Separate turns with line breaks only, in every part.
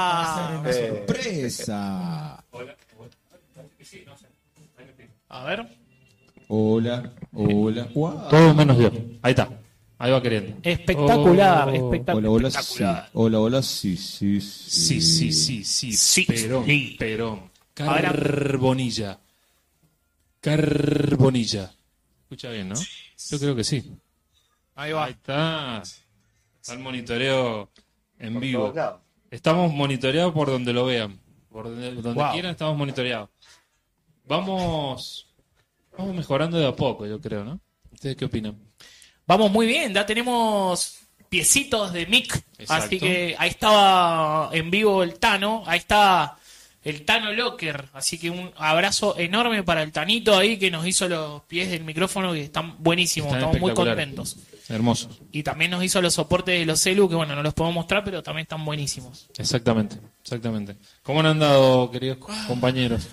una
Eh,
sorpresa.
A ver.
Hola, hola. Guau.
Todo menos yo. Ahí está. Ahí va queriendo.
Espectacular,
Oh.
espectacular.
Hola, hola, sí. Hola, hola, sí, sí,
Sí,
sí.
sí, sí, sí.
Sí,
Perón,
sí.
Perón. Carbonilla. Carbonilla. Escucha bien, ¿no? Yo creo que sí.
Ahí va.
Ahí está. Está el monitoreo en
Por
vivo.
todos lados.
Estamos monitoreados por donde lo vean. Por donde, donde
Wow.
quieran, estamos monitoreados. Vamos, vamos mejorando de a poco, yo creo, ¿no? ¿Ustedes qué opinan?
Vamos muy bien, ya tenemos piecitos de mic.
Exacto.
Así que ahí estaba en vivo el Tano, ahí está el Tano Locker. Así que un abrazo enorme para el Tanito ahí que nos hizo los pies del micrófono que están buenísimos,
Están
estamos muy
espectaculares.
contentos.
Hermoso.
Y también nos hizo los soportes de los celu que bueno, no los puedo mostrar, pero también están buenísimos.
Exactamente, exactamente. ¿Cómo han andado, queridos
Ah.
compañeros?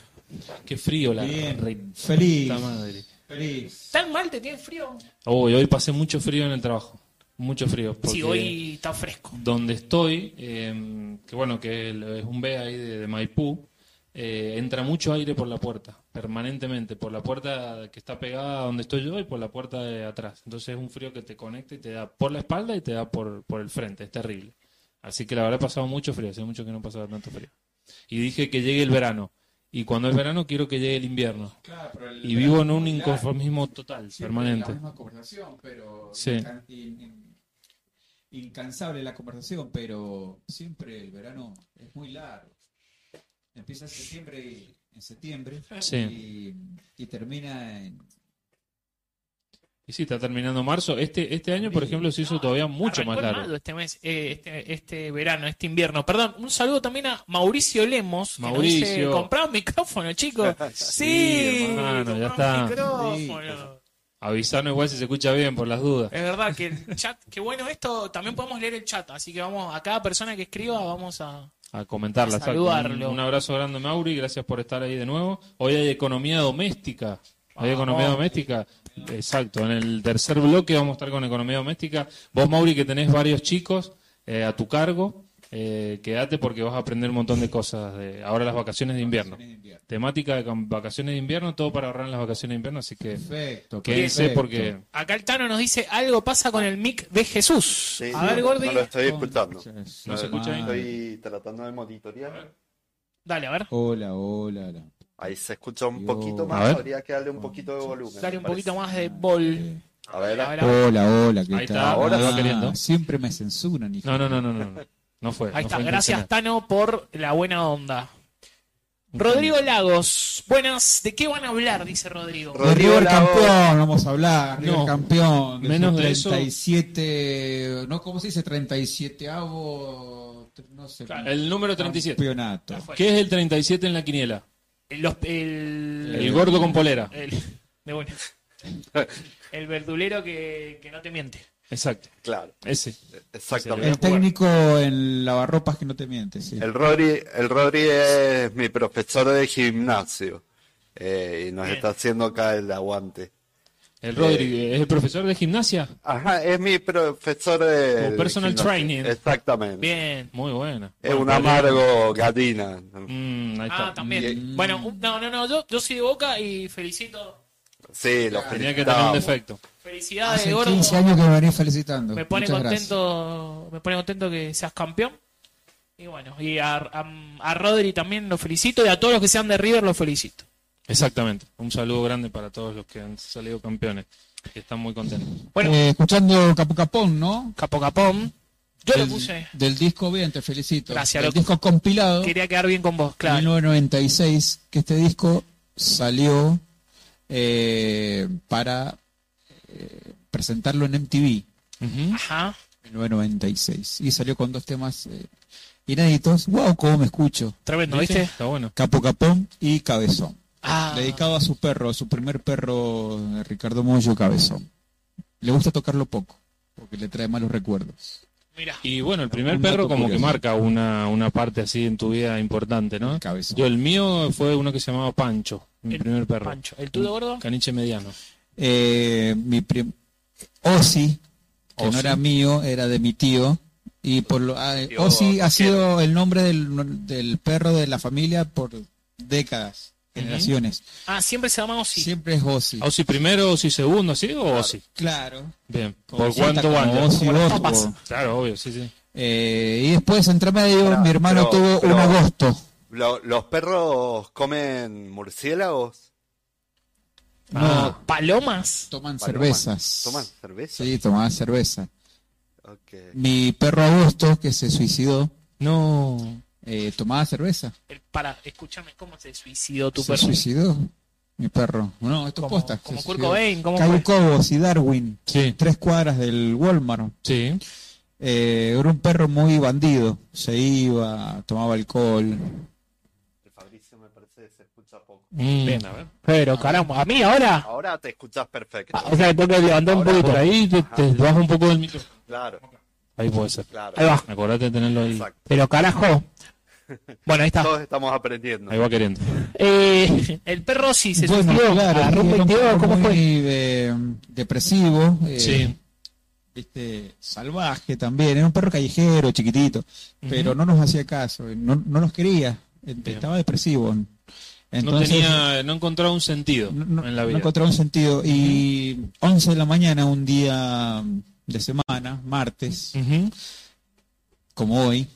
Qué frío la
Bien,
re-
feliz.
puta madre.
Feliz.
¿Tan mal te tiene frío?
Uy, hoy pasé mucho frío en el trabajo. Mucho frío.
Sí,
porque-
hoy está fresco.
donde estoy, eh, que bueno, que el- es un B ahí de, de Maipú, eh, entra mucho aire por la puerta, permanentemente, por la puerta que está pegada a donde estoy yo y por la puerta de atrás. Entonces es un frío que te conecta y te da por la espalda y te da por, por el frente, es terrible. Así que la verdad he pasado mucho frío, hace mucho que no pasaba tanto frío. Y dije que llegue el verano. Y cuando es verano quiero que llegue el invierno. Y vivo en un inconformismo total, permanente.
La misma conversación, pero
Sí.
incan- in- in- incansable la conversación, pero siempre el verano es muy largo. Empieza en septiembre y en septiembre
Sí.
y, y termina en
Y sí, está terminando marzo. Este, este año, por ejemplo, se hizo todavía mucho
Arrancó
más
en
largo.
mayo este mes, eh, este, este verano, este invierno. Perdón, un saludo también a Mauricio Lemos. que nos
Mauricio.
dice, comprá un micrófono, chicos.
Sí,
sí,
hermano, ya
comprá un
está.
micrófono.
Avisanos igual si se escucha bien, por las dudas.
Es verdad que el chat, qué bueno esto, también podemos leer el chat, así que vamos, a cada persona que escriba vamos a...
A comentarla.
A
exacto. Un-
saludarlo.
Un, abrazo grande, Mauri. Gracias por estar ahí de nuevo. Hoy hay economía doméstica. Hay
Vamos.
economía doméstica. Exacto. En el tercer bloque vamos a estar con economía doméstica. Vos, Mauri, que tenés varios chicos eh, a tu cargo, eh, quédate porque vas a aprender un montón de cosas. De, ahora las vacaciones de invierno.
invierno.
Temática de cam- vacaciones de invierno, todo para ahorrar en las vacaciones de invierno. Así que
Perfecto.
quédense porque...
Acá el Tano nos dice, algo pasa con el mic de Jesús.
Sí,
a ver,
no,
Gordi.
No lo estoy escuchando.
¿No se escucha bien?
Estoy tratando de monitorear.
Dale, a ver.
Hola, hola, hola.
Ahí se escucha un
Yo-
poquito
A ver.
más. Habría que
Oh,
darle un poquito de volumen.
Dale un
me parece.
poquito más de bol.
Eh,
A ver,
A ver, a ver.
Hola, hola, ¿qué
Ahí está,
tal?
ahora
lo va
queriendo.
Siempre me censuran. hijo.
No, no, no, no, no. no. No fue.
Ahí
no
está,
fue
gracias
intencional.
Tano por la buena onda. Rodrigo Lagos, buenas, ¿de qué van a hablar? Dice Rodrigo.
Ro-
De River
Rodrigo Lago.
campeón, vamos a hablar. River
No,
campeón. De
menos
sus
de eso.
37, no, ¿cómo se dice? 37 avo, no sé.
El
Ah,
número 37.
Campeonato.
Ya fue.
¿Qué es el 37 en la quiniela?
Los- el,
El gordo con polera.
el- de buena. El verdulero que, que no te miente.
Exacto,
claro,
ese.
exactamente.
El técnico en lavarropas que no te miente, sí.
El Rodri, el Rodri es mi profesor de gimnasio eh, y nos
Bien.
está haciendo acá el aguante.
El Rodri, Eh, ¿es el profesor de gimnasia?
Ajá, es mi profesor de
Como personal
gimnasio.
training.
Exactamente.
Bien.
Muy buena.
Es un
Bueno,
amargo gallina.
Mm, ahí está.
Ah, también.
Bien.
Bueno, un- no, no, no, yo, yo soy de Boca y felicito.
Sí, lo
Tenía que tener un
felicitamos.
defecto.
Felicidades,
Hace
Ah, gordo.
15 años que me venís felicitando.
Me pone
Muchas
contento, me pone contento que seas campeón. Y bueno, y a, a- a Rodri también lo felicito y a todos los que sean de River los felicito.
Exactamente. Un saludo grande para todos los que han salido campeones. Que están muy contentos.
Bueno,
Eh, escuchando Capucapón, ¿no?
Capocapón. Yo lo
Del-
puse.
Del disco, bien, te felicito.
Gracias,
El
loco.
disco compilado.
Quería quedar bien con vos, claro.
1996, que este disco salió eh, para eh, presentarlo en MTV,
Ujú.
Ajá.
1996. Y salió con dos temas eh, inéditos. ¡Wow! ¿Cómo me escucho?
Tremendo,
¿Viste?
¿viste?
Está bueno.
Capo Capón y Cabezón.
Ah,
Dedicado a su perro, a su primer perro, eh, Ricardo Mollo Cabezón. Le gusta tocarlo poco, porque le trae malos recuerdos.
mira.
Y bueno, el primer
Un
perro
dato
como que
curioso.
marca una, una parte así en tu vida importante, ¿no?
El cabezón.
Yo el mío fue uno que se llamaba Pancho, mi
El
primer perro.
Pancho. ¿El tuyo, gordo?
Caniche mediano.
Eh, mi prim... Ozzy, que
Ozzy.
no era mío, era de mi tío. Y Y por lo, ah, eh,
Yo
Ozzy ha
quiero.
sido el nombre del, del perro de la familia por décadas, generaciones.
Ah, siempre se llama Ozzy.
Siempre es Ozzy.
¿O si primero, o si segundo, así o Ozzy?
Claro.
Bien.
Como
¿Por cuánto
Santa, como
van?
Ozzy
Como las
Osbourne.
papas.
Claro, obvio, sí, sí.
Eh, y después, entre medio,
Claro,
mi hermano
pero-
tuvo
pero-
un agosto.
Lo- ¿Los perros comen murciélagos?
Ah.
Palomas.
Toman
Vale,
cervezas.
¿Toman toman cerveza?
Sí, tomaban cerveza.
Ok.
Mi perro Agosto, que se suicidó,
No.
eh, tomaba cerveza.
El- Eh, Para, escúchame, ¿cómo se suicidó tu
se
perro?
suicidó mi perro. No, esto es
Como-
posta.
como
se
Kurt
suicidó.
Cobain, ¿cómo
Cayo Cobos y Darwin,
Sí,
tres cuadras del Walmart.
sí.
Eh, era un perro muy bandido. Se iba, tomaba alcohol.
El Fabricio me parece que se escucha poco.
Mm.
Bien, a ver.
Pero caramba, a mí ahora.
Ahora te escuchas perfecto.
Ah, O sea, tengo que levantar un
Ahora,
poquito.
Por ahí te, te bajo un poco del micro.
Claro,
Ahí puede ser.
claro.
Ahí va.
Acordate de tenerlo ahí.
Exacto.
Pero carajo. Bueno, ahí está.
Todos estamos aprendiendo.
Ahí va queriendo.
Eh,
El perro sí se
Bueno,
suicidó, agarró un
era un
22,
perro
¿cómo fue?
muy, eh, depresivo. eh,
Sí.
viste, este, salvaje también, era un perro callejero, chiquitito, pero no nos hacía caso, no, no nos quería, eh,
Bien.
estaba depresivo. Entonces,
no tenía, no encontraba un sentido
no- no-
en la
no
vida.
encontraba un sentido. Y 11 de la mañana, un día de semana, martes,
Ujú.
como hoy,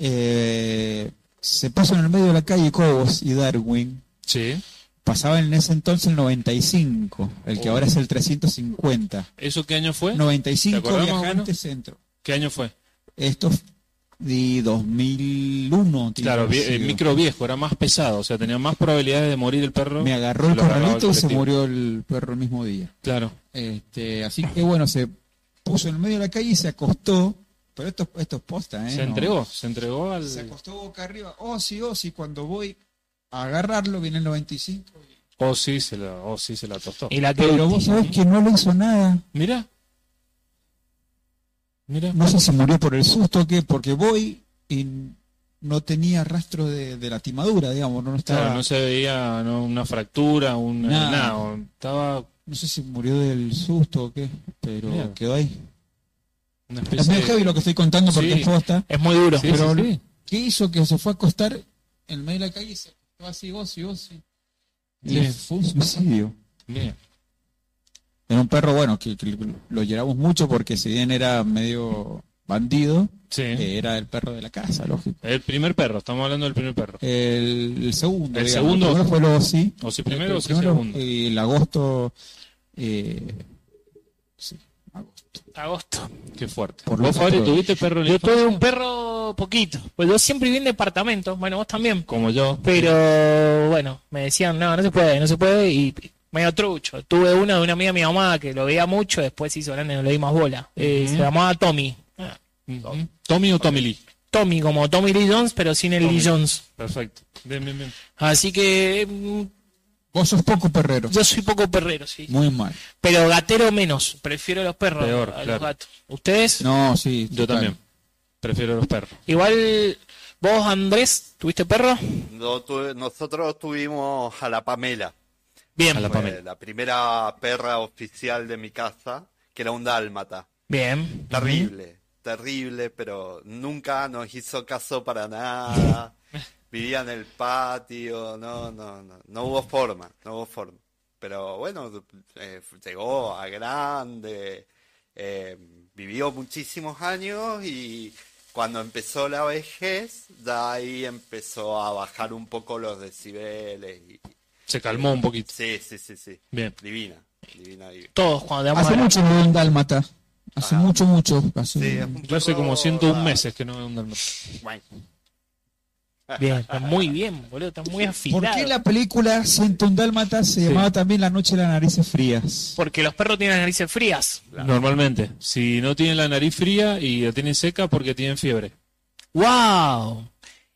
eh, se puso en el medio de la calle Cobos y Darwin.
Sí.
Pasaba en ese entonces el 95, el que
Oh.
ahora es el 350.
¿Eso qué año fue?
95
¿Te acordás más o menos?
viajantes centro.
¿Qué año fue?
Esto es de 2001. tiene
Claro,
que
vie-
haber
eh,
sido.
micro viejo, era más pesado, o sea, tenía más probabilidades de morir el perro.
Me agarró el
Lo agarraba
corralito y se
colectivo.
murió el perro el mismo día.
Claro.
Este, así que bueno, se puso en el medio de la calle y se acostó. Pero esto, esto es posta, ¿eh?
se
No.
entregó, se entregó al.
Se acostó boca arriba. Oh, sí, oh, sí. Cuando voy a agarrarlo, viene el 95.
Oh, sí, se la, oh, sí, se la tostó.
y la que.
Pero vos sabés que no le hizo nada.
Mira. Mira.
No sé si murió por el susto o qué, porque voy y no tenía rastro de, de la timadura, digamos. No estaba.
Claro, no se veía no, una fractura, un,
Ah. Nada.
nada. o- Estaba
No sé si murió del susto o qué, pero
Mira.
quedó ahí.
una
Es
especie
medio
de.
heavy lo que estoy contando porque
Sí.
es posta.
Es muy duro.
Sí,
pero-
sí, sí.
¿Qué hizo que se fue a acostar en medio de la calle y se acostó así, gozi, gozi? Y
Bien.
fue un suicidio.
Bien.
Era un perro, bueno, que, que lo lloramos mucho porque si bien era medio bandido,
Sí.
eh, era el perro de la casa, lógico.
El primer perro, estamos hablando del primer perro.
El, el segundo.
El
digamos.
segundo.
primero fue el Ozzy.
O si primero o si
Primero,
segundo.
eh, el agosto. eh, sí, agosto.
Agosto.
Qué fuerte.
por
¿Vos,
lo
Fabri,
otro-
tuviste perro en la
Yo tuve
infancia?
un perro poquito. Pues yo siempre viví en departamentos. Bueno, vos también.
Como yo.
Pero bueno, me decían, no, no se puede, no se puede. Y medio trucho. Tuve uno de una amiga de mi mamá que lo veía mucho. Después se hizo grande, no le di más bola. Eh, Se llamaba Tommy. Ah,
Ujú. ¿Tommy o Tommy Lee?
Tommy, como Tommy Lee Jones, pero sin el Lee Jones.
Perfecto. Bien, bien, bien.
Así que mm,
Vos sos poco perrero.
yo soy poco perrero, sí.
Muy mal.
Pero gatero menos. Prefiero los perros
Peor,
a los
claro.
gatos. ¿Ustedes?
No, sí.
Yo
total.
también. Prefiero los perros.
Igual, vos, Andrés, ¿tuviste perro?
No tuve- nosotros tuvimos a la Pamela.
Bien.
A la
Fue
Pamela.
la primera perra oficial de mi casa, que era un dálmata.
Bien.
Terrible, terrible, pero nunca nos hizo caso para nada. Vivía en el patio, no, no, no, no hubo forma, no hubo forma. Pero bueno, eh, llegó a grande, eh, vivió muchísimos años y cuando empezó la vejez, de ahí empezó a bajar un poco los decibeles. y-
Se calmó un poquito.
Sí, sí, sí, sí.
Bien.
Divina, divina, divina.
Todos, cuando te
Hace mucho no veo un dálmata. Hace
Ah.
mucho, mucho. Hace
Sí, es un
Yo hace como
perro,
101
ah,
meses que no veo un dálmata.
bueno.
Bien, está muy bien, boludo, está muy afilado.
¿Por qué la película Siento un dálmata se llamaba también La noche de las narices frías?
Porque los perros tienen las narices frías.
Normalmente. Si no tienen la nariz fría y la tienen seca porque tienen fiebre.
¡Wow!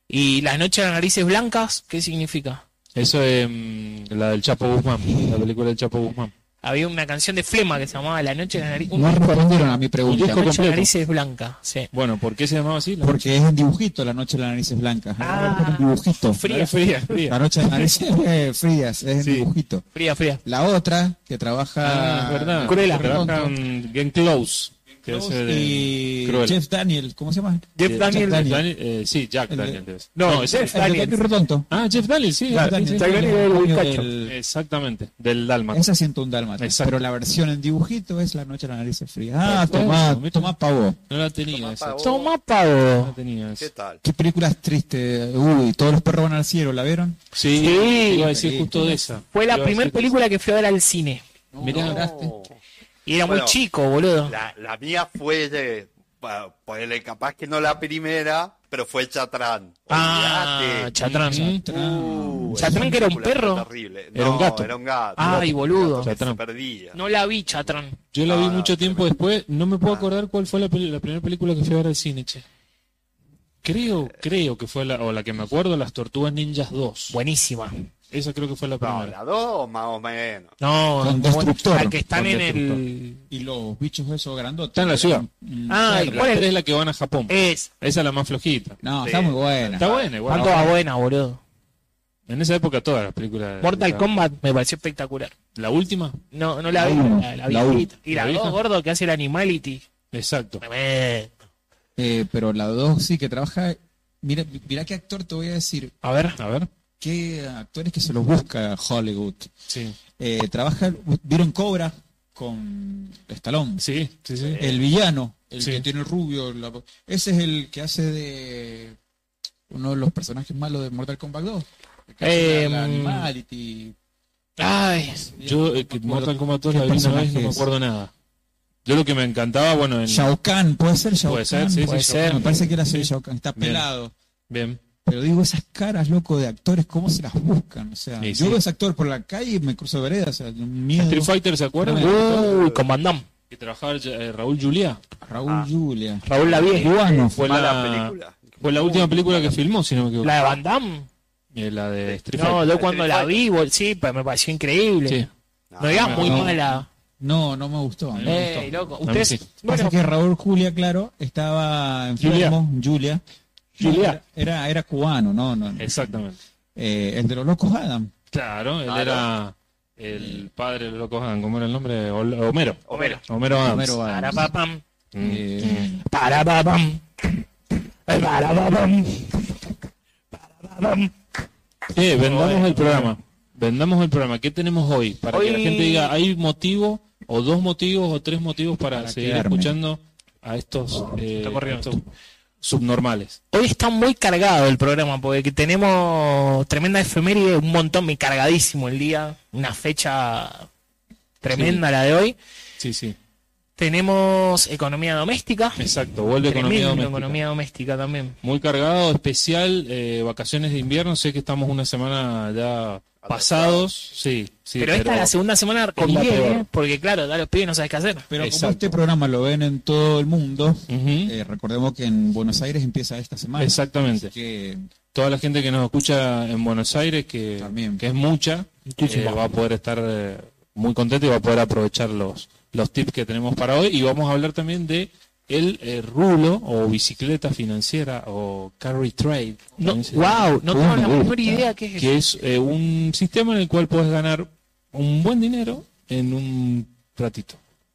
¿Y las noches de las narices blancas? ¿Qué significa?
Eso es mm, la del Chapo Guzmán. La película del Chapo Guzmán.
Había una canción de Flema que se llamaba La noche de las narices...
No respondieron a mi pregunta.
La noche de
completo.
las narices blancas, sí.
Bueno, ¿por qué se llamaba así? La
Porque es un dibujito La noche de las narices blancas.
Ah.
Es un dibujito.
Fría,
nariz fría, Ah,
La
fría.
noche de las narices eh, frías. Es un
Sí.
dibujito.
Fría, fría.
La otra que trabaja.
Ah, es verdad.
Cruella.
Trabajan Game Close. que es el de
y
Cruella.
Jeff Daniel, ¿cómo se llama?
Eh,
Jeff Daniel.
Jack Daniel, eh, sí, Jack
El de-
Daniel. debe ser.
No,
es-
Jeff
El de
Daniel.
Capi Rotonto.
Ah, Jeff Daniel, sí.
Jeff
sí,
Daniel,
sí,
Jack
sí.
Daniel era el
dueño
bizcacho.
del-
Exactamente, del Dalmat.
Esa siento un dálmata.
Exacto.
Pero la versión en dibujito es La noche de la nariz fría. Ah,
Ah,
tomá,
bueno,
tomá pavo.
No la tenía
Tomá
esa.
pavo.
Toma
No la
pavo.
tenía
¿Qué
esa.
tal?
Qué películas tristes. Uy, todos los perros van al cielo, ¿la vieron?
Sí,
Sí,
iba a decir justo de esa.
Fue la
Iba a decir
primera
que-
película que fui a ver al cine.
Mirá,
No.
Y era muy
Bueno,
chico, boludo.
La, la mía fue de. pa- Ponele, capaz que no la primera, pero fue Chatrán.
Ah,
Olvídate.
Chatrán.
Mm.
Uh, esa
Chatrán que era un
película fue
perro.
Terrible.
Era un
No,
gato.
Era un gato.
Ay, boludo.
Que se
Chatrán.
perdía.
No la vi, Chatrán.
Yo la
No,
vi
no,
mucho tiempo
tremendo.
después. No me puedo acordar cuál fue la, peli- la primera película que fui a ver al cine, che. Creo, creo que fue la, o la que me acuerdo, Las Tortugas Ninjas 2.
Buenísima.
Esa creo que fue la
No,
primera.
la dos más o menos.
No,
Con
muy buena.
Destructor.
la que están
Con
en el.
Y los bichos esos grandotes.
Está en la ciudad.
Mm,
Ah,
perros.
¿y cuál
la
es?
3 es la que van a Japón.
Es.
Esa es la más flojita.
No,
Sí.
está muy buena.
Está buena, igual.
¿Cuánto va buena, boludo?
En esa época todas las películas.
Mortal
la-
Kombat me pareció espectacular.
La última,
No, no la vi,
uno,
la, la
la
vi.
uno.
y la,
¿La
dos,
vieja?
gordo, que hace el Animality.
exacto.
Tremendo.
Eh, pero la 2 sí que trabaja. Mira, mira qué actor te voy a decir.
A ver.
A ver.
Qué actores que se los busca Hollywood.
Sí.
Eh, trabaja. ¿Vieron Cobra? Con Stallone.
Sí, sí, sí.
El villano, el
Sí.
que tiene el rubio. la- Ese es el que hace de uno de los personajes malos de Mortal Kombat 2. el que hace
Eh,
la- la
Em,
mm.
Animality.
Ay.
Yo, eh, que
No me acuerdo.
Mortal Kombat 2
¿Qué
la vi una vez,
personaje
no me
es?
acuerdo nada. Yo lo que me encantaba, bueno, en.
Shao Kahn, puede ser Shao
Puede ser,
Kahn?
sí, sí,
Puede
Shao
ser.
Kahn.
Me parece que era así
Sí.
Shao Kahn, está
Bien.
pelado.
Bien.
Pero digo, esas caras, loco, de actores, ¿cómo se las buscan? O sea,
Sí,
yo
sí.
veo a ese actor por la calle y me cruzo de vereda, o sea, de un miedo.
Street Fighter, ¿se acuerdan?
Tremendo.
Uy, con Van Damme.
Que trabajaba eh, Raúl Juliá.
Raúl
Ah.
Julia.
Raúl la vi.
Cubano.
Fue
Mala
la
película.
Fue la última película que filmó, si no me equivoco.
¿La de Van Damme?
Eh, La de Street
No,
Fighter.
yo cuando la vi, bol- sí, pues me pareció increíble.
Sí.
No era muy
no.
mala.
No, no me gustó. no
Eh,
me gustó.
Ey, loco.
mí
Ustedes.
sí.
Bueno,
Pasa que Raúl Julia, claro, estaba enfermo, Julia.
Julia.
Era, era cubano, no, no. no.
Exactamente.
Eh, el de los locos Adam.
Claro, él
Claro.
era el padre de Loco Adam. ¿Cómo era el nombre? Ol- Homero.
Homero.
Homero Adams.
Homero Adams.
para pa pam.
Mm.
Eh,
Para pa pam. Para pa pam. Para pa pam.
Eh, vendamos el programa. Vendamos el programa. ¿Qué tenemos hoy? Para que la
Hoy-
gente diga, hay motivo, o dos motivos, o tres motivos para,
Para
seguir
quedarme.
escuchando a estos, eh,
Está corriendo.
estos subnormales.
Hoy está muy cargado el programa porque que tenemos tremenda efeméride, un montón, muy cargadísimo el día, una fecha tremenda la de hoy.
Sí, sí.
Tenemos economía doméstica,
Exacto. Vuelve economía
tremendo
doméstica.
economía doméstica también.
Muy cargado, especial, eh, vacaciones de invierno. Sé que estamos una semana ya pasados. Sí, sí.
pero, esta es la segunda semana
peor.
conviene, porque claro, da los pibes y no sabes qué hacer.
pero como
Exacto.
este programa lo ven en todo el mundo,
Ujú.
eh, recordemos que en Buenos Aires empieza esta semana.
Exactamente.
Que
Toda la gente que nos escucha en Buenos Aires, que,
También.
que es mucha, eh, va a poder estar eh, muy contento y va a poder aprovechar los, los tips que tenemos para hoy. Y vamos a hablar también de el eh, rulo o bicicleta financiera o carry trade.
No,
también se llama,
wow, no tengo
me
la
gusta.
menor idea qué es eso.
que es eh, un sistema en el cual puedes ganar un buen dinero en un ratito.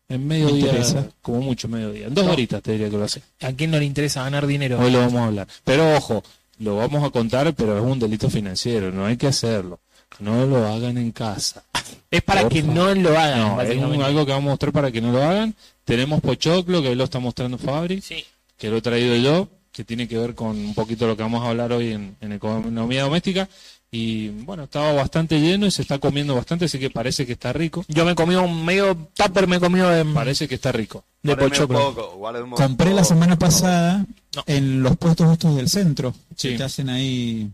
En mediodía,
interesa.
como mucho mediodía. En dos horitas te diría que lo hace.
¿A quién no le interesa ganar dinero?
Hoy lo vamos a hablar. Pero ojo, lo vamos a contar, pero es un delito financiero, no hay que hacerlo. No lo hagan en casa.
Es Ah, para
Por
que
favor.
no lo hagan,
No, es
básicamente.
un- algo que vamos a mostrar para que no lo hagan. Tenemos Pochoclo, que hoy lo está mostrando Fabri,
Sí.
que lo he traído yo, que tiene que ver con un poquito lo que vamos a hablar hoy en, en economía doméstica. Y bueno, estaba bastante lleno y se está comiendo bastante, así que parece que está rico.
Yo me comí un medio tupper, me he comido de,
Parece que está rico.
de
Guárdeme un
pochoclo.
poco, guárdeme un
compré la
poco.
semana pasada en los puestos estos del centro.
Sí.
Que te hacen ahí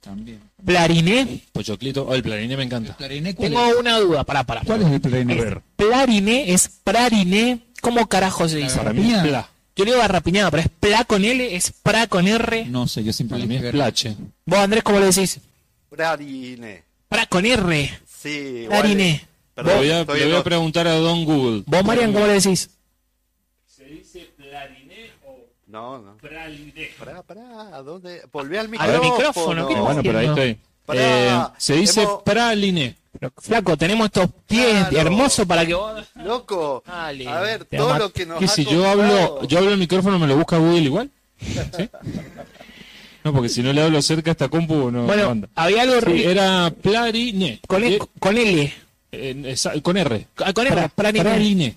también.
Plariné.
Pochoclito, oh, el planiné me encanta.
clariné cuál,
Tengo
es?
una duda, pará, pará.
¿Cuál es el clariné?
Es plariné, es prariné. ¿Cómo carajo se dice?
Para mí es
Mira.
pla.
Yo le digo barrapiñada, pero es pla con L, es pra con R.
No sé, yo siempre
Para
le
mí es
escribo-
plache.
Vos, Andrés, ¿cómo le decís?
Brarine.
Pra con R.
Sí, igual-
Brarine.
Le
Perdón,
voy a,
estoy
le voy a
en-
preguntar a Don Google.
Vos, Marian, ¿cómo le decís?
No, no. Pará, pará, ¿a dónde? Volvé al
Al
micrófono.
micrófono, ¿qué
Eh, bueno, pero ahí
haciendo?
estoy.
Pará,
Eh, se dice
hemos-
praliné.
Pero, flaco, tenemos estos pies
Claro.
hermosos para que vos...
Loco,
Dale.
a ver,
Te
todo
ama-
lo que nos
¿Qué
ha
si yo hablo,
comprado-
yo hablo el micrófono, me lo busca Google igual? ¿Sí? No, porque si no le hablo cerca a esta compu no no
Bueno,
anda.
había algo
Sí,
ri-
era Plarine.
con,
E,
Eh,
L- con L.
en- esa- con R.
Ah, Con
Para-
él.
para ni-
Praliné.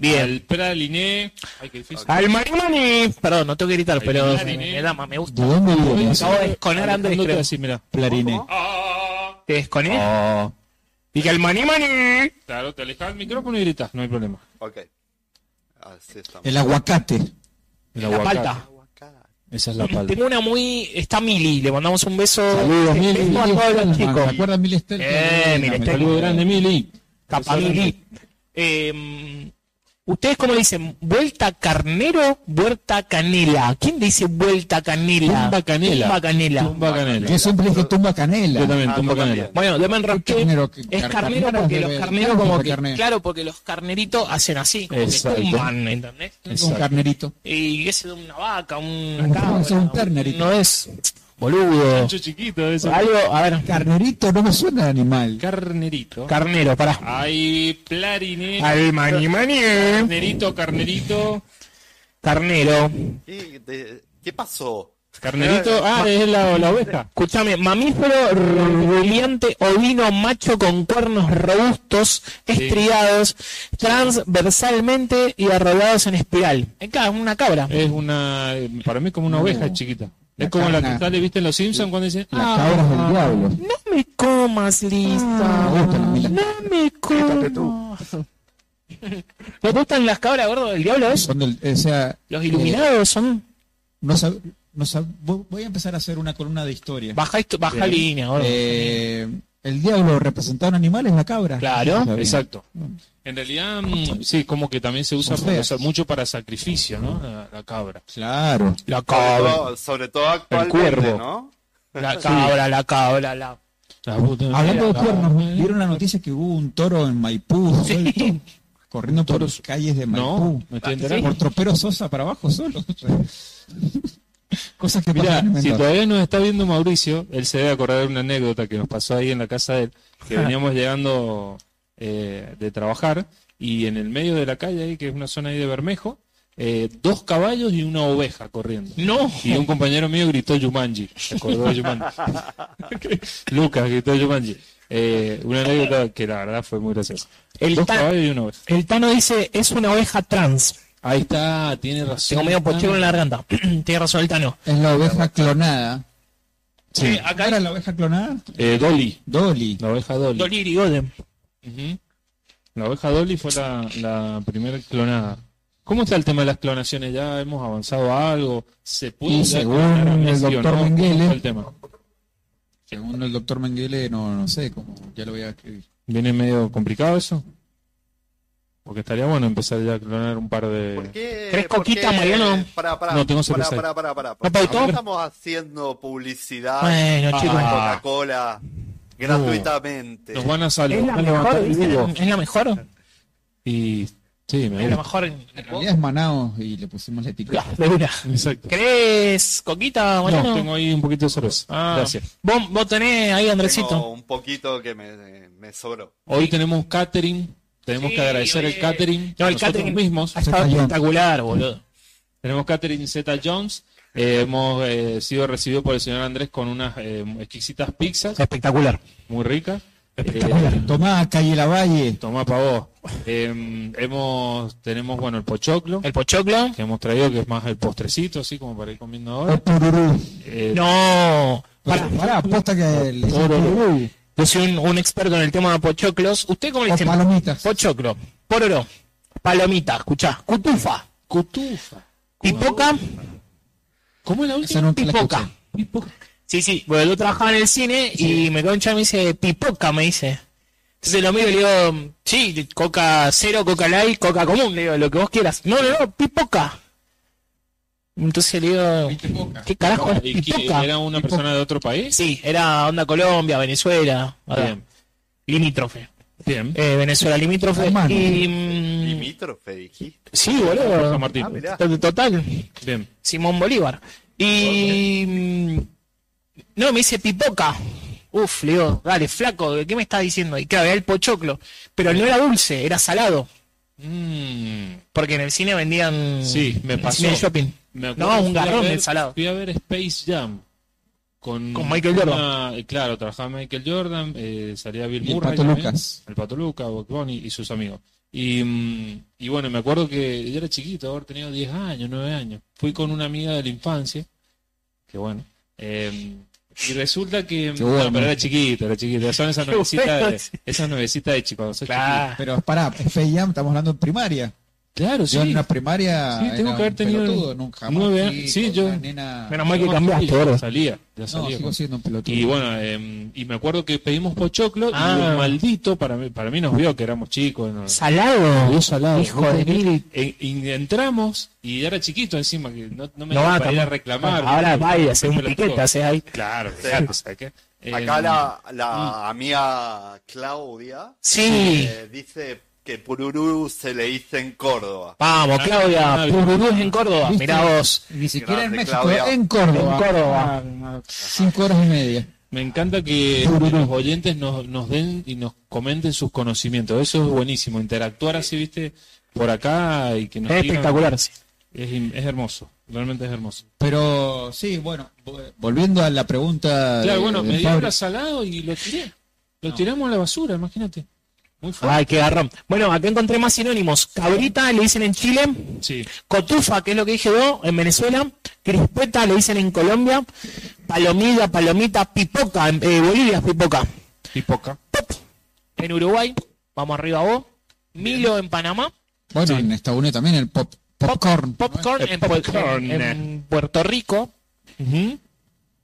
Bien.
Al Praliné. Ay, qué difícil.
Al mani mani.
Perdón, no tengo que gritar,
Ay,
pero
claro,
me,
nene.
me da más, me gusta.
¿De dónde viene eso?
acabo de desconar a Andrés,
Ando te
creo.
así, mira.
Clarine.
¿Cómo?
¿Te desconectas? Y que al mani mani.
Claro, te alejas el micrófono y gritas, no hay problema.
Ok. Así estamos.
Eh.
El aguacate.
El
La
aguacate.
palta.
Aguacate.
Esa es la palta.
Tengo una muy. Está Mili, le mandamos un beso.
Saludos,
Te-
Mili.
tengo a todos los
¿Te
chicos.
acuerdas Mil Estel?
Eh, Mil
Me
Estel.
salió
Saludo grande, Mili.
Capamili. Eh, ¿Ustedes cómo le dicen? ¿Vuelta carnero? ¿Vuelta canela? ¿Quién dice vuelta canela?
Tumba canela.
Tumba canela.
Tumba canela.
Yo siempre dije tumba canela.
Yo también,
Ah,
tumba
yo también.
canela.
Bueno, yo me enrosqué.
Carnero, que-
es
car-
carnero
carneras
porque
de
los
ver-
carneros
carne
como
de
que...
carne.
Claro, porque los carneritos hacen así, como
Exacto.
que tumban, ¿entendés?
Un
Exacto.
carnerito.
Y ese de una vaca, una
Un- es un
cabra.
ternerito.
No es... Boludo.
Mucho chiquito eso.
Algo, a ver,
Carnerito no me suena de animal.
Carnerito.
carnero, pará.
Ay, Plariné.
Al mani mani.
eh.
Carnerito, carnerito.
Carnero.
¿Qué, de- qué pasó?
Carnerito. Ah,
eh.
es la, la oveja.
Escuchame, mamífero rumiante ovino macho con cuernos robustos, estriados, transversalmente y arrollados en espiral. Acá es una cabra.
Es una. eh, Para mí, es como una oveja chiquita. Es
La
como la que
cabra.
sale, viste, en los Simpsons cuando dicen.
Las cabras del diablo.
Ah, No me comas, Lisa.
Me gustan las mil
No
Estel.
me comas. ¿Te gustan las cabras, gordo? ¿El diablo es?
Son del- o sea,
Los
eh,
iluminados son...
no sab- no sab- vo- voy a empezar a hacer una columna de historia.
Baja, esto- baja línea, gordo.
Eh, el diablo representado en animales, la cabra.
Claro,
Está bien.
Exacto. En realidad, mm, sí, como que también se usa
Son feas.
o sea, mucho para sacrificio, ¿no? La, la cabra.
Claro.
La
Sobre
cabra,
todo, sobre todo actualmente,
cuervo.
¿no?
la cabra, la cabra, la...
Hablando de cuernos, ¿vieron la noticia que hubo un toro en Maipú suelto? Corriendo por las calles de
No,
Maipú.
no estoy
Era
enterado.
Por tropero Sosa para abajo solo. Cosas que
Mira,
pasan
si
en Mendoza.
todavía nos está viendo Mauricio, él se debe acordar de una anécdota que nos pasó ahí en la casa de él, que
Ah.
veníamos llegando eh, de trabajar y en el medio de la calle, ahí, que es una zona ahí de Bermejo, eh, dos caballos y una oveja corriendo.
No.
Y un compañero mío gritó Yumanji. Se acordó de Yumanji. Lucas gritó Yumanji. Eh, una anécdota que la verdad fue muy graciosa.
El
Dos
ta-
caballos y una oveja.
El Tano dice, es una oveja trans.
Ahí está, tiene razón.
Tengo medio pochero en la garganta. Tiene razón el Tano.
Es la oveja clonada.
Sí.
¿Acá era la oveja clonada?
Eh, Dolly.
Dolly.
La oveja Dolly.
Doliri Golden.
Ujú. La oveja Dolly fue la, la primera clonada. ¿Cómo está el tema de las clonaciones? ¿Ya hemos avanzado a algo? ¿Se puede
Y
ya
según
clonar a
el
Messi o
doctor
no? ¿Cómo
Mengele-
está el tema?
Según el doctor Mengele, no, no sé, cómo ya lo voy a escribir.
¿Viene medio complicado eso? Porque estaría bueno empezar ya a clonar un par de...
¿Por qué?
¿Tres
por
coquitas,
qué-
Mariano?
Pará, pará,
No, tengo
pará,
cerveza ahí.
pará, pará, pará.
¿No pautó?
¿Por qué estamos haciendo publicidad
Bueno,
Ah,
chicos.
a Coca-Cola gratuitamente.
Nos van a salir.
es la mejor, dicen, es la mejor.
Y sí, me
Es la
gusta.
mejor.
En realidad es Manaos y le pusimos la etiqueta.
De una.
Exacto.
¿Querés coquita,
No,
Mariano?
tengo ahí un poquito de cerveza.
Ah.
Gracias.
¿Vos, vos tenés ahí,
Tengo
Andresito.
un poquito que me, me sobró.
Hoy tenemos catering. Tenemos
Sí,
que agradecer
oye.
el catering.
No, el
Nosotros
catering-
mismos.
Ha estado
Se cayó.
Ah, espectacular, boludo.
Tenemos Catherine Zeta Jones. Eh, hemos eh, sido recibidos por el señor Andrés con unas eh, exquisitas pizzas
Espectacular.
muy ricas. Eh,
Tomá, calle la valle.
tomá pa' vos. Eh, hemos, tenemos, bueno, el pochoclo
El pochoclo.
que hemos traído, que es más el postrecito, así como para ir comiendo ahora.
O tururú.
Eh,
No. Pará.
Pará, pará, aposta que le dicen tururú.
Yo soy un, un experto en el tema de pochoclos. ¿Usted cómo le
O
dice?
palomitas.
Pochoclo. Pororo. Palomita, escuchá. Cutufa.
Cutufa.
Pipoca.
¿Cómo es la
Esa
última?
nunca la
Pipoca.
escuché.
Sí, sí, porque yo trabajaba en el cine y me quedó un chavo y me dice, pipoca, me dice. Entonces lo miro y le digo, sí, coca cero, coca light, coca común, le digo, lo que vos quieras. No, no, no, pipoca. Entonces le digo, ¿qué carajo es
¿Y que
pipoca?
¿Era una persona de otro país?
Sí, era onda Colombia, Venezuela, ahora,
Bien,
limítrofe.
bien.
Ah. Eh, Venezuela limítrofe.
Hermano.
Y, mm,
Limítrofe, dijiste.
sí, boludo.
San Martín.
Ah, mirá.
T- Total.
Bien.
Simón Bolívar. Y. mm, No, me dice pipoca. Uf, le digo, dale, flaco, ¿qué me estás diciendo? Y claro, era el pochoclo. Pero no era dulce, era salado.
Mm,
Porque en el cine vendían.
Sí, me
en el
pasó.
cine de shopping.
me acuerdo
No,
que
un
fui a
garrón
ver-
de salado.
Fui a ver Space Jam. Con,
Con Michael Jordan.
una- eh, claro, trabajaba Michael Jordan, eh, salía Bill
Y el
Murray
Pato
también,
Lucas.
el Pato Lucas, Bugs Bunny y sus amigos. Y, mm, y bueno, me acuerdo que yo era chiquito, haber tenido 10 años, 9 años. Fui con una amiga de la infancia, que bueno. eh, y resulta que...
Qué bueno.
no, pero era chiquito, era chiquito. ya Son esas
Qué bueno,
nuevecitas de,
sí.
esas nuevecitas de chicos. sos
Claro.
Pero pará, FIAM estamos hablando en primaria.
chiquito. Claro,
Yo en
sí.
una primaria.
Sí, tengo
era
que
un
haber tenido
pelotudo, nunca
nueve
más fui
años. Sí,
con
yo-
una nena-
Menos mal que
Yo
cambiaste, gordo.
Salía, ya
No,
salía.
sigo siendo un pelotudo.
Y bueno, eh, y me acuerdo que pedimos pochoclo y
Ah.
el maldito para mí, para mí nos vio que éramos chicos. no-
Salado.
nos vio salado.
Hijo de mil.
E- y entramos y era chiquito encima, que no, no me
No
daba
va
para ir a
tampoco.
reclamar.
Ahora
¿viste?
vaya, hace un
Pero-
piquete, hace ahí.
Claro,
Sí.
claro, o sea que, eh,
Acá la, la amiga Claudia
Sí.
eh, dice que Pururú se le dice en Córdoba.
Vamos, Claudia.
Ah,
Pururú es en Córdoba.
¿Viste?
Mirá vos.
Ni siquiera en
Grande,
México, ¿eh?
Claudia.
en Córdoba.
En Córdoba.
Ah, cinco horas y media.
Me encanta que los oyentes nos, nos den y nos comenten sus conocimientos. Eso es buenísimo. Interactuar así, viste, por acá y que nos
Es
digan.
espectacular, sí.
Es, im- es hermoso. Realmente es hermoso.
Pero sí, bueno, vo- volviendo a la pregunta.
Claro,
de-
bueno,
de
me dio
Fabri.
ahora salado y lo tiré. Lo tiramos a la basura, imagínate. Muy fuerte.
Ay, qué garrón. Bueno, acá encontré más sinónimos. Cabrita le dicen en Chile.
Sí.
Cotufa, que es lo que dije yo, en Venezuela. Crispeta le dicen en Colombia. Palomilla, palomita, pipoca. En eh, Bolivia es pipoca.
Y poca.
Pop. En Uruguay, vamos arriba vos. Milo en Panamá.
Bueno, en Estados Unidos también el pop, popcorn.
Popcorn, en, Pue-
popcorn.
en- en Puerto Rico.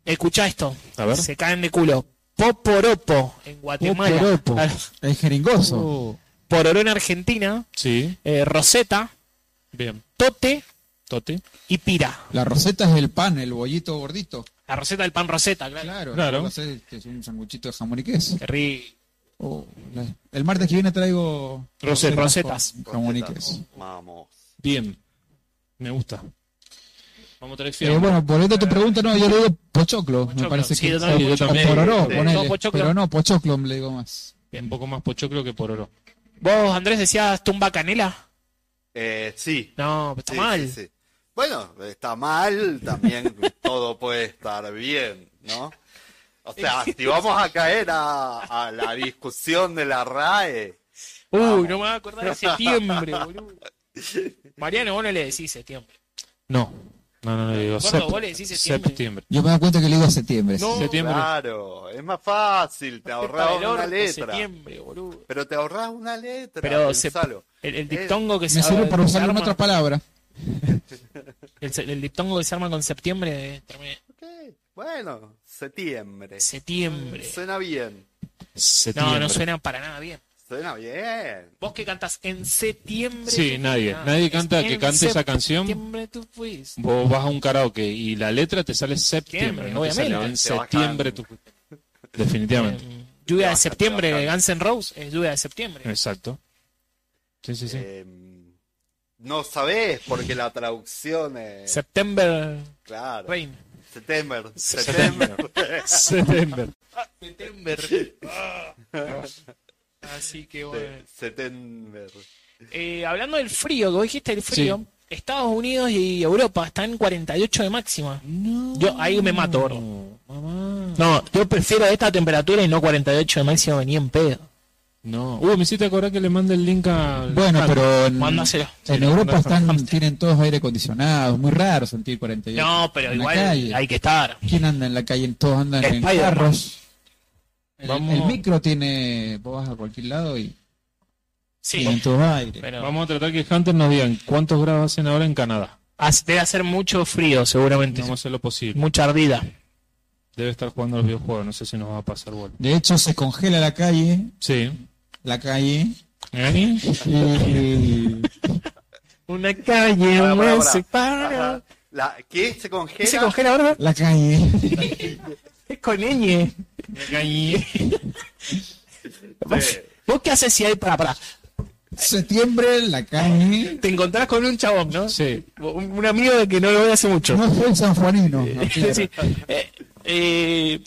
Escucha esto.
A ver.
Se caen de culo. Poporopo en Guatemala.
Poporopo.
Ah,
El jeringoso.
Pororó en Argentina.
Sí,
eh, Roseta,
bien.
Tote
Tote.
y Pira.
La roseta es el pan, el bollito gordito.
La Roseta del pan Roseta, claro.
Claro,
Claro.
la roseta es- es un sanguchito de jamón y queso.
Qué rico.
Oh, la- el martes que viene traigo
Rosetas.
con jamón y queso.
Vamos.
Bien. Me gusta. Vamos a traer
Eh,
fiambre.
bueno, volviendo a tu pregunta, no, yo le digo pochoclo, me
Pochoclo,
parece
sí,
que
yo también.
o
Yo también.
pororó,
Sí.
ponele,
No, pochoclo.
pero no, pochoclo le digo más.
Un poco más pochoclo que pororo.
¿Vos, Andrés, decías tumba canela?
Eh, sí,
No, pues está
sí,
mal.
sí, sí. Bueno, está mal, también todo puede estar bien, ¿no? O sea, si vamos a caer a, a la discusión de la RAE,
Uy, no me voy a acordar de septiembre, boludo. Mariano, vos no le decís septiembre.
No. No, no, no digo.
Gordo,
sept-
vos le decís septiembre.
Yo me doy cuenta que le digo septiembre.
No,
Septiembre.
claro, es más fácil, te ahorras
Para el
una
orto,
letra.
septiembre, boludo.
Pero te ahorras una letra,
Pero se-
pensalo.
El, el diptongo que
me sirve para usarlo en
arma-
otra palabra.
el, se- el diptongo que se arma con septiembre eh, termina-
Ok, Bueno, septiembre.
septiembre.
Suena bien,
No,
Septiembre.
no suena para nada bien.
suena bien.
Vos que cantas en septiembre.
Sí,
tú-
nadie.
Ah,
Nadie
es
canta que
en
cante esa canción.
Septiembre tú fuiste.
Vos vas a un karaoke y la letra te sale septiembre.
Septiembre,
no te sale
obviamente.
en septiembre. tu- Definitivamente.
Eh, lluvia de
Trabajan,
septiembre de
trabajan.
Guns N' Roses es lluvia de septiembre.
Exacto. Sí, sí, sí.
Em, no sabés porque la traducción es...
September
Claro.
Rain.
September.
September.
Eh.
September.
septiembre.
September. Así que bueno.
September.
Eh, hablando del frío, que vos dijiste el frío, Estados Unidos y Europa están 48 de máxima. Yo ahí me mato, gordo.
Mamá.
No, yo prefiero esta temperatura y no 48 de máxima ni en pedo.
No. Uh, me hiciste acordar que le mande el link a.
Bueno, pero en,
Mándaselo.
en Europa están, tienen todos aire acondicionado, muy raro sentir 48.
No, pero
en la
igual
calle.
hay que estar.
¿Quién anda en la calle? Todos andan en
Spider-Man.
carros. El,
Vamos.
el micro tiene, vos vas a cualquier lado y
Sí,
tienen todos aire.
pero
Vamos a tratar que Hunter nos digan cuántos grados hacen ahora en Canadá.
hace- debe hacer mucho frío seguramente.
Vamos a hacer lo posible.
Mucha ardida.
Debe estar jugando a los videojuegos, no sé si nos va a pasar vuelo.
De hecho, se congela la calle,
Sí.
la calle,
¿Eh?
y
Una calle
Pará, pará,
me
pará.
separa.
Ajá. La, ¿Qué se congela?
¿Qué se congela ahora?
la calle.
Es con ñ.
Sí.
¿Vos qué haces si hay para para?
Septiembre, la calle.
Te encontrás con un chabón, ¿no?
Sí.
Un, un amigo de que no lo ve hace mucho.
No soy sanjuanino. no quiero.
Sí. Eh, eh,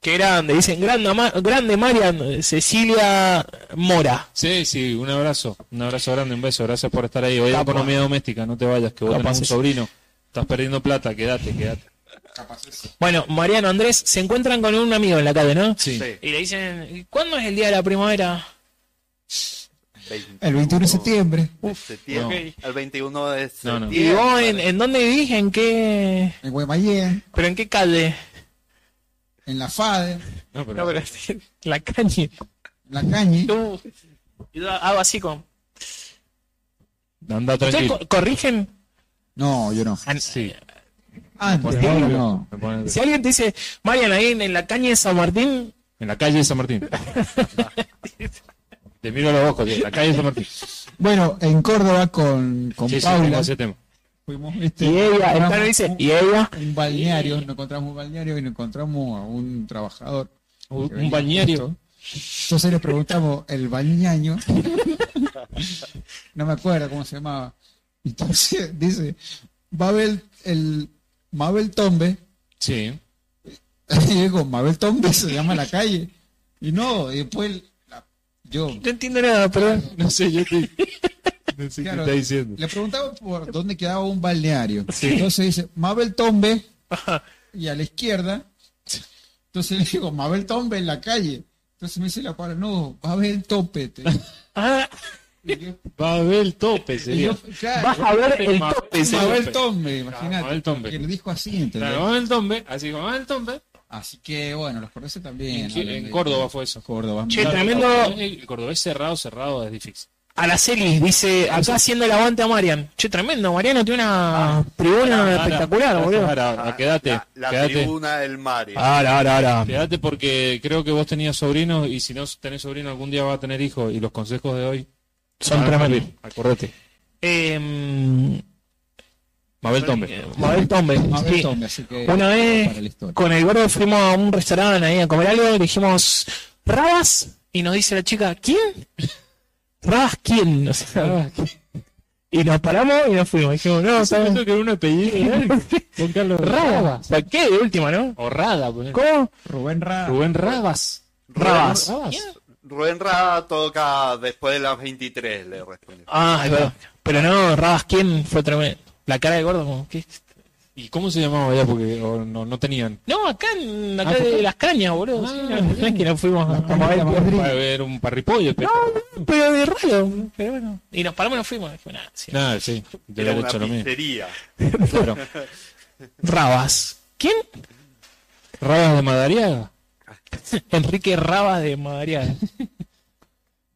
que era donde dicen grande, Ma- grande Marian eh, Cecilia Mora.
Sí, sí, un abrazo. Un abrazo grande, un beso. Gracias por estar ahí. Hoy hay
Capaz.
economía doméstica, no te vayas, que vos
Capaz
tenés un
es-
sobrino. Estás perdiendo plata, quédate, quédate.
Capaz eso.
Bueno, Mariano Andrés, se encuentran con un amigo en la calle, ¿no?
Sí.
Sí,
Y le dicen, ¿cuándo es el día de la primavera?
El 21 de septiembre.
de septiembre al 21 de
No, no.
septiembre.
Y vos, ¿en, en dónde vivís? ¿En qué?
En Guaymallén,
¿Pero en qué calle?
en La Fade,
No, pero-
No, pero la calle.
en La Cañi.
No. Y yo hago así con...
Anda
¿Ustedes
tranquilo.
co- corrigen?
No, yo no.
An-
Sí.
Antes,
Por favor,
yo no.
me pone-
Si alguien te dice, Marian, ahí en, en la calle de San Martín,
En la calle de San Martín. Te miro a los ojos, tío, en la calle de San Martín. Sí,
Bueno, en Córdoba con, con
sí, tengo
Paula
ese tema.
fuimos este,
y ella, el plano dice,
un,
y ella,
un balneario, nos encontramos un balneario y nos encontramos a un trabajador.
Un,
que
un
venía
bañario.
justo. Entonces le preguntamos el balneaño. No me acuerdo cómo se llamaba. Entonces dice, Mabel, el Mabel Tombe.
Sí.
Y digo, Mabel Tombe se llama la calle. Y no, y después la- yo
no entiendo nada, perdón.
No sé, yo te. No sé
Claro,
qué está diciendo.
Le preguntaba por dónde quedaba un balneario. Entonces dice, Mabel Tombe, y a la izquierda. Entonces le digo, Mabel Tombe en la calle. Entonces me dice la palabra, no, Mabel Topete.
Ah,
Y yo,
Va a ver el tope,
y
sería.
yo, claro,
vas a ver el
Ma-
tope.
Mabel Tombe, imagínate.
Mabel Tombe.
Que lo dijo así, ¿entendés?
Claro, va a ver el tombe. Así como va a ver el tombe.
Así que, bueno, los conoce también.
En,
hablan
en
de-
Córdoba fue eso.
Córdoba.
Che,
Claro.
tremendo.
El cordobés cerrado, cerrado es difícil.
Araceli dice, acá haciendo el aguante a Marian. Che, tremendo, Mariano tiene una tribuna espectacular,
Ahora,
boludo.
ahora, ahora,
Ah,
quédate.
La, la
quédate.
tribuna del Mario.
Ahora, ahora, ahora.
Quédate porque creo que vos tenías sobrinos y si no tenés sobrino algún día vas a tener hijos y los consejos de hoy
Son
van a
tremendos.
servir. Acordate.
Eh,
Mabel Tombe.
Mabel Tombe.
Mabel
sí.
Tombe, así que.
Una vez
para la historia.
con el gordo fuimos a un restaurante ahí a comer algo y dijimos, ¿Rabas? Y nos dice la chica, ¿quién? ¿Rabas quién? O sea, y nos paramos y nos fuimos. Dijimos, no, ¿sabes?
que era un apellido. Juan Carlos
Rabas. ¿Para qué? De última, ¿no?
O Rada, ponele.
¿Cómo?
Rubén Ra.
Rubén Rabas.
Rabas.
Rubén Rada toca después de las 23, le respondió.
Ah, es verdad. Pero no, Rabas quién fue tremendo. La cara del gordo, como, ¿qué?
¿Y cómo se llamaba allá? Porque o no, no tenían.
No, acá en acá
Ah,
de
¿por qué?
las cañas, boludo.
Ah,
sí, no, no es que nos fuimos a, a Mabel Tombe.
Para ver un parripollo. pero-
Pero de raro, pero bueno. Y nos paramos y nos fuimos. Dijimos, nada, sí.
Nada, sí. Debe
Era
haber
una
hecho lo mismo.
pizzería.
Claro.
Rabas. ¿Quién?
Rabas de Madariaga.
Enrique Rabas de Madariaga.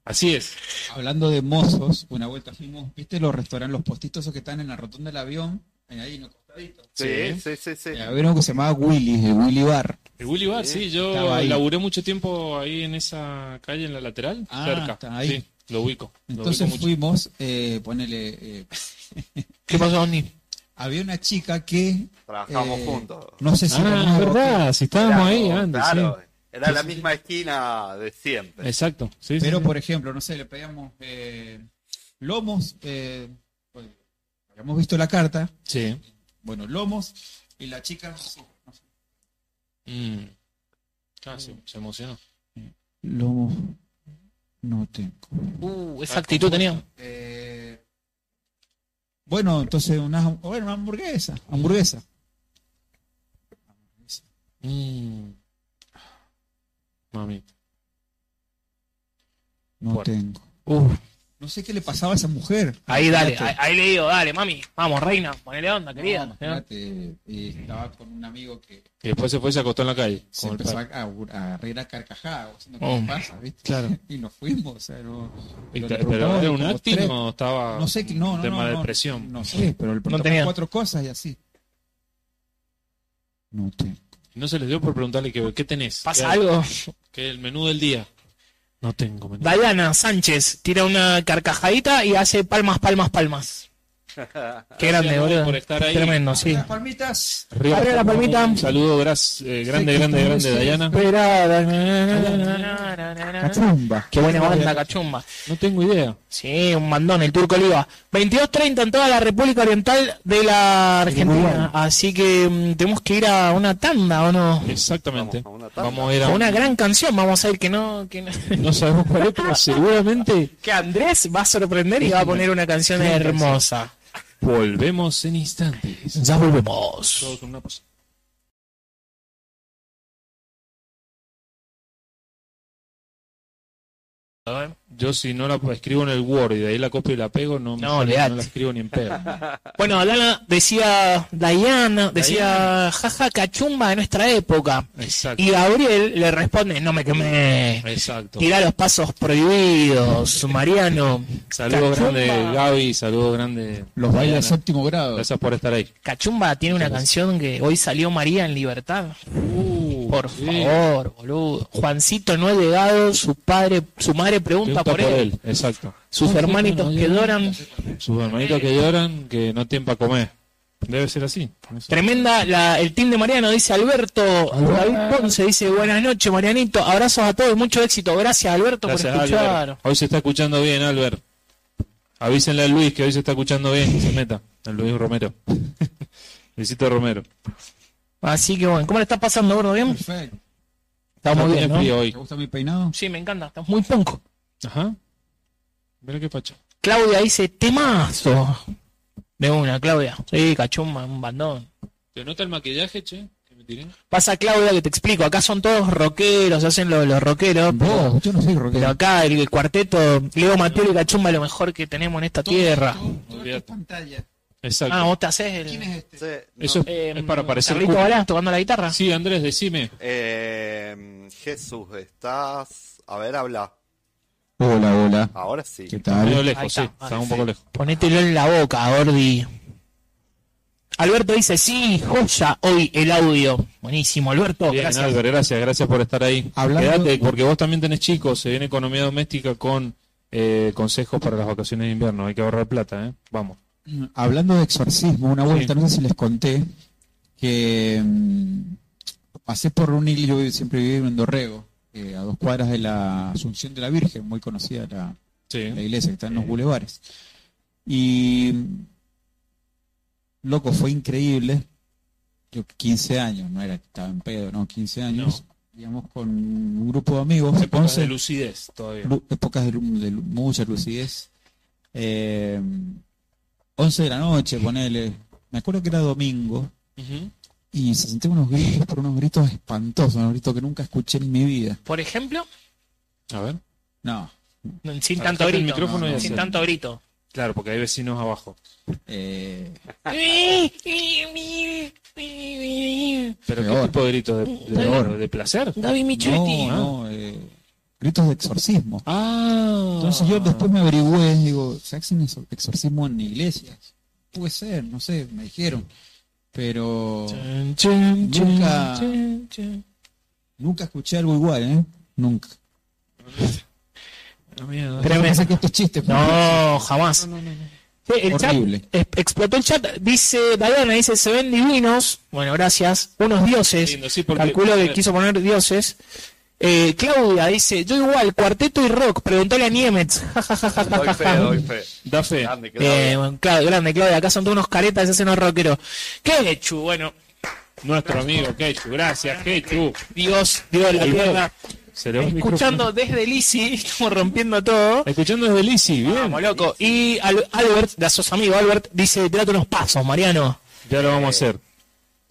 Así es.
Hablando de mozos, una vuelta fuimos, ¿viste los restaurantes, los postitos esos que están en la rotonda del avión? Ahí en los costaditos.
Sí, sí, sí, sí.
Eh, había uno que se llamaba Willy, el Willy Bar.
El Willy Bar, sí,
Estaba
yo
ahí.
laburé mucho tiempo ahí en esa calle, en la lateral,
Ah,
cerca.
está ahí.
Sí, lo ubico. lo
Entonces
ubico mucho.
fuimos, eh, ponele, eh,
¿Qué pasó,
Ah,
Oni?
había una chica que...
Trabajamos
eh,
juntos.
No sé si... era
Ah, es
nueva o
verdad, si estábamos ahí antes.
claro.
sí.
Era la misma esquina de siempre.
Exacto. Sí, sí,
qué, Pero,
sí.
por ejemplo, no sé, le pedíamos eh, lomos, eh, bueno, habíamos visto la carta,
Sí.
bueno, lomos, y la chica...
Mm. Ah, se, se emocionó.
Lomos, no tengo.
Uh, esa actitud teníamos.
Eh, bueno, entonces una, bueno, una hamburguesa, hamburguesa.
Mm. Mami.
No
Fuerte.
tengo.
Uh,
No sé qué le pasaba a esa mujer.
ahí dale,
Este.
Imagínate.
ahí, ahí le digo, dale, mami, vamos, reina, ponele onda,
No,
querida. ¿no?
imagínate, y estaba con un amigo que
Y después se fue y se acostó en la calle.
se
con el
empezó
padre.
a, a, a reír a carcajadas, diciendo,
Oh.
¿qué pasa? ¿viste?
Claro.
Y nos fuimos, o sea, no,
Y
pero
ta-
le
pero
preguntaba
era
y
un
como
acting
tres-
o estaba
no sé, qué- no, no,
un tema
no,
de
no,
depresión.
No sé, pero le preguntamos
tenía.
cuatro cosas y así. No tengo.
No se les dio por preguntarle que, qué tenés.
Pasa
¿Qué-
algo.
qué el menú del día. No tengo menú.
Diana Sánchez tira una carcajadita y hace palmas, palmas, palmas. Qué grande,
Gracias, Mau,
boludo.
por estar ahí.
Tremendo, sí.
Las palmitas.
Arriba,
Arriba la palmita.
Un saludo gras- eh, grande, grande, grande, Dayana.
Cachumba.
Cachumba.
Qué buena banda, cachumba.
No tengo idea.
Sí, un mandón, el turco oliva. 22.30 en toda la República Oriental de la Argentina. Así que mm, tenemos que ir a una tanda, ¿o no?
Exactamente.
Vamos a una tanda.
Vamos a ir a
A una
un-
gran canción, vamos a ver que no... Que, no-
No sabemos cuál es, pero seguramente
que Andrés va a sorprender y va a poner una canción hermosa.
volvemos en instantes.
Ya volvemos.
Todos con una pos- Yo si no la escribo en el Word y de ahí la copio y la pego, no, me
No,
sale,
olvidate.
no la escribo ni en pedo.
Bueno, Alana decía Diana, decía jaja cachumba de nuestra época.
Exacto.
Y Gabriel le responde, no me quemé.
Exacto.
Tirá los pasos prohibidos, Mariano.
Saludos
Cachumba.
grande Gaby, saludos grande.
Los baila
Diana.
de séptimo grado.
Gracias por estar ahí.
Cachumba tiene una canción que hoy salió María en libertad. Por
sí.
favor, boludo. Juancito no ha llegado, su padre, su madre pregunta,
Pregunta por él, exacto.
Sus hermanitos que lloran.
Sus hermanitos que lloran, que no tienen para comer. Debe ser así.
Tremenda la- el team de Mariano, dice Alberto. David Ponce dice buenas noches, Marianito. Abrazos a todos, mucho éxito. Gracias, Alberto,
Gracias,
por escuchar.
Albert. Hoy se está escuchando bien, Albert. Avísenle a Luis que hoy se está escuchando bien, que se meta. A Luis Romero. Luisito Romero.
Así que bueno, ¿cómo le está pasando, gordo? ¿Bien?
Perfecto.
Está muy
No
bien,
tiene
¿no?
frío hoy.
¿Te gusta mi peinado?
Sí, me encanta, está muy ponco.
Ajá. Mira qué pacho.
Claudia dice, temazo. De una, Claudia. Sí, cachumba, un bandón.
¿Te nota el maquillaje, che? Que me tiré.
Pasa Claudia que te explico, acá son todos rockeros, hacen lo- los rockeros. Pero,
Vos, yo no soy
pero
rockero.
acá el, el cuarteto Leo Mateo y Cachumba es lo mejor que tenemos en esta tierra.
Olvídate.
pantalla.
Exacto.
Ah, vos te haces el...
¿Quién es este?
Sí, no.
Eso es,
eh,
es para parecer
Carlito
cool.
Balá tocando la guitarra.
Sí, Andrés, decime.
Eh, Jesús, estás. A ver, habla.
Hola, hola.
Ahora sí.
¿Qué
Medio
tal?
lejos,
Ahí está.
sí.
Ah,
Está un poco lejos.
Ponételo en la boca, Gordi. Alberto dice, sí, joya, hoy el audio. Buenísimo, Alberto.
Bien,
gracias.
Albert, gracias, gracias por estar ahí.
Hablando-
Quédate, porque vos también tenés chicos, se viene economía doméstica con eh, consejos para las vacaciones de invierno. Hay que ahorrar plata, ¿eh? Vamos.
Mm, Hablando de exorcismo, una vuelta,
Sí.
no sé si les conté que mm, pasé por un hilo, yo siempre viví en Dorrego, eh, a dos cuadras de la Asunción de la Virgen, muy conocida la,
Sí.
la iglesia que está en los bulevares. Y mm, loco, fue increíble. Yo 15 años, no era, estaba en pedo, no, 15 años, digamos, con un grupo de amigos.
Épocas
11,
de lucidez todavía.
lu- épocas de, lu- de lu- mucha lucidez. Eh, 11 de la noche, ponele. Me acuerdo que era domingo
Ujú.
y se sentían unos gritos, pero unos gritos espantosos, unos gritos que nunca escuché en mi vida.
Por ejemplo,
A ver.
No,
sin
Acercate
tanto
el
grito.
micrófono
no,
y
no,
hacer-
sin tanto grito.
Claro, porque hay vecinos abajo.
eh,
Ah. Gaby
Pero
Peor.
¿qué tipo de gritos? ¿De, de,
Peor.
de placer?
Michetti.
no, no, eh, gritos de exorcismo.
Oh.
Ah.
Entonces yo después me averigüé, digo, ¿se hacen exor- exorcismo en iglesias? Puede ser, no sé, me dijeron. Pero Nunca- nunca escuché algo igual, ¿eh? Nunca.
Ah, mierda.
Créeme, sé que esto es chiste.
No, jamás. Sí, el chat
Horrible.
es- explotó el chat. Dice Diana, dice, se ven divinos. Bueno, gracias. Unos dioses.
Lindo, sí, porque-
Calculo que quiso poner dioses. Eh, Claudia dice, yo igual, cuarteto y rock. Preguntale a Niemetz.
Doy fe, doy fe.
Da fe.
Grande, Claudio.
Eh, bueno, Cla- grande, Claudia. Acá son todos unos caretas y se hacen unos rockeros. ¿Qué hecho? Bueno,
Nuestro amigo Kechu. Gracias, Kechu.
Dios, Dios de la
Volvió.
tierra.
Se le va el
Escuchando
micrófono.
desde Lisi, estamos rompiendo todo.
Escuchando desde Lisi, bien.
Vamos, loco. Y Al- Albert, de sos amigo Albert, dice, tirate unos pasos, Mariano.
Ya lo vamos a hacer.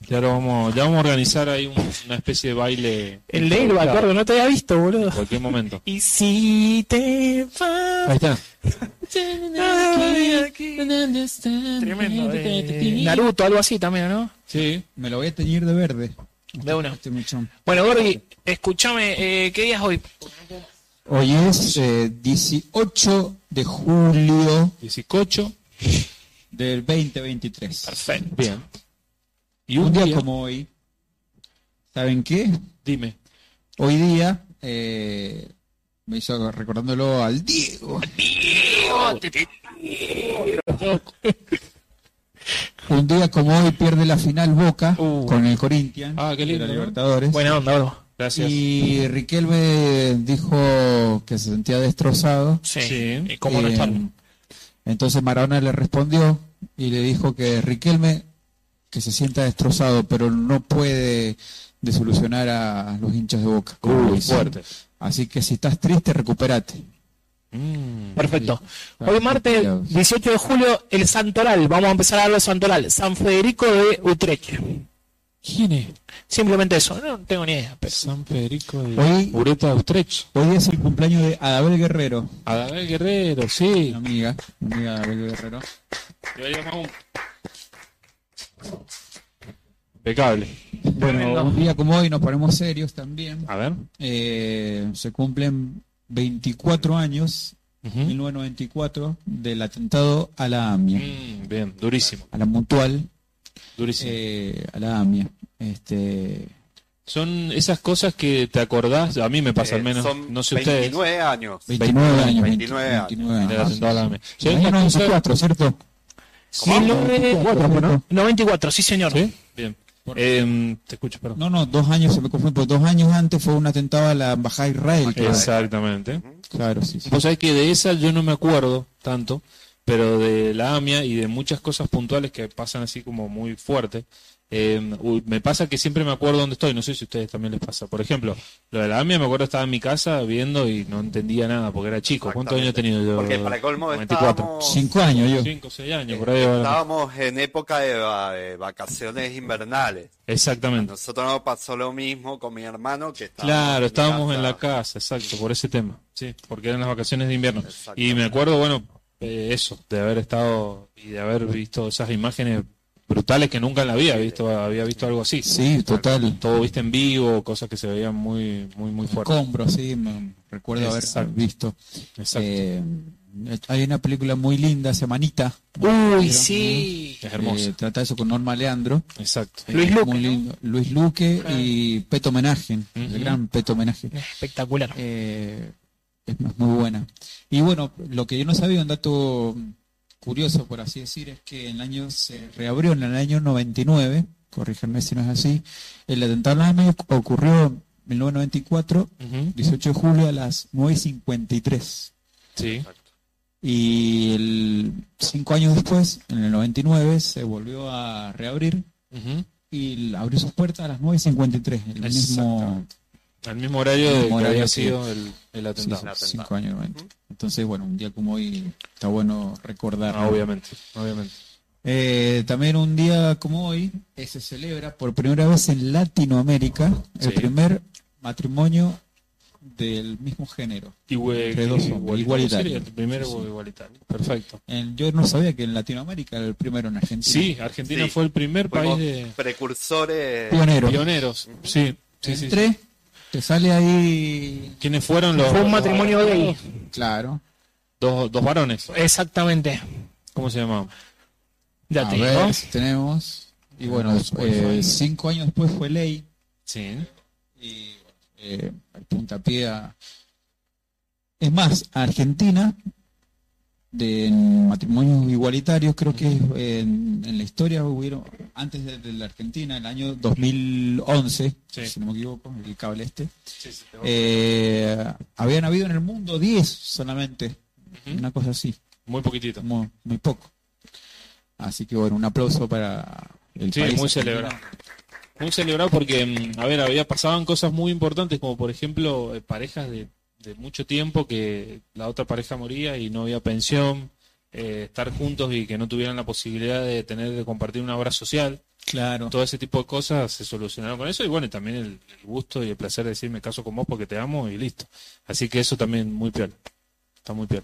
Ya lo vamos, ya vamos a organizar ahí un- una especie de baile.
El de Irba,
Claro,
gordo, no te había visto, boludo.
En cualquier momento.
Y si te
Ahí
vas...
está.
Tremendo. eh. Naruto, algo así también, ¿no?
Sí.
Me lo voy a teñir de verde.
De una.
Este mechón.
Bueno, Gordi, escúchame, eh, ¿qué día es hoy?
Hoy es eh, 18 de julio
18.
del 2023.
Perfecto.
Bien.
Y un día como hoy, ¿saben qué?
Dime.
Hoy día eh, me hizo recordándolo al Diego. Un día como hoy pierde la final Boca
Uh.
con el Corinthians
Ah, qué
de
lindo,
la
¿no?
Libertadores.
Buena onda, bro.
Gracias.
y Riquelme dijo que se sentía destrozado.
Sí.
Sí.
¿Y cómo no
Eh,
estar?
Entonces Maradona le respondió y le dijo que Riquelme que se sienta destrozado, pero no puede desolucionar a los hinchas de Boca. como
Uy,
dicen.
fuerte.
Así que si estás triste, recupérate.
Perfecto.
Sí.
Hoy martes
Claro.
18 de julio, el Santoral. Vamos a empezar a hablar de Santoral. San Federico de Utrecht.
¿Quién es?
Simplemente eso. No tengo ni idea. pero-
San Federico de
Hoy-
Ureta Utrecht.
Hoy es el cumpleaños de Adabel Guerrero,
Adabel Guerrero, sí.
mi amiga, mi amiga Adabel Guerrero.
Impecable.
Bueno, un día como hoy nos ponemos serios también.
A ver.
Eh, se cumplen 24 años,
Ujú.
1994, del atentado a la AMIA,
Mm, bien, durísimo.
a la Mutual,
Durísimo.
eh, a la AMIA. Este,
Son esas cosas que te acordás, a mí me pasa al
Eh,
menos,
son
no sé ustedes.
29 años.
29 años.
29 años.
29
del atentado a la AME. Son esas cosas-
1994, ¿cierto?
¿Cómo?
1994,
¿no?
94, sí señor.
¿Sí? Bien. Eh, te escucho, perdón.
No, no, dos años se me confunde, porque dos años antes fue un atentado a la Embajada de Israel. creo.
Exactamente.
Claro, sí, sí.
Vos sabés que de esa yo no me acuerdo tanto, pero de la AMIA y de muchas cosas puntuales que pasan así como muy fuerte. eh, uy, me pasa que siempre me acuerdo dónde estoy, no sé si a ustedes también les pasa. Por ejemplo, lo de la AMIA me acuerdo estaba en mi casa viendo y no entendía nada porque era chico. ¿Cuántos años he tenido yo?
Porque para colmo
94.
estábamos,
Cinco años yo.
5 6 años, por ahí. ahora.
estábamos en época de, va- de vacaciones invernales.
Exactamente.
Nosotros nos pasó lo mismo con mi hermano que estábamos
Claro,
mi
estábamos
casa.
en la casa, exacto, por ese tema. Sí, porque eran las vacaciones de invierno.
Exacto.
Y me acuerdo, bueno, eh, eso, de haber estado y de haber visto esas imágenes brutales que nunca en la vida había visto, había visto algo así.
Sí, total.
Todo viste en vivo, cosas que se veían muy, muy, muy fuertes.
Escombro, sí, me recuerdo haber
Exacto.
visto.
Exacto.
Eh, hay una película muy linda, Semanita.
Uy, sí.
es hermoso.
Eh, trata eso con Norma Leandro.
exacto.
Eh,
Luis Luque,
muy
¿no?
lindo. Luis Luque y Peto Homenaje,
Ujú.
el gran Peto Homenaje.
Espectacular.
Eh, es más, muy buena. Y bueno, lo que yo no sabía, un dato curioso, por así decir, es que en el año se reabrió en el año 99, corríjanme si no es así, el atentado a las AMIA ocurrió en 1994,
Ujú,
18 de julio a las 9.53.
Sí.
Y el, cinco años después, en el 99, se volvió a reabrir
Ujú.
y l- abrió sus puertas a las 9.53, el mismo
Exactamente. Al mismo horario
Mismo
de que
horario
había
que-
sido el, el atentado.
sí, sí, cinco años. 90. Entonces, bueno, un día como hoy está bueno recordar.
Ah, obviamente, obviamente.
Eh, también un día como hoy eh, se celebra por primera vez en Latinoamérica el
Sí.
primer matrimonio del mismo género.
Y güey,
Entre dos hombres,
igualitario.
igualitario.
Sí, el primero
Sí, sí.
igualitario. Perfecto.
En- yo no sabía que en Latinoamérica era el primero en Argentina.
Sí, Argentina
Sí.
fue el primer país
Fuimos
de
precursores
pionero.
pioneros. Sí, sí, sí.
Entré, te sale ahí,
¿Quiénes fueron los?
Fue un
los-
matrimonio gay.
claro.
Dos, dos varones.
Exactamente.
¿Cómo se llamaban?
Ya
A
te
ver,
digo.
tenemos. Y bueno, eh, cinco años después fue ley.
Sí.
y eh, el puntapié a... Es más, Argentina, de en matrimonios igualitarios, creo que en, en la historia hubieron, antes de, de la Argentina, en el año 2011,
Sí.
si no me equivoco, el cable este, eh, habían habido en el mundo 10 solamente,
Ujú.
una cosa así,
Muy poquitito.
muy, muy poco. Así que bueno, un aplauso para el
Sí,
país.
muy
argentino.
celebrado. Muy celebrado porque, mm, a ver, había pasaban cosas muy importantes, como por ejemplo, eh, parejas de, de mucho tiempo que la otra pareja moría y no había pensión, eh, estar juntos y que no tuvieran la posibilidad de tener, de compartir una obra social.
Claro.
todo ese tipo de cosas se solucionaron con eso y bueno, y también el, el gusto y el placer de decir me caso con vos porque te amo y listo. Así que eso también muy peor. Está muy peor.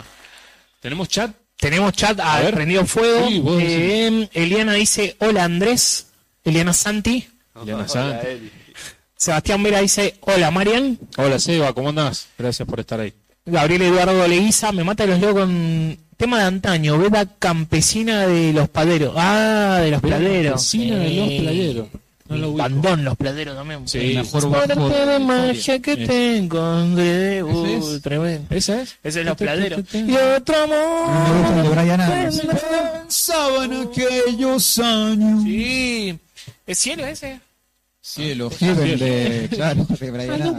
¿Tenemos chat?
Tenemos chat a,
A ver.
prendido fuego.
Sí, vos
Eh, Eliana dice, hola Andrés. Eliana Santi.
Eliana
Hola,
eh.
Santi.
Eli.
Sebastián Vera dice, hola Marian.
Hola Seba, ¿cómo andás? Gracias por estar ahí.
Gabriel Eduardo Leguiza, me mata que los leo con tema de antaño, veda campesina de los paderos. Ah, de los
Veda
pladeros.
campesina de los pladeros. No lo ubico.
Bandón los plateros también.
Sí.
El
mejor
Parte
bajo de
de
la
magia
historia.
que
Eh.
te encontré.
¿Ese
Uh,
es?
tremendo.
¿Esa es?
Ese es los plateros. Y
Yo-
otro
Me gusta el de
amor.
Brian Adams.
Pensaba en aquel-
aquellos años.
Sí. ¿Es cielo ese?
Cielo, Heaven de. Claro, de Brian Adams.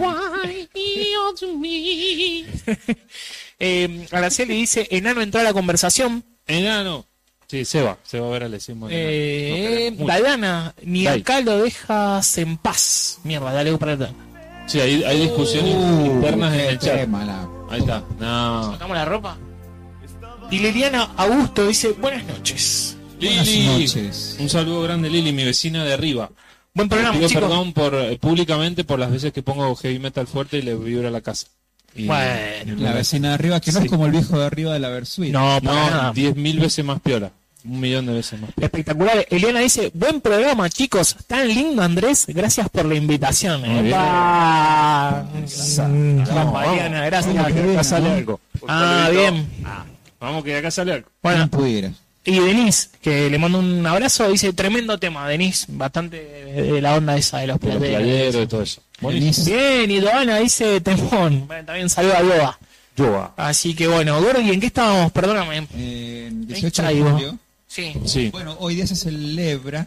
eh, Araceli dice, enano entró a la conversación.
Enano. Sí, se va. Se va a ver al decimos.
Eh, Dalana, ni
Dai.
acá lo dejas en paz. Mierda, dale para atrás.
Sí, hay, hay discusiones
Uh,
internas en
qué
el chat.
Este tema, la-
Ahí está. No.
¿Sacamos la ropa? Y Liliana Augusto dice, buenas noches.
Buenas
Lili.
noches.
Un saludo grande, Lili, mi vecina de arriba.
Buen programa,
Pido
chicos.
perdón por, eh, públicamente por las veces que pongo heavy metal fuerte y le vibra la casa. Y-
Bueno,
La vecina de arriba, que no es como el viejo de arriba de la Versuit.
no, para
No,
nada.
10.000 veces más piola. Un millón de veces más piola.
Espectacular. Eliana dice, buen programa, chicos. Tan lindo, Andrés. Gracias por la invitación. eh. Epa. Vamos, Mariana, gracias.
Vamos,
Acá sale
¿no?
algo.
Un
Ah,
saludito.
bien.
Vamos, que acá sale algo.
Bueno,
¿Quién pudiera.
y Denise, que le mando un abrazo, dice, tremendo tema, Denise. Bastante de la onda esa de los
De los
plateros.
playeros y todo eso.
Buenísimo.
Bien, y Doana dice, temón. Bueno, también saluda a Yoba. Así que bueno, Gorgi, ¿en qué estábamos? Perdóname.
Eh, 18 de
Extraigo.
julio.
Sí.
Sí.
Bueno, hoy día se celebra.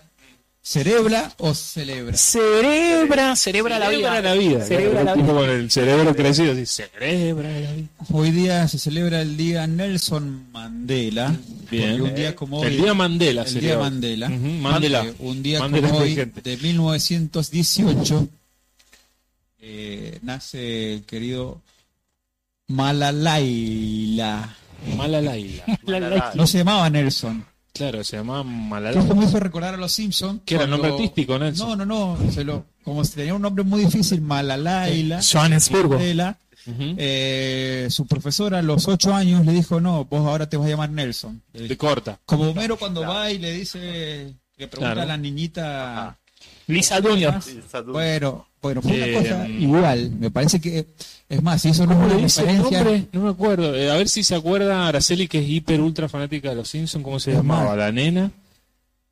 ¿Cerebra o celebra?
Cerebra, cerebra la vida.
Celebra la vida.
Celebra la
Tipo
vida.
con el cerebro crecido, así. Celebra la vida.
Hoy día se celebra el día Nelson Mandela.
Bien.
porque un día como hoy.
El día Mandela.
el
se
día
llama.
Mandela.
Ujú, Mandela.
Eh, Un día
Mandela
como hoy,
inteligente.
de 1918, eh, nace el querido Malalaila.
Malalaila.
Malala.
No se llamaba Nelson.
Claro, se llamaba
Esto
Malalaila.
me hizo recordar a los Simpsons.
Que era el nombre artístico, Nelson.
No, no, no. se lo- como si tenía un nombre muy difícil, Malalaila.
Johannesburgo.
Mandela,
Ujú.
eh, su profesora a los ocho años le dijo, no, vos ahora te vas a llamar Nelson.
Te Eh, corta.
Como Homero cuando va y le dice, le pregunta
Claro.
a la niñita...
Lisa Junior.
Sí, salud.
Bueno, bueno, fue una
Eh,
cosa
mm.
igual. Me parece que, es más, si eso no es una
¿Cómo le dice el
referencia,
nombre? No me acuerdo. Eh, a ver si se acuerda Araceli, que es hiper ultra fanática de los Simpsons, ¿cómo se llamaba? La nena,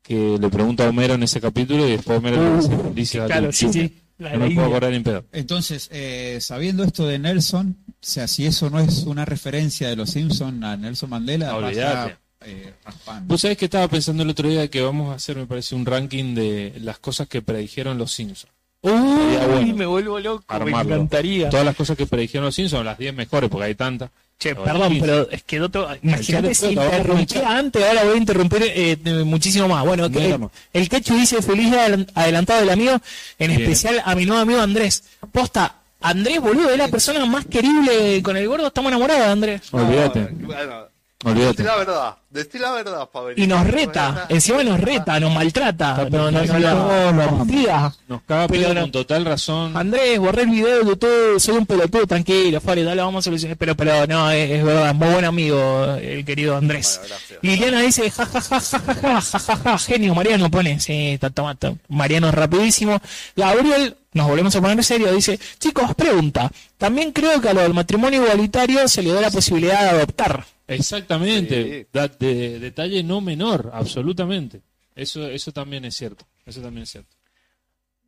que le pregunta a Homero en ese capítulo y después Homero le dice, dice algo.
Claro, Uh, sí, sí. La
No me
de India.
puedo acordar ni en pedo.
entonces, eh, sabiendo esto de Nelson, o sea, si eso no es una referencia de los Simpsons a Nelson Mandela, va a estar, eh, raspando.
Vos sabés que estaba pensando el otro día que vamos a hacer, me parece, un ranking de las cosas que predijeron los Simpsons.
Uy,
Sería bueno.
me vuelvo loco,
Armarlo.
me encantaría.
Todas las cosas que predijeron los Simpsons, las 10 mejores, porque hay tantas.
Che,
Pero
perdón,
sí.
pero es que no te...
Claro,
Imagínate si
pero te vamos a
interrumpía antes, ahora voy a interrumpir eh, eh, muchísimo más. Bueno, que-
Bueno.
el Quechu dice, feliz día adelan- adelantado del amigo, en
Bien.
especial a mi nuevo amigo Andrés. Posta, Andrés, boludo, es la persona más querible con el gordo, estamos enamorados de Andrés.
No,
Olvídate,
Bueno, decí
olvídate.
la verdad, decí la verdad, Pablito.
Y nos reta, encima nos reta, nos maltrata, no, no, no,
perfecto.
no,
Lo
no,
amamos.
hostiga.
Nos caga
Pero
pedo
no.
con total razón.
Andrés, borré el video de YouTube, soy un pelotudo, tranquilo, Fabio, dale, vamos a solucionar. Pero, pero, no, es, es verdad, muy buen amigo el querido Andrés.
Bueno, gracias.
Liliana dice, ja, ja, ja, ja, ja, ja, ja, ja, ja, genio, Mariano pone, sí, tanto mato. Mariano rapidísimo. Gabriel, nos volvemos a poner serio, dice, chicos, pregunta, también creo que a lo del matrimonio igualitario se le da la posibilidad de adoptar.
Exactamente,
Sí.
Da- de- detalle no menor, absolutamente. Eso, eso también es cierto. Eso también es cierto.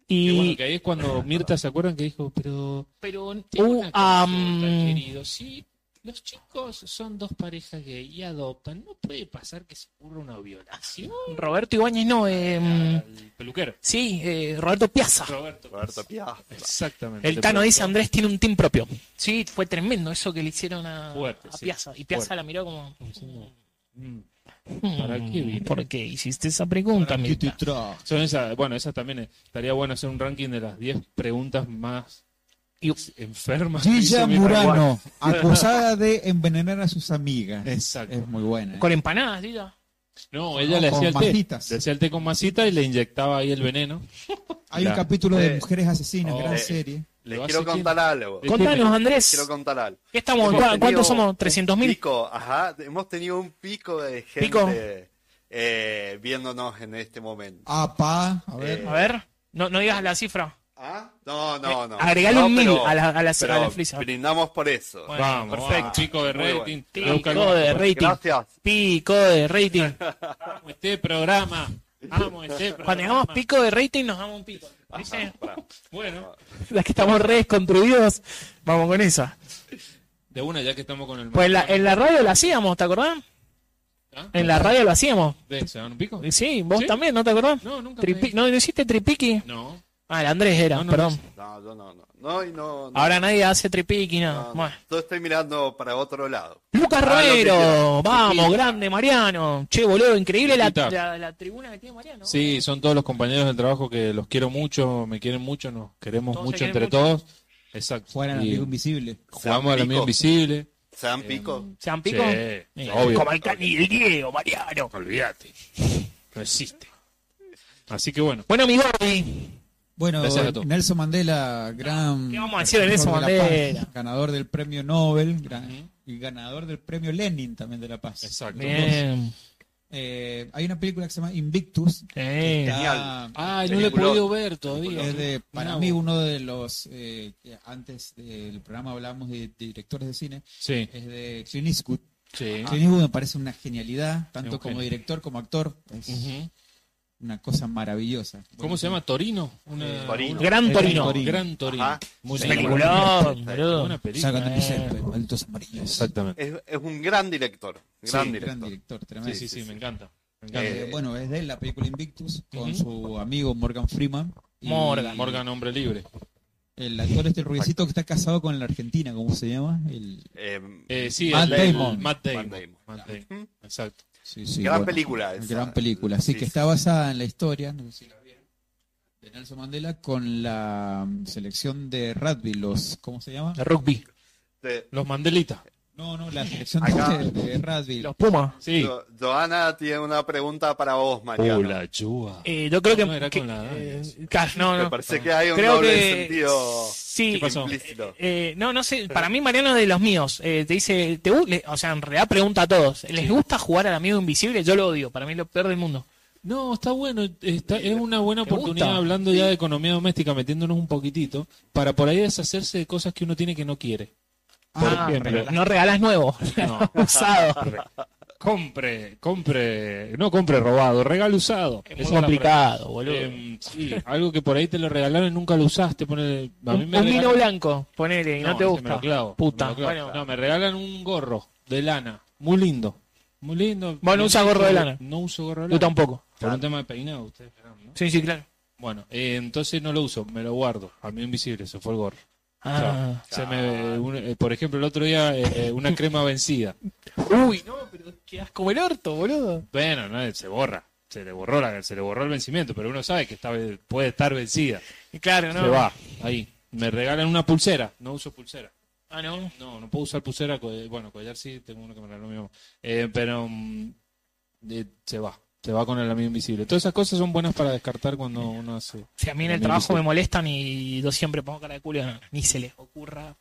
Y bueno,
Y,
que ahí es cuando Mirta se acuerdan que dijo, pero. Pero.
tengo una consulta, am.
querido. Si los chicos son dos parejas gay y adoptan, ¿no puede pasar que se ocurra una violación?
Roberto Ibáñez no, eh,
Al peluquero.
sí, eh, Roberto Piazza.
Roberto.
Roberto Piazza.
Exactamente.
El
Le
Tano
preguntó.
dice, Andrés tiene un team propio. Sí, fue tremendo eso que le hicieron a,
Fuerte,
a
sí.
Piazza. Y Piazza
Fuerte.
la miró como...
Mm.
"Mm,
¿Para qué vino?"
¿Por qué hiciste esa pregunta,
Aquí te
Mirta?"
tra-
Son esas, bueno, esas también es- estaría bueno hacer un ranking de las 10 preguntas más
Y-
enfermas. que
Gilla
hizo Mirta.
Murano, acusada de envenenar a sus amigas.
Exacto.
Es muy buena. ¿eh?
Con empanadas, diga.
No, ella le
Con
hacía el té.
masitas.
Le hacía el té con masita y le inyectaba ahí el veneno.
Hay un
la-
capítulo de
Eh,
Mujeres Asesinas,
oh,
gran
eh,
serie.
Les
Lo
quiero
hace
contar algo.
Sí.
Contanos,
Quiero
Andrés.
contar algo.
¿Qué estamos?
Hemos
¿Cu-
tenido
¿Cuántos somos?
un
¿300.000?
eh,
Pico, ajá. Hemos tenido un pico de gente
Pico.
eh, viéndonos en este momento.
Ah, pa, a ver.
Eh,
A ver, no, no digas la cifra.
¿Ah? No, no,
Eh,
no.
agregale
No,
un mil
pero-
a la- a la-
pero
a la frisa.
Brindamos por eso.
Bueno,
Vamos,
perfecto.
vamos, pico de
Muy
rating.
Pico
Lucas,
de rating.
Gracias.
Pico de rating.
vamos, este programa.
Vamos, este, cuando llegamos pico de rating nos damos un pico. ¿Viste?
Pará.
Bueno,
Las que estamos re desconstruidos, vamos con esa.
de una ya que estamos con el...
Pues eh, en la, en la radio lo hacíamos, ¿te acordás?
¿Ah?
En la radio lo hacíamos.
¿De- ¿Se dan un pico?
Sí, vos
¿Sí?
también, ¿no te acordás?
No, nunca
eh, Tripi-
me-
¿No, ¿no hiciste tripiqui?
No.
Ah, el Andrés era,
No, no,
perdón.
No, yo no, no. No, y no. no,
Ahora nadie hace tripiqui,
no,
nada.
no.
Bueno.
Yo estoy mirando para otro lado.
Lucas
Ah, lo que
Romero,
quieras.
vamos, grande Mariano. Che, boludo, increíble la,
Chiquita.
la- la tribuna que tiene Mariano.
Sí, son todos los compañeros del trabajo que los quiero mucho, me quieren mucho, nos queremos
Todos se
mucho
quieren
entre
mucho.
todos. Exacto.
Jugar al
Y
amigo invisible.
jugamos al amigo
Pico.
invisible.
¿Se dan pico?
¿Se han
Sí,
pico?
obvio.
Como el Cani y el Diego, Mariano.
Olvídate. No existe. Así que bueno.
Bueno, mi Gordi.
Bueno,
Gracias a todos.
Nelson Mandela, gran.
¿Qué vamos a decir de
defensor
Nelson
la paz,
Mandela?
ganador del premio Nobel gran- y ganador del premio Lenin también de la paz.
Exacto.
Bien.
Eh, hay una película que se llama Invictus.
Eh.
Está-
Ay, Ah, no lo he
Peliculón.
podido ver todavía.
es de, para
Bravo.
mí uno de los eh, que antes del programa hablamos de, de directores de cine
Sí,
es de Clint Eastwood.
sí.
Clint Eastwood me parece una genialidad tanto
Es un
como
genio.
director como actor es
Ujú.
una cosa maravillosa.
¿Cómo se llama? ¿Torino? Una-
Torino.
una-
Gran
Es
Torino.
Torino.
Gran Torino.
Ajá.
Muy
Sí.
bien.
Peliculón, boludo.
Buena película.
Sacan de mi
Eh.
cesto, malditos amarillos.
Exactamente.
Es, es un gran director. Gran
Sí,
director.
gran director,
Sí,
tremendo.
sí, sí, me encanta. Me encanta.
Eh, bueno, es de él, la película Invictus con
Ujú.
su amigo Morgan Freeman. y
Morgan.
Morgan, hombre libre.
El actor este rubiecito que está casado con la Argentina, ¿cómo se llama? El,
Eh,
Eh, sí, el-
Matt
el-
Damon.
Matt Damon.
Matt Damon.
Matt Damon.
Ujú.
Exacto.
sí, sí,
gran
bueno,
película. esa.
Gran película. Así
Sí,
que
sí.
está basada en la historia, no sé si la vieron, de Nelson Mandela con la mm, selección de rugby, los, ¿cómo se llama?
Rugby.
Este,
Los Mandelitas.
No, no, la selección
Acá.
de, de rugby.
Los Pumas.
Sí.
Jo- Joana tiene una pregunta para vos, Mariano.
Chua.
Eh, yo creo que.
No, era
que-
con la edad.
eh, ca- no,
Me
no.
parece que hay un
Creo
doble
que-
sentido
Sí.
¿Qué pasó?
implícito.
Eh, no, no sé. Para mí, Mariano es de los míos. Eh, te dice. Te, gu- le- o sea, en realidad pregunta a todos. ¿Les gusta jugar al amigo invisible? Yo lo odio. Para mí es lo peor del mundo.
No, está bueno. está- es una buena
¿Te gusta?
oportunidad, hablando ya de economía doméstica, metiéndonos un poquitito, para por ahí deshacerse de cosas que uno tiene que no quiere.
Ah,
ejemplo.
regalá.
no regalas nuevo.
No.
Usado.
compre, compre, no compre robado, regalo usado.
Es
Esa
muy
la
complicado,
frase.
boludo.
Em, sí, algo que por ahí te lo regalaron y nunca lo usaste. ponele- a mí
un
me
un vino
regalan-
blanco, ponele, y no, te
ese
gusta.
me lo clavo,
Puta.
me lo clavo.
Bueno.
No, me regalan un gorro de lana, muy lindo. Muy lindo.
Vos no usás gorro de lana.
No uso gorro de lana.
Yo tampoco.
Por un tema de peinado, ustedes verán, ¿no?
Sí, sí, claro.
Bueno, eh, entonces no lo uso, me lo guardo. A mí invisible, se fue el gorro.
Ah.
Se me, un- eh, por ejemplo, el otro día eh, eh, una crema vencida.
Uy, no, pero quedás como el orto, boludo.
Bueno, no, eh, se borra. Se le borró la- se le borró el vencimiento, pero uno sabe que está, puede estar vencida.
Y Claro, no.
Se va, ahí. Me regalan una pulsera, no uso pulsera.
Ah, no.
No, no puedo usar pulsera, co- eh, bueno, collar sí, tengo uno que me regaló mi mamá. Eh, pero mm, eh, se va, se va con el amigo invisible. Todas esas cosas son buenas para descartar cuando uno hace...
Si a mí en el
Amigo
trabajo
invisible.
me molestan y yo siempre pongo cara de culo, no, ni se les ocurra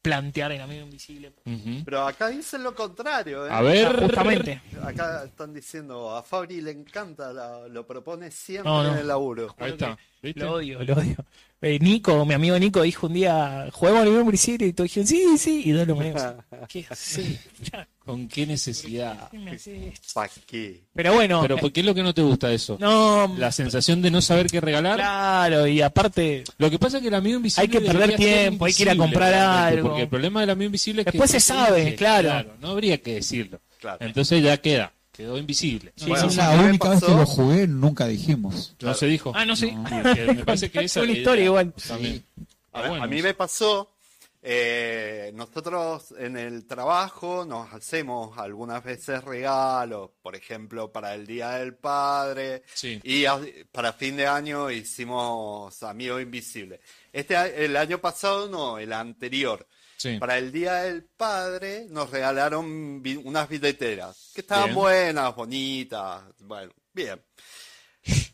plantear el amigo invisible.
Ujú.
Pero acá dicen lo contrario. ¿eh?
A
O sea,
ver...
Justamente.
Acá están diciendo, a Fabri le encanta, la- lo propone siempre
No, no.
en el laburo.
Ahí está. ¿Viste?
Lo odio, lo odio. Eh, Nico, mi amigo Nico, dijo un día, juguemos al amigo invisible y todos dijeron, sí, sí, y dos lo menos. ¿Qué haces?
¿Con qué necesidad?
¿Qué me haces?
¿Para qué?
Pero bueno,
Pero ¿por qué es lo que no te gusta de eso?
no,
La sensación de no saber qué regalar.
claro, y aparte,
Lo que pasa es que el amigo invisible.
Hay que perder
debería ser
tiempo, hay que ir a
invisible,
comprar
realmente,
algo.
Porque el problema del amigo invisible es que.
Después se sabe, claro.
No habría que decirlo.
Claro.
Entonces ya queda. Quedó invisible.
Sí,
Bueno,
es
a
la
mí me
única vez que
pasó-
lo jugué, nunca dijimos.
No se dijo.
Ah, no sé.
que me parece que esa
Es una
era-
historia igual.
También.
A,
Está bueno
a mí
eso.
me pasó, eh, nosotros en el trabajo nos hacemos algunas veces regalos, por ejemplo, para el Día del Padre,
Sí.
y a- para fin de año hicimos Amigos Invisibles. Este, a- el año pasado no, el anterior.
Sí.
Para el Día del Padre nos regalaron bi- unas billeteras, que estaban
Bien.
buenas, bonitas, bueno, bien.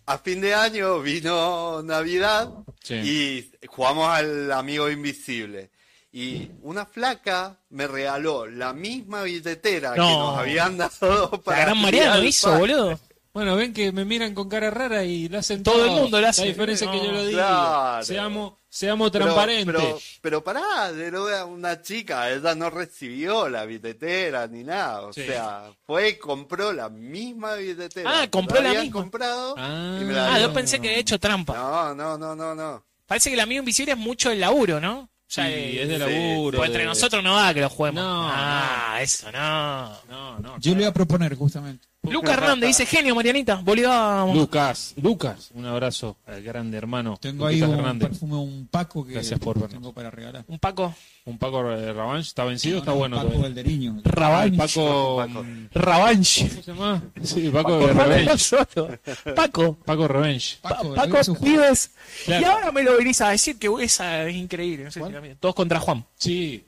A fin de año vino Navidad
Sí.
y jugamos al amigo invisible. Y una flaca me regaló la misma billetera que
No.
nos habían dado para
la gran
el
Mariano
Día del
hizo,
Padre.
boludo.
Bueno, ven que me miran con cara rara y lo hacen
Todo el
todos.
mundo lo hace.
La diferencia es que yo lo digo.
Claro.
Seamos, seamos
Pero-
transparentes.
Pero, pero pará, era una chica, ella no recibió la billetera ni nada. O
Sí.
sea, fue, compró la misma billetera.
Ah,
que
compró la
habían
misma.
comprado
Ah.
y me la
Ah,
dio.
yo pensé que he hecho trampa.
No, no, no, no, no.
Parece que el amigo invisible es mucho el laburo, ¿no?
Sí,
Ya de-
es de
sí.
laburo.
Pues entre
de-
nosotros no va que lo juguemos.
No,
ah, eso no.
No, no.
Yo le iba a proponer, justamente.
Lucas Hernández dice genio, Marianita. Bolívar.
Lucas, Lucas, un abrazo al grande hermano.
Tengo
Luquitas
ahí un
Hernández.
perfume, un paco que
Gracias por vernos.
tengo para regalar.
Un Paco.
Un Paco eh, Rabanch, ¿está vencido? Está
No, no,
bueno.
Paco
todavía.
Valdereño.
Ah, el
Rabanch.
Paco,
Paco.
mm,
Rabanch.
¿Cómo se llama? Sí, Paco,
Paco,
de Revenge.
Paco. Paco.
Paco Revenge.
Paco,
Paco
Valdereño,
Pibes.
Claro.
Y ahora me lo venís a decir que esa es increíble. No sé si la mía. Todos contra Juan.
Sí.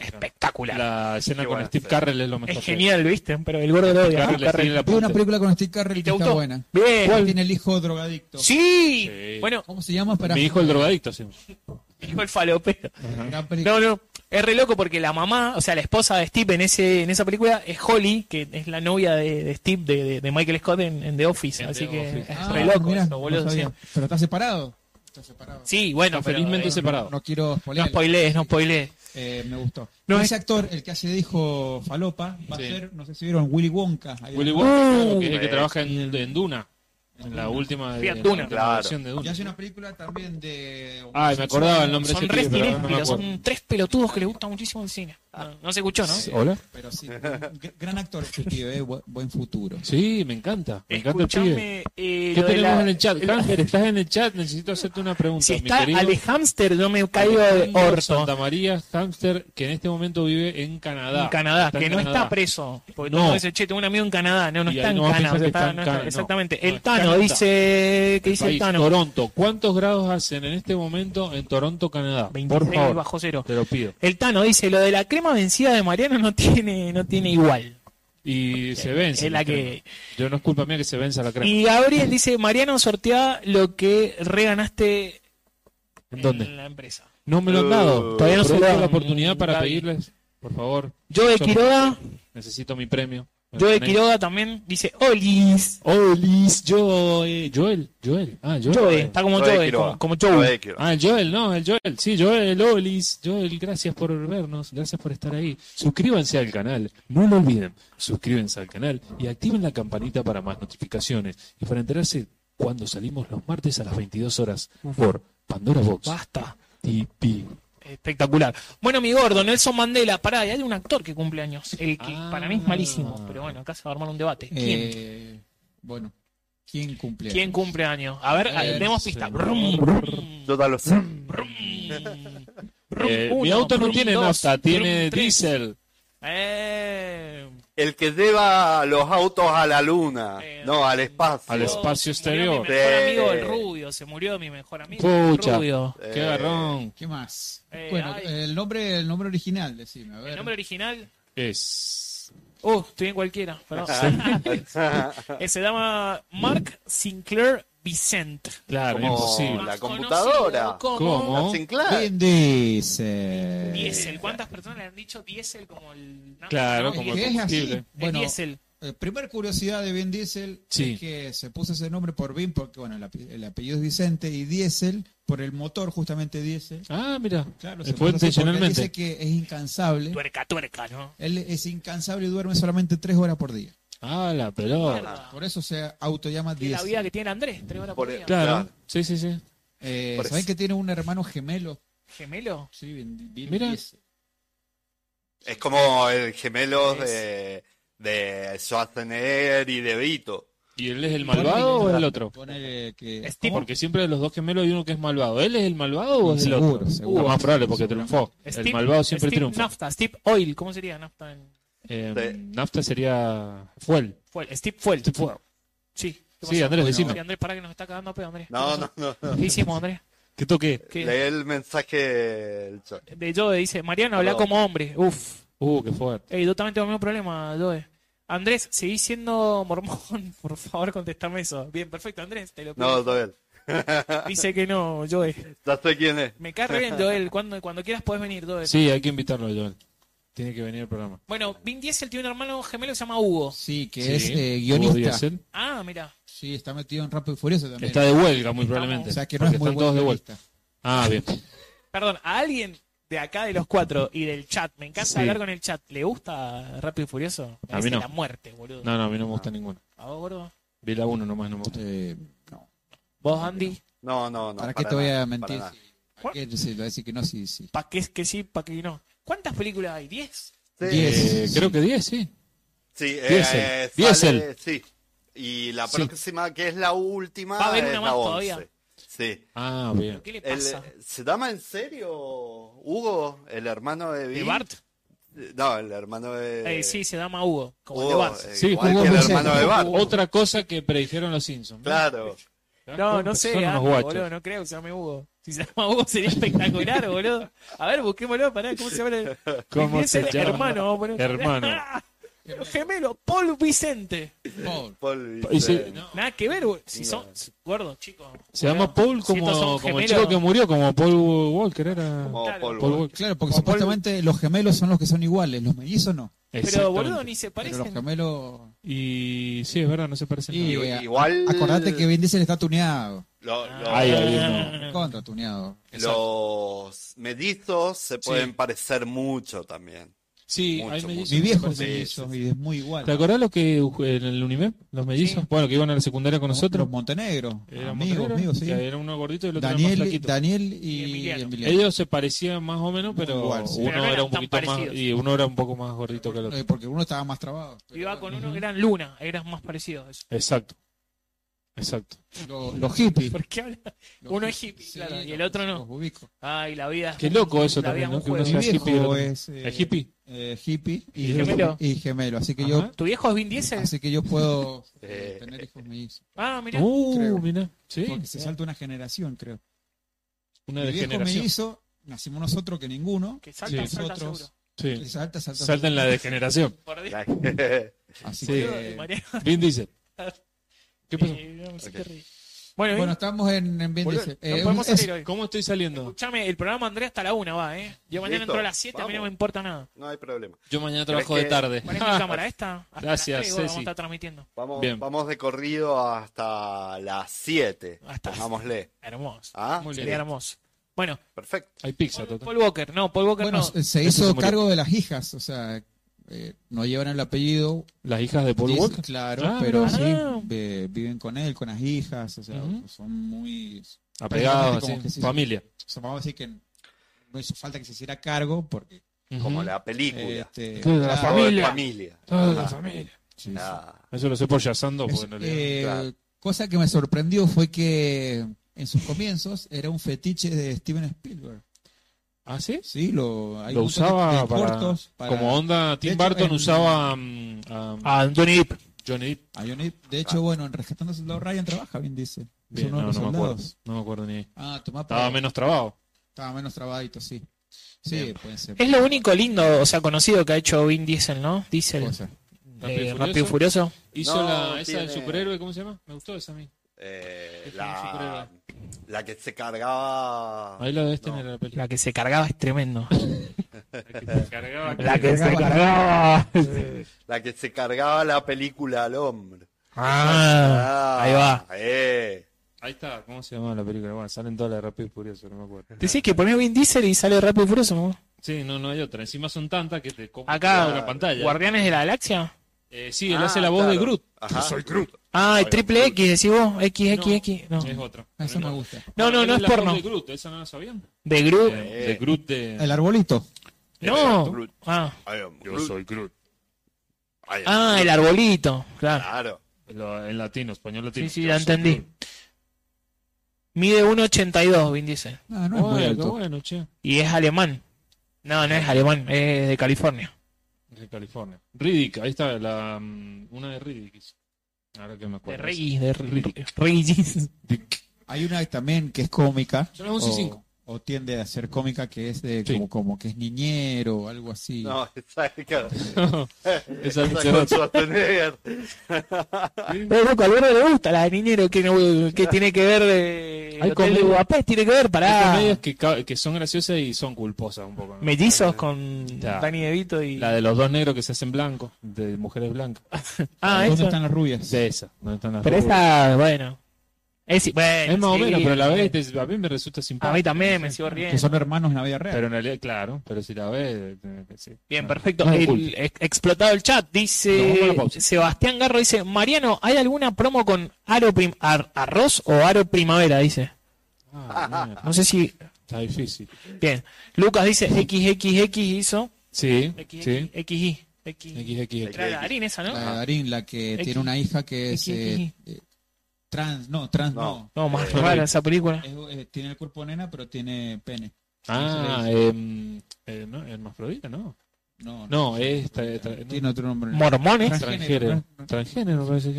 Espectacular.
La escena
Qué
con
buena
Steve
escena.
Carrell es lo mejor.
es
que hay.
genial, ¿viste? Pero el gordo lo odia.
Carrell
¿no?
le
Carrell.
tiene la
Hay una
punta.
película con Steve Carrell
¿Te
que está
gustó?
buena.
Bien.
¿Cuál? Tiene el hijo drogadicto.
Sí.
Sí.
Bueno,
¿Cómo se llama? Espera.
Mi hijo el drogadicto, sí.
dijo el falopero.
Gran película.
No, no. Es re loco porque la mamá, o sea, la esposa de Steve en ese en esa película es Holly, que es la novia de, de Steve, de, de- de Michael Scott en, en The Office.
En
Así
The
que
Office.
es
Ah,
re loco
mirá,
eso, boludo.
no sabía. Pero está separado. Está separado.
Sí, bueno, pero,
felizmente
eh,
separado.
No quiero
No
spoilear.
spoilees, no spoilees.
Eh, me gustó.
No,
Ese actor, el que hace de hijo Falopa, va
Sí.
a ser, no sé si vieron, Willy Wonka. Ahí
Willy
va.
Wonka, claro, que es el que
eh.
trabaja en, en Duna. En la última de
Fui a
la
Duna.
última versión
Claro.
de
Y
Duna.
hace una película también de...
Ay, me acordaba el nombre de
Son
ese
tres
pibe, pero ahora no me
cinéfilos,
acuerdo.
son tres pelotudos que les gusta muchísimo el cine. No, no se escuchó, ¿no?
¿Hola?
Pero sí, un gr- gran actor este pibe, eh, bu- buen futuro.
Sí, me encanta. Me encanta el pibe.
Escuchame, eh,
¿Qué
lo de
tenemos
la-
en el chat? Ángel, estás en el chat, necesito hacerte una pregunta.
Si
mi
está
querido
Alejamster, yo me caigo de
Alejandro
orto.
Santa María Hamster, que en este momento vive en Canadá.
En Canadá,
Está en
que no
Canadá.
está preso. Porque todo
No.
el mundo dice, che, tengo un amigo en Canadá. No, no
Y
está
ahí
en
no vas a
Canadá.
pensar que
está-
está en
no está-
Canadá, no.
Exactamente.
No,
el
está
Tano
en
dice. ¿Qué dice el
País,
Tano?
Toronto. ¿Cuántos grados hacen en este momento en Toronto, Canadá?
26
Por favor,
bajo cero.
te lo pido.
El Tano dice, lo de la crema vencida de Mariano no tiene, no tiene igual.
Y se vence.
Es la
crema.
que-
Yo no es culpa mía que se venza la crema.
Y Gabriel dice, Mariano sortea lo que reganaste
¿En dónde?
en la empresa.
No me lo han dado.
Uh,
Todavía no se
aprovecho
la
la
oportunidad
oportunidad
para
para
pedirles, por favor.
Yo de Quiroga,
Necesito mi premio.
yo de Quiroga también dice, Olis. Olis,
Joel, Joel, Joel. Ah, Joel.
Joey, está como
Lo de
Joey,
Quiroga.
como, como
Lo
Joey.
de Quiroga.
Ah, el Joel, no, el Joel. Sí, Joel, Olis. Joel, gracias por vernos, gracias por estar ahí. Suscríbanse al canal, no lo olviden. Suscríbanse al canal y activen la campanita para más notificaciones y para enterarse cuando salimos los martes a las 22 horas por Pandora Box
Basta.
TV.
Espectacular. Bueno, mi gordo, Nelson Mandela, pará, y hay un actor que cumple años. El que
Ah.
para mí es malísimo, pero bueno, acá se va a armar un debate. ¿Quién,
Eh, bueno, ¿quién cumple?
¿Quién cumple años? A ver,
Eh,
tenemos
sí.
pista. Brum, brum,
Yo ya lo sé.
brum, brum,
Eh,
uno,
mi auto no
brum,
tiene
dos,
nafta, tiene
brum, tres.
diésel.
Eh,
El que lleva los autos a la luna.
Eh,
no, al espacio.
Al
oh,
espacio
se murió
exterior.
Mi mejor
Sí.
amigo el rubio, se murió mi mejor amigo. el
Pucha.
Rubio.
Eh,
Qué garrón.
¿Qué más?
Eh,
bueno,
ay.
el nombre, el nombre original, decime. A ver.
El nombre original.
Es.
Oh, estoy en cualquiera. perdón. Eh, se llama Mark Sinclair Vicente.
Claro,
Como
imposible.
la
Más conocido
computadora.
como-
¿Cómo?
Ah, Sinclair.
Vin Diesel.
Diesel. ¿Cuántas personas le han dicho Diesel como el.
Claro,
Es
como el
que es así.
combustible.
El
Bueno,
Diesel.
Eh, primer curiosidad de Vin Diesel
Sí.
es que se puso ese nombre por Vin porque bueno el, api- el apellido es Vicente y Diesel por el motor justamente Diesel.
Ah, mira.
Claro,
Eh,
se
Fue
puso así porque él
intencionalmente.
dice que es incansable.
Tuerca, tuerca, ¿no?
Él es incansable y duerme solamente tres horas por día.
Ah, la pelota.
Mierda.
Por eso se autollama
Que la
Diesel.
vida que tiene Andrés, tres horas por,
Por-
día.
Claro.
Claro.
Sí, sí, sí.
Eh,
Por
¿Saben
eso.
que tiene un hermano gemelo?
¿Gemelo?
Sí, Vin, Vin
Mira.
Diesel.
Es como el gemelo
Es.
de, de Schwarzenegger y de Vito.
¿Y él es el malvado o es el otro?
Ponele que...
Es tipo-
¿Cómo?
Porque siempre de los dos gemelos hay uno que es malvado. ¿Él es el malvado o es el
Seguro,
otro?
seguro.
Lo más probable porque triunfó. el
Steve-
malvado siempre
Steve
triunfa.
Nafta, Steve Oil, ¿cómo sería Nafta en
Eh,
Sí.
Nafta sería Fuel.
Fuel? Steve Fuel.
Steve Fuel.
Sí. ¿Qué
Sí,
pasó?
Andrés,
Oye,
decime.
Andrés, para que nos está cagando a pedo, Andrés.
No, no, no. no.
¿Qué hicimos, Andrés?
¿Qué toqué?
¿Qué?
Lee el mensaje del chat.
De Joe dice, Mariano, habla
Perdón.
como hombre. Uf.
Uh, qué fuerte.
Ey, yo también tengo el mismo problema, Joe. Andrés, seguí siendo mormón. Por favor, contestame eso. Bien, perfecto, Andrés, te lo pido.
No, Joel.
Dice que no, Joe.
Ya sé quién es.
Me cae re bien, Joel. Cuando, cuando quieras podés venir, Joel.
Sí, hay que invitarlo, Joel. Tiene que venir el programa.
Bueno, Vin Diesel tiene un hermano gemelo que se llama Hugo.
Sí, que
Sí,
es eh,
Hugo
guionista.
Diesel.
Ah, mira.
Sí, está metido en Rápido y Furioso también.
Está de huelga, muy probablemente.
o sea que no
porque
es muy
están
buen
todos de vuelta.
guionista.
Ah, bien.
Perdón, a alguien de acá de los cuatro y del chat, me encanta
Sí.
hablar con el chat. ¿Le gusta Rápido y Furioso? Me
A mí
dice
no.
la muerte, boludo.
No, no, a mí no me gusta ninguna.
¿A vos, gordo?
Vi la uno nomás, no me gusta.
Eh, no.
¿Vos, Andy?
No, no, no.
¿Para, qué te voy
nada,
a mentir?
para nada.
¿Para qué Sí, te voy a decir que no? Sí, sí.
¿Pa' qué es que sí, pa' qué no? ¿Cuántas películas hay? ¿Diez?
Sí,
Diez.
Eh, Creo que 10, sí.
sí, eh,
Diesel,
eh, sale-
Diesel.
sí. Y la
Sí.
próxima, que es la última,
Va a haber
es
una
la
más
11.
todavía.
Sí.
Ah, bien.
¿Qué le
El- eh,
pasa?
¿Se llama en serio Hugo, el hermano de
¿De
Vin?
Bart?
No, el hermano de...
Eh, sí, se llama Hugo, como el de
Hugo,
Bart.
eh,
Sí,
igual
Hugo
que el
Bart.
hermano de Bart.
Otra cosa que predijeron los Simpsons. ¿no?
Claro.
No, no sé,
¿Ah? Son unos
Andy,
guachos.
boludo, no creo que se llame Hugo. Si se llama Hugo sería espectacular, boludo. A ver, busquémoslo, pará, ¿cómo se llama? el-
¿Cómo
Vin
se
Diesel,
llama?
Hermano, vamos a poner.
Hermano.
Gemelo, Paul Vicente.
Paul.
Paul
Y
Vincent.
se,
Nada que ver, bol- si son gordos, chicos.
se llama Paul
Si estos
como,
son
como el
gemelos.
chico que murió, como Paul Walker era.
Como
Claro.
Paul
Paul
Walker.
Walker.
Claro, porque supuestamente los gemelos son los que son iguales, los mellizos no.
Pero boludo,
Exactamente.
ni se
Pero los
parecen.
gemelos.
Y sí, es verdad, no se parecen.
Y,
nada.
eh,
igual-
Acordate que Vin Diesel está tuneado.
Lo- lo-
Ay, ay,
Ah.
ay, no.
Contra tuneado.
los medizos se pueden parecer mucho también.
Sí,
Mucho,
hay mellizos.
Mi
mucho.
que se
viejo es
parecen.
mellizo y es muy igual.
¿Te acordás lo que en el Unimep, los mellizos? Bueno, que iban a la secundaria con nosotros.
Los Montenegro.
Era
amigos,
Montenegro,
amigos, sí.
que era uno gordito y el otro era más
Daniel,
flaquito.
Daniel y,
Y Emiliano.
Emiliano.
Ellos se parecían más o menos, pero
Igual, sí.
uno
Pero no
era
eran
un
tan
poquito más
parecidos.
y uno era un poco más gordito que el otro.
Eh, Porque uno estaba más trabado. Pero
Iba con
bueno,
uno que eran Luna, eran más parecidos. a eso.
Exacto. Exacto.
los, los hippies.
¿Por qué habla?
Los
Uno es hippie, claro, y el otro no.
Los ubico.
Ay, la vida. es
Qué
un-
loco eso
la
también,
vida es
¿no?
un
Que uno
juego.
Mi
sea hippie y el
viejo
otro no.
es, eh,
¿Es hippie?
eh, hippie y,
¿Y gemelo?
y gemelo. Así que
Ajá.
yo
¿Tu viejo es Vin Diesel?
así que yo puedo eh,
Eh,
tener hijos mellizos.
Ah, mirá.
Uh,
creo.
mira. Sí.
Porque se salta una generación, creo.
Una
Mi viejo
degeneración.
mellizo, nacimos nosotros que ninguno.
Que salta,
Sí.
salta
Nosotros.
seguro.
Que
Sí.
Salta, salta.
Salta en la degeneración.
Por Dios.
Así
Sí.
boludo,
que,
Mariano,
Vin Diesel. ¿Qué pasó?
eh, no sé
Ok.
qué reír. Bueno, eh,
bueno,
bueno
estamos en, en Vin
boludo,
Diesel.
no
Eh,
podemos
es-
salir hoy.
¿Cómo estoy saliendo?
Escuchame, el programa Andrea hasta la una va, ¿eh? Yo mañana
Listo,
entro a las 7, a mí no
vamos.
me importa nada.
No hay problema.
Yo mañana
¿Crees
trabajo de
que-
tarde.
¿Cuál es mi cámara esta? Hasta
Gracias,
las tres, gordo,
Ceci.
vamos a estar transmitiendo.
Vamos,
Bien.
vamos de corrido hasta las 7.
Hasta-
Pongámosle.
Hermoso.
Ah,
Muy
Sería
bien.
hermoso. Bueno,
perfecto.
Hay pizza,
Paul,
total.
Paul Walker, no, Paul Walker
bueno,
no.
se- se
Ese se
hizo
murió.
cargo de las hijas, o sea, eh, no llevan el apellido.
Las hijas de Paul
Dice-
Walker.
Claro,
Claro.
pero
Ah.
sí, eh, viven con él, con las hijas, o sea,
Ujú.
son muy...
Apegados,
Como que
así.
sí.
Familia.
o sea, vamos a decir que no hizo falta que se hiciera cargo porque...
Como
Ujú.
la película.
este,
Claro, la
Todo
familia.
es familia.
Toda la
Ajá.
familia.
sí, sí.
Ah,
Eso lo sé por Yazando,
Es-
porque en realidad-
eh,
claro.
Cosa que me sorprendió fue que en sus comienzos era un fetiche de Steven Spielberg.
¿Ah, sí?
Sí, lo, hay
Lo
un montón de-
usaba
de
para-
cortos para-
Como onda, Tim
hecho,
Burton
en-
usaba mm, a
Ah, Johnny Depp.
Johnny Depp.
a Johnny Depp. De hecho, bueno, en Rescatando al Soldado Ryan trabaja, bien dice.
Bien,
uno de
no,
los
no me acuerdo.
soldados.
No me acuerdo ni.
Ah, tomá por-
Estaba menos trabado.
estaba menos trabadito, sí. Sí,
Bien.
puede ser.
Es lo único lindo, o sea, conocido que ha hecho Vin Diesel, ¿no? Diesel.
Cosa.
Eh,
y
Rápido y Furioso.
Hizo
No,
la, esa del
tiene-
superhéroe, ¿cómo se llama? Me gustó esa a mí.
eh,
Es un
la,
superhéroe.
la que se cargaba.
Ahí la debes tener
No.
la película.
La que se cargaba es tremendo.
La que-
Cargaba-
La que se cargaba la película al hombre.
Ah, ahí va.
Eh.
Ahí está, ¿cómo se llama la película? Bueno, salen todas las de Rápido y Furioso, no me acuerdo.
Decís que ponés Vin Diesel y sale Rápido y Furioso, ¿no?
Sí, no, no hay otra. Encima son tantas que te comen
Acá,
toda la pantalla.
Guardianes de la Galaxia.
Eh, sí, él
Ah,
hace la voz de
claro.
Groot.
Ajá.
Soy Groot.
Ah, el triple X, decís vos. X, X,
No.
X. No.
Es otra.
Eso me gusta.
No, no,
Él
no es
la voz
porno.
de Groot, esa no la sabían.
De Groot.
Eh, De Groot de.
El arbolito.
No.
Groot.
Ah.
I am Groot.
Groot.
I am
Ah, el arbolito. Claro.
Claro.
Lo- en latino, español latino.
Sí, sí,
Yo
ya
soy
entendí.
Groot.
Mide 1,82, Vin Diesel.
Ah, No, no es muy
Bueno, qué
alto.
bueno, che.
Y es alemán. No, no es alemán, es de California.
De California. Riddick, ahí está, la, mm, una de Riddick. hizo. Ahora que me
De
acuerdo.
Reyes, de Reyes.
Hay una también que es cómica.
Son las 11 y cinco.
o, o tiende a ser cómica que es de
Sí.
como, como que es niñero o algo así.
No, exacto.
Esa es
Exacto, Schwarzenegger.
Pero loco, a Alberto le gusta la de niñero que, no- que tiene que ver de Hotel
Hay
de
comedia-
Budapest, tiene que ver
Hay
para
comedias que, ca- que son graciosas y son culposas un poco. ¿no?
mellizos con
Ya.
Danny DeVito y
La de los dos negros que se hacen blancos, de mujeres blancas.
Ah,
¿Dónde
esa.
están las rubias?
De esa, ¿dónde están las
Pero
rubias.
esa, bueno. Es, bueno,
Es más o
sí.
menos, pero la vez te- a mí me resulta simpática.
A mí también me sigo riendo.
Que son hermanos en la vida real.
Pero en realidad, claro, pero si la ves. eh, sí.
Bien,
No,
perfecto.
no es
El-
culpa.
ex- explotado el chat,
Nos vamos a
dice
la pausa.
Sebastián Garro, dice, Mariano, ¿hay alguna promo con Aro Prim- Ar- Arroz o Aro Primavera? Dice.
Ah, mierda,
No sé si...
está difícil.
Bien. Lucas dice XXX hizo.
Sí, sí.
XI. XI.
XXX.
Era la harina esa,
la
ah.
de
¿no?
Darín, la que
X.
tiene una hija que es
X, X,
eh, eh, trans, no, trans no.
No.
No, más
Eh,
rara esa película.
Es- eh, tiene el cuerpo nena, pero tiene pene.
Ah, eh, eh, no, hermafrodita, no.
No,
No, es. tra- tra-
tiene otro nombre.
Mormones.
Transgénero. Transgénero, me parece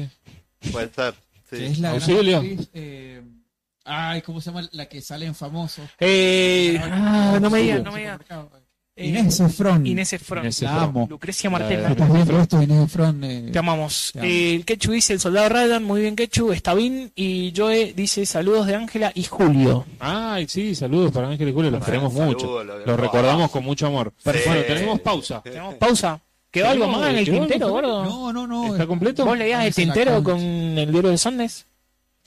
que.
Puede ser. sí.
Que es la gran
Auxilio.
actriz, eh, ay, ¿cómo se llama? La que sale en famoso.
Eh, ah, no me digas, no me digas. Eh,
Inés Efron.
Inés Efron.
Inés
La amo.
Lucrecia
La-
Martel.
¿Estás viendo esto, Inés Efron? eh,
Te amamos.
Te amo.
Eh, el Quechu dice, el soldado Radan, muy bien Quechu, está bien. Y Joe dice, saludos de Ángela y Julio.
Ay, sí, saludos para Ángel y Julio, los
Bueno,
queremos
Ah, saludos,
mucho.
lo-
Los recordamos con mucho amor. Bueno, tenemos pausa.
Tenemos pausa. ¿Quedó algo más en el
¿Quedó algo
tintero,
más?
gordo?
No, no, no.
¿Está
eh,
completo?
¿Vos leías el
Vamos a la
tintero
cancha.
con el diario de Sondes?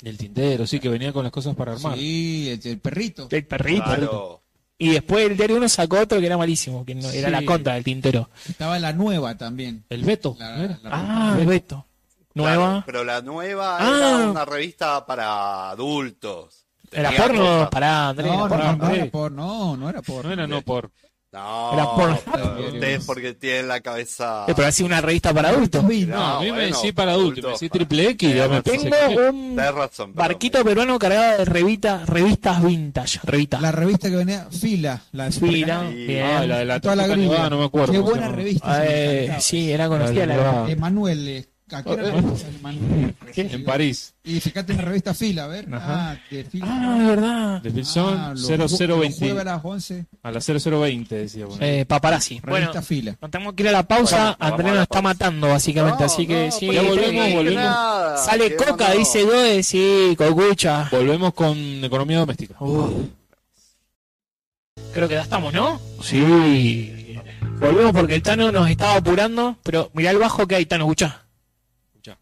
El tintero, sí, que venía con las cosas para armar.
Sí, el, el perrito.
El perrito.
Claro.
Y después el diario uno sacó otro que era malísimo, que no- era
Sí.
la contra del tintero.
Estaba la nueva también.
El Beto.
La-
¿no era?
la-
Ah, Beto. Nueva.
Claro, pero la nueva
Ah.
era una revista para adultos.
Era
Tenía
porno,
cosas-
pará, Andrés.
No,
era
no,
porno.
porno,
no, no era
sí.
por, no, no era por.
No era no por.
No,
Era porno.
pero ustedes porque tienen la cabeza.
Eh, pero así una revista para adultos.
No,
Ah,
No,
a mí me
bueno,
decís para adultos, me decís
para-
triple X y ya me pensé que-
Tengo un
Tenés razón. perdón.
barquito peruano cargado de revista, revistas vintage. Revistas.
La revista que venía, Fila, la de
Fila,
Supercanal,
Sí.
bien.
Ah, la de la
toda la
tortuga
grilla.
nevada, no me acuerdo.
Qué
cómo se
buena
llama.
revista. sí, me
Eh,
encantaba.
sí, era conocida
La
la.
nueva.
Emanuel, eh, ¿a qué hora
Eh,
nos sale Emanuel?
En París.
Y fíjate en la revista Fila, a ver.
Ajá.
Ah, de Fila.
Ah, de verdad.
De
Ah,
Wilson,
los ju- los
0020.
Jueves a las 11,
A la 0020, decía. bueno.
Eh, paparazzi.
revista
Bueno,
Fila.
nos tenemos que ir a la pausa.
Bueno, vamos
Andrés
a
nos
la
está
pausa.
matando, básicamente.
No,
así que
no, pues,
sí.
porque
volvemos,
no dije
volvemos.
nada.
Sale
Ah, Qué
Coca,
mandado.
dice Goe, sí, Cocucha.
Volvemos con economía doméstica.
Creo que ya estamos, ¿no? Sí. Volvemos porque el Tano nos estaba apurando, pero mirá el bajo que hay, Tano, escuchá.
Escuchá.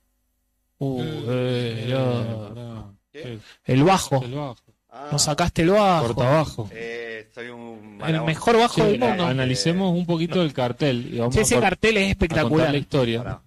Mm.
Uh, eh, ya.
¿Qué?
el bajo.
El bajo.
Ah,
Nos sacaste el bajo.
Corta abajo.
eh, soy un.
El
mala
mejor bajo
Sí,
del mundo.
analicemos un poquito el cartel. Y vamos
Sí, ese
a, cor-
cartel es
a contar la
espectacular.
historia.
Pará.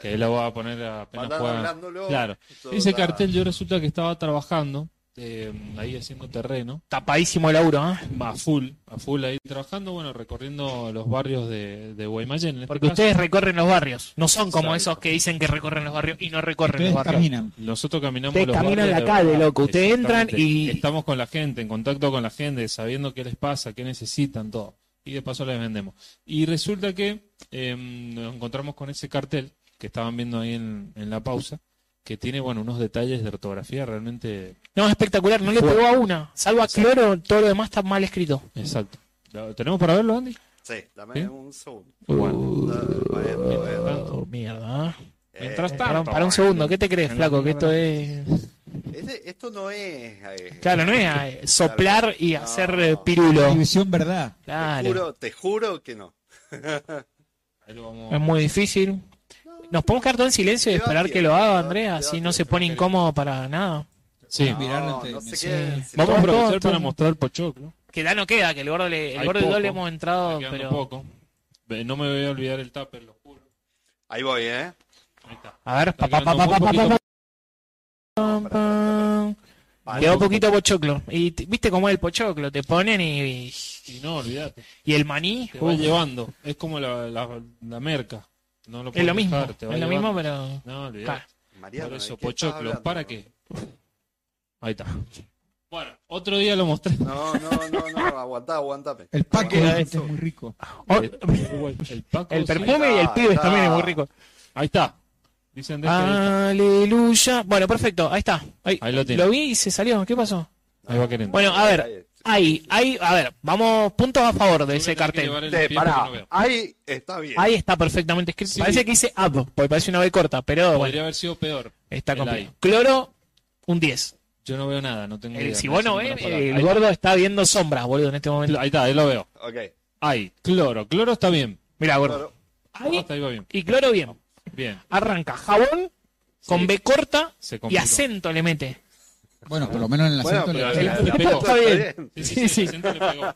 Que él la voy a poner apenas
Mandando
pueda.
hablándolo.
Claro.
Todo
Ese
está-
cartel yo resulta que estaba trabajando, eh, ahí haciendo terreno,
Tapadísimo el auro, ¿eh?
a full, a full ahí trabajando, bueno, recorriendo los barrios de, de Guaymallén. en este
Porque
caso.
ustedes recorren los barrios. No son como
Exacto.
esos que dicen que recorren los barrios y no recorren
Ustedes
los barrios.
caminan.
Nosotros caminamos
Ustedes
los
caminan
barrios
la
de-
calle, loco. Ustedes entran
Exactamente.
y-
Estamos con la gente, en contacto con la gente, sabiendo qué les pasa, qué necesitan, todo. Y de paso les vendemos. Y resulta que eh, nos encontramos con ese cartel que estaban viendo ahí en, en la pausa, que tiene, bueno, unos detalles de ortografía realmente
No, espectacular. No le pegó a una. Salvo a Cloro, todo lo demás está mal escrito.
exacto. ¿Lo ¿Tenemos para verlo, Andy?
Sí,
¿Sí?
dame un segundo.
Bueno.
Uh.
Bueno, bueno.
Oh, mierda. ¿eh?
Eh,
Mientras
Para,
tanto,
un- para un segundo, ¿qué te crees,
En la
flaco? Que esto es.
ese- eh, este, esto no es. eh,
Claro, no es eh, soplar y
No.
hacer eh, pirulo.
División Verdad.
Te
Claro.
juro, te juro que no.
Ahí lo vamos-
Es muy difícil. Nos podemos quedar todo en silencio y
Te va
esperar
bien,
que lo haga,
te va-
Andrés.
te va
Así
bien,
no se pone incómodo para nada.
Sí.
No, Mirar
no,
ante-
no sé
sí.
qué.
Vamos a
si
Todo,
aprovechar
todo, todo.
para mostrar el pochoclo.
Que ya no queda, que el gordo, le, el
Hay
gordo y yo
poco.
le hemos entrado,
Quedando
pero.
poco. Ve, No me voy a olvidar el tupper, lo juro.
Ahí voy, ¿eh?
Ahí está.
A ver,
Está
pa, pa,
quedando
pa,
muy
pa, pa,
poquito.
pa, pam, pam.
Vale.
Quedó poquito pochoclo. Y t- viste cómo es el pochoclo, te ponen y, y,
Y no, olvídate.
y el maní.
Te
uh,
va llevando. Es como la, la, la merca. No lo
es
puedes
lo mismo,
dejar,
es
te va
lo mismo,
llevando.
pero...
No,
Claro.
olvídate.
Mariano,
Por eso,
¿de qué estás
pochoclo.
hablando?
¿Para qué? Ahí está. Bueno, otro día lo mostré.
No, no, no, no, aguantá, aguantame.
El Paco
Aguantá.
dicen que es muy rico.
Oh,
El, Paco,
el
sí.
perfume y el
Ah,
pibes
está.
también es muy rico.
Ahí está. Dicen de este
Ah.
que
Aleluya. Bueno, perfecto, ahí está. Ahí,
Ahí lo tiene.
vi y se salió. ¿Qué pasó?
ahí va queriendo.
Bueno, a ver,
Ahí, sí.
Hay, hay, a ver, vamos, puntos a favor de
Voy a
ese
tener que
cartel.
llevar el
Te,
pie
pará.
porque no veo.
Ahí está bien.
Ahí está perfectamente escrito.
Sí.
Parece que dice up, porque parece una B corta, pero bueno,
Podría haber sido peor.
está
el
complicado.
ahí.
Cloro, un 10.
Yo no veo nada, no tengo
El-
idea.
Eh, si
no
vos
sé
no
con
ves,
las palabras.
el
Ahí-
gordo está viendo sombras, boludo, en este momento.
Ahí está, ahí lo veo.
Ok.
Ahí, cloro. Cloro está bien.
Mira, gordo.
Claro.
Ahí,
Hasta ahí va bien.
y cloro bien.
Bien.
Arranca jabón con B corta
Se
y
complicó.
acento le mete.
Bueno, por lo menos en el
Bueno,
acento
pero
le-
el-
la-
le
la-
pegó.
Está bien.
Sí,
Sí, sí.
sí, sí. el acento le pegó.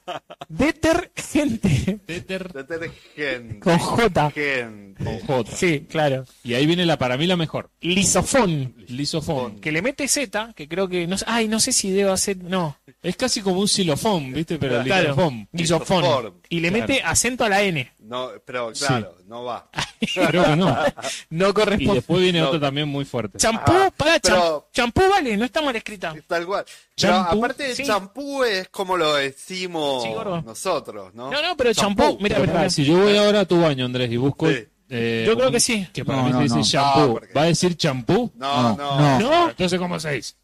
Detergente
Teter
Detergente.
con J.
Gente.
J.
Sí, claro.
Y ahí viene la para mí la mejor.
Lisofón.
Lisofón.
Que le mete Z, que creo que. No, sé- ay, no sé si debo hacer. No.
Es casi como un xilofón, ¿viste? Pero
Claro.
lisofón.
Lisofón.
Lisofón.
Y le mete acento a la N.
No, pero claro, no va.
Ah.
Creo que no.
No
Y
corresponde.
después viene
No.
otro también muy fuerte.
Champú,
Ah,
pará, cham-
pero-
champú vale, no está mal escrita.
Tal cual. Pero
Champú,
aparte,
sí.
champú es como lo decimos
Sí, gordo.
nosotros, ¿no?
No, no, pero champú, mira,
Pero pará, si yo voy ahora a tu baño, Andrés, y busco.
Sí.
eh,
Yo creo
un-
que sí.
Que para
No,
mí
no,
te dice
no.
champú.
No, porque-
¿Va a decir champú?
No,
No,
no.
no.
No,
Entonces, ¿cómo se dice?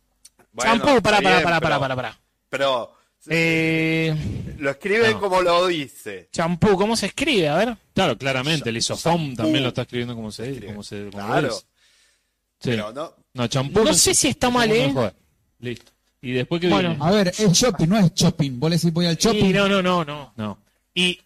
Bueno,
champú, pará,
está
pará,
bien,
pará,
pero-
pará, pará, pará.
Pero
Eh,
lo escribe
no.
como lo dice.
champú, ¿cómo se escribe? A ver.
Claro, claramente. El lisofón también lo está escribiendo como se dice. Como se, como
Claro.
es. Sí.
Pero no.
No, champú.
No sé si está mal,
no
¿eh?
joder. Listo. ¿Y después qué
Bueno.
viene?
A ver, es shopping, no es shopping. Vos le decís voy al shopping.
Y no, no, no, no.
No.
Y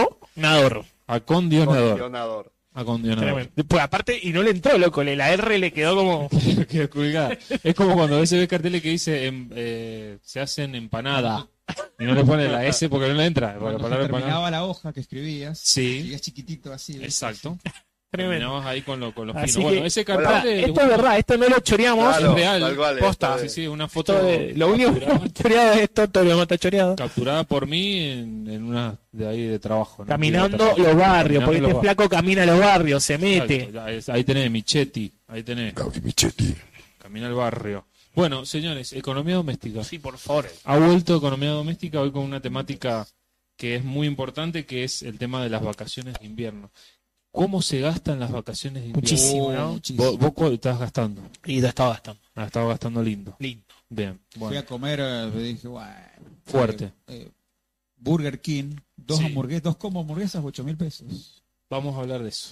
acondicionador.
Acondicionador.
Condicionador.
Acondicionador.
Tremendo. Pues aparte, y no le entró, loco, le- la R le quedó como.
Qué colgada. Es como cuando a veces ves carteles que dice em, eh, se hacen empanada y no le pone la S porque no le entra. Porque la
Cuando se
palabra empanada.
terminaba la hoja que escribías,
Sí.
escribías chiquitito así. ¿ves?
Exacto.
Tremendo.
Terminamos ahí con, lo- con los
Así
pinos.
que-
Bueno, ese cartel
Pará,
es,
esto es verdad, esto no lo choreamos.
Claro,
real.
Tal cual,
Posta.
esto
sí,
es-
sí, una foto
Esto es- lo único que hemos choreado es esto, todo lo hemos choreado.
capturada por mí en, en una de ahí de trabajo. ¿no?
Caminando
Digo,
los barrios, porque
Caminando los
este
barrios.
flaco camina los barrios, se mete.
Exacto, ya es- Ahí tenés Michetti. Ahí tenés. Camina el barrio. Bueno, señores, economía doméstica.
Sí, por favor.
Ha vuelto economía doméstica hoy con una temática que es muy importante, que es el tema de las vacaciones de invierno. ¿Cómo se gastan las vacaciones de invierno?
Muchísimo, ¿no?
muchísimo.
¿Vos, vos cuál estás gastando?
Y lo estaba bastante
Ah, estaba gastando lindo.
lindo.
Bien,
Fui
bueno,
a comer, eh, dije, bueno,
fuerte.
eh, Burger King, dos
Sí.
hamburguesas, dos como hamburguesas, ocho mil pesos.
Vamos a hablar de eso.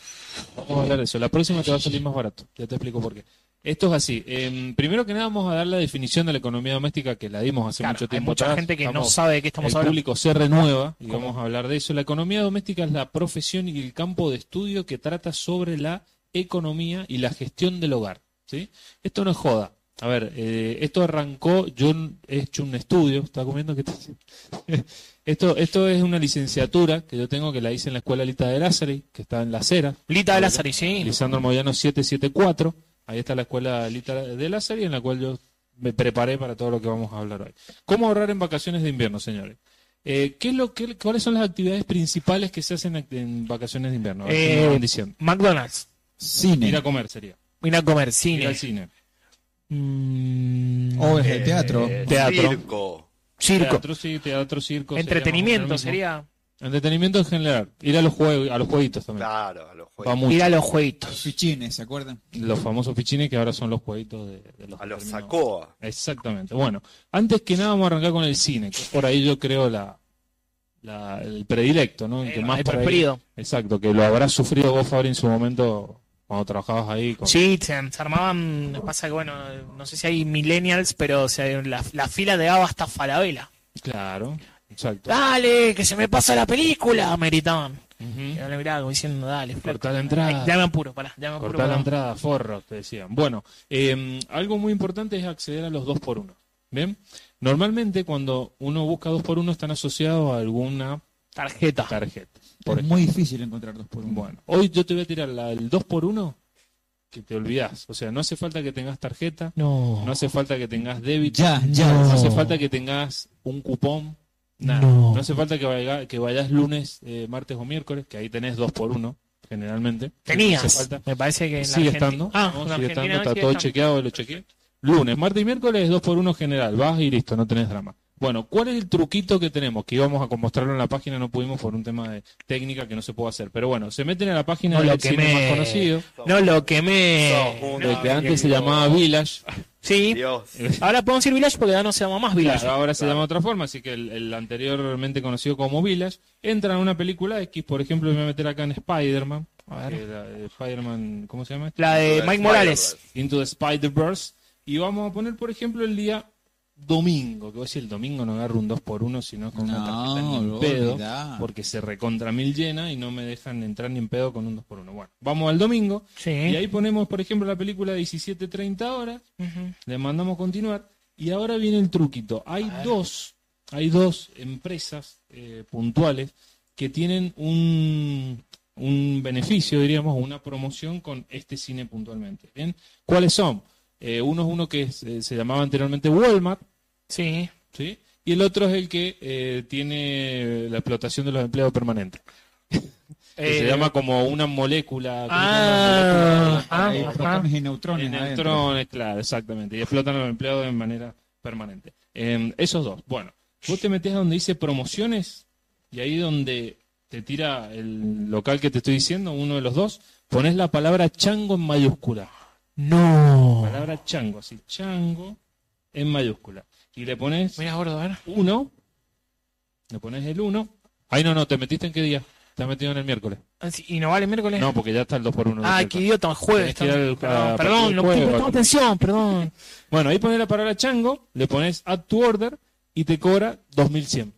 Vamos a hablar de eso. La próxima te va a salir más barato. Ya te explico por qué. Esto es así. Em, primero que nada vamos a dar la definición de la economía doméstica que la dimos hace
Claro,
mucho tiempo.
hay mucha
atrás.
gente que no
Estamos-
sabe de qué estamos
el
hablando.
público se renueva y vamos a hablar de eso. La economía doméstica es la profesión y el campo de estudio que trata sobre la economía y la gestión del hogar. ¿sí? Esto no es joda. A ver, eh, esto arrancó, yo n- he hecho un estudio, ¿está comiendo? ¿Qué está haciendo? esto, esto es una licenciatura que yo tengo que la hice en la Escuela Lita de Lázari, que está en La Cera,
Lita de Lázaro, sí.
Lisandro Moyano 774. Ahí está la escuela Lita de la serie en la cual yo me preparé para todo lo que vamos a hablar hoy. ¿Cómo ahorrar en vacaciones de invierno, señores? Eh, ¿qué es lo que, ¿Cuáles son las actividades principales que se hacen act- en vacaciones de invierno? A ver, ¿qué
Eh,
me van diciendo?
McDonald's.
Cine,
Ir a comer sería.
Ir a comer
Ir
cine.
al cine.
Mm,
obras de
eh,
teatro.
Teatro.
Circo.
circo.
Teatro, sí, teatro, circo. sería
Entretenimiento
más o menos lo mismo.
sería.
Entretenimiento en general. Ir a los, juegos, a los jueguitos también.
Claro, a los
Va
juegos.
mucho.
Ir a los jueguitos.
Fichines, ¿se acuerdan?
Los famosos pichines que ahora son los jueguitos de, de los
A los
determinados-
sacoa.
Exactamente. Bueno, antes que nada vamos a arrancar con el cine, que es por ahí yo creo la, la- el predilecto, ¿no? El
Eh,
que más
el
por ahí-
preferido.
Exacto, que lo habrás sufrido vos, Fabri, en su momento cuando trabajabas ahí. Con...
Sí, se, se armaban. Pasa que, bueno, no sé si hay millennials, pero o sea, la, la fila de Ava hasta Falabella.
Claro, exacto.
Ah. Dale, que se me pasa la película, me gritaban. Y
Ujú.
yo le miraba como diciendo, dale, flaco.
Cortá la entrada.
Ay, Ya me apuro, pará, ya me apuro.
Cortar la
pará.
entrada, forro, te decían. Bueno, eh, algo muy importante es acceder a los dos por uno. ¿Bien? Normalmente cuando uno busca dos por uno están asociados a alguna
Tarjeta.
tarjeta. Por
Es muy difícil encontrar dos por uno.
Bueno, hoy yo te voy a tirar la, el 2 por 1 que te olvidás. O sea, no hace falta que tengas tarjeta,
No.
no hace falta que tengas débito,
Ya, ya.
no hace falta que tengas un cupón, nada.
No.
No, hace falta que, vaya- que vayas lunes, eh, martes o miércoles, que ahí tenés 2 por 1 generalmente. No hace
Tenías.
falta.
Me parece que en la
Sigue
Argentina-
estando,
Ah,
¿no?
en
sigue
Argentina
estando, está
sigue
todo
estando.
chequeado, lo chequeé. Lunes, martes y miércoles, 2 por 1 general, vas y listo, no tenés drama. Bueno, ¿cuál es el truquito que tenemos? Que íbamos a mostrarlo en la página, no pudimos por un tema de técnica que no se pudo hacer. Pero bueno, se meten a la página
No
del
lo
cine más
quemé.
conocido,
No lo quemé.
Sos un-
lo que antes se
no.
llamaba Village,
Sí.
Dios.
Ahora podemos ir Village porque ya no se llama más Village.
Claro, ahora se llama de otra forma, así que el, el anteriormente conocido como Village entra en una película X, por ejemplo, me voy a meter acá en Spider-Man. que la de Spider-Man, ¿cómo se llama? esta?
La de
Spider-Verse.
Mike Morales.
Into the Spider-Verse. Y vamos a poner, por ejemplo, el día domingo. Que voy a decir, el domingo no agarro un 2x1, sino con una tarjeta ni en
No,
pedo.
olvidá.
Porque se recontra mil llena y no me dejan entrar ni en pedo con un 2x1. Bueno, vamos al domingo.
Sí.
¿Eh?
Y ahí ponemos, por ejemplo, la película 17.30 horas.
Ujú.
Le mandamos continuar. Y ahora viene el truquito. Hay dos, hay dos empresas eh, puntuales que tienen un, un beneficio, diríamos, una promoción con este cine puntualmente. ¿Bien? ¿Cuáles son? Eh, uno es uno que se, se llamaba anteriormente Walmart,
Sí.
¿sí? Y el otro es el que eh, tiene la explotación de los empleados permanentes. Que se
Eh,
llama como una molécula. que
Ah,
se llama
ah,
Hay
molécula-
protones y neutrones.
en
adentro.
neutrones, claro, exactamente. Y explotan a los empleados de manera permanente. Em, esos dos. Bueno, vos te metés a donde dice promociones y ahí donde te tira el local que te estoy diciendo, uno de los dos, pones la palabra chango en mayúscula.
No.
Palabra chango, así, chango en mayúscula. Y le pones
Mira, gordo, a ver.
uno, le pones el uno. Ay, no, no, ¿te metiste en qué día? ¿Te has metido en el miércoles?
Ah, sí, ¿Y no vale miércoles?
No, porque ya está el 2 por 1
ah, qué idiota, jueves.
Tenés que ir al-
Perdón,
a-
perdón, no
jueves,
puse
vale.
atención, perdón.
Bueno, ahí pones la palabra chango, le pones add to order y te cobra 2100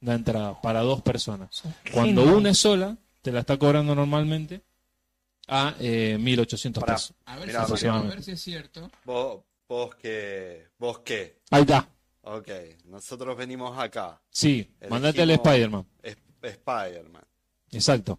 la entrada para dos personas. Cuando
genios.
una es sola, te la está cobrando normalmente a eh, 1800
Pará.
pesos.
A ver, si
Mirá,
es cierto, a
aproximadamente.
ver si es cierto.
Vos, vos que. Vos qué.
Ahí está.
Ok, nosotros venimos acá.
Sí,
Elegimos-
mandate al Spider-Man.
Es- Spider-Man.
Exacto.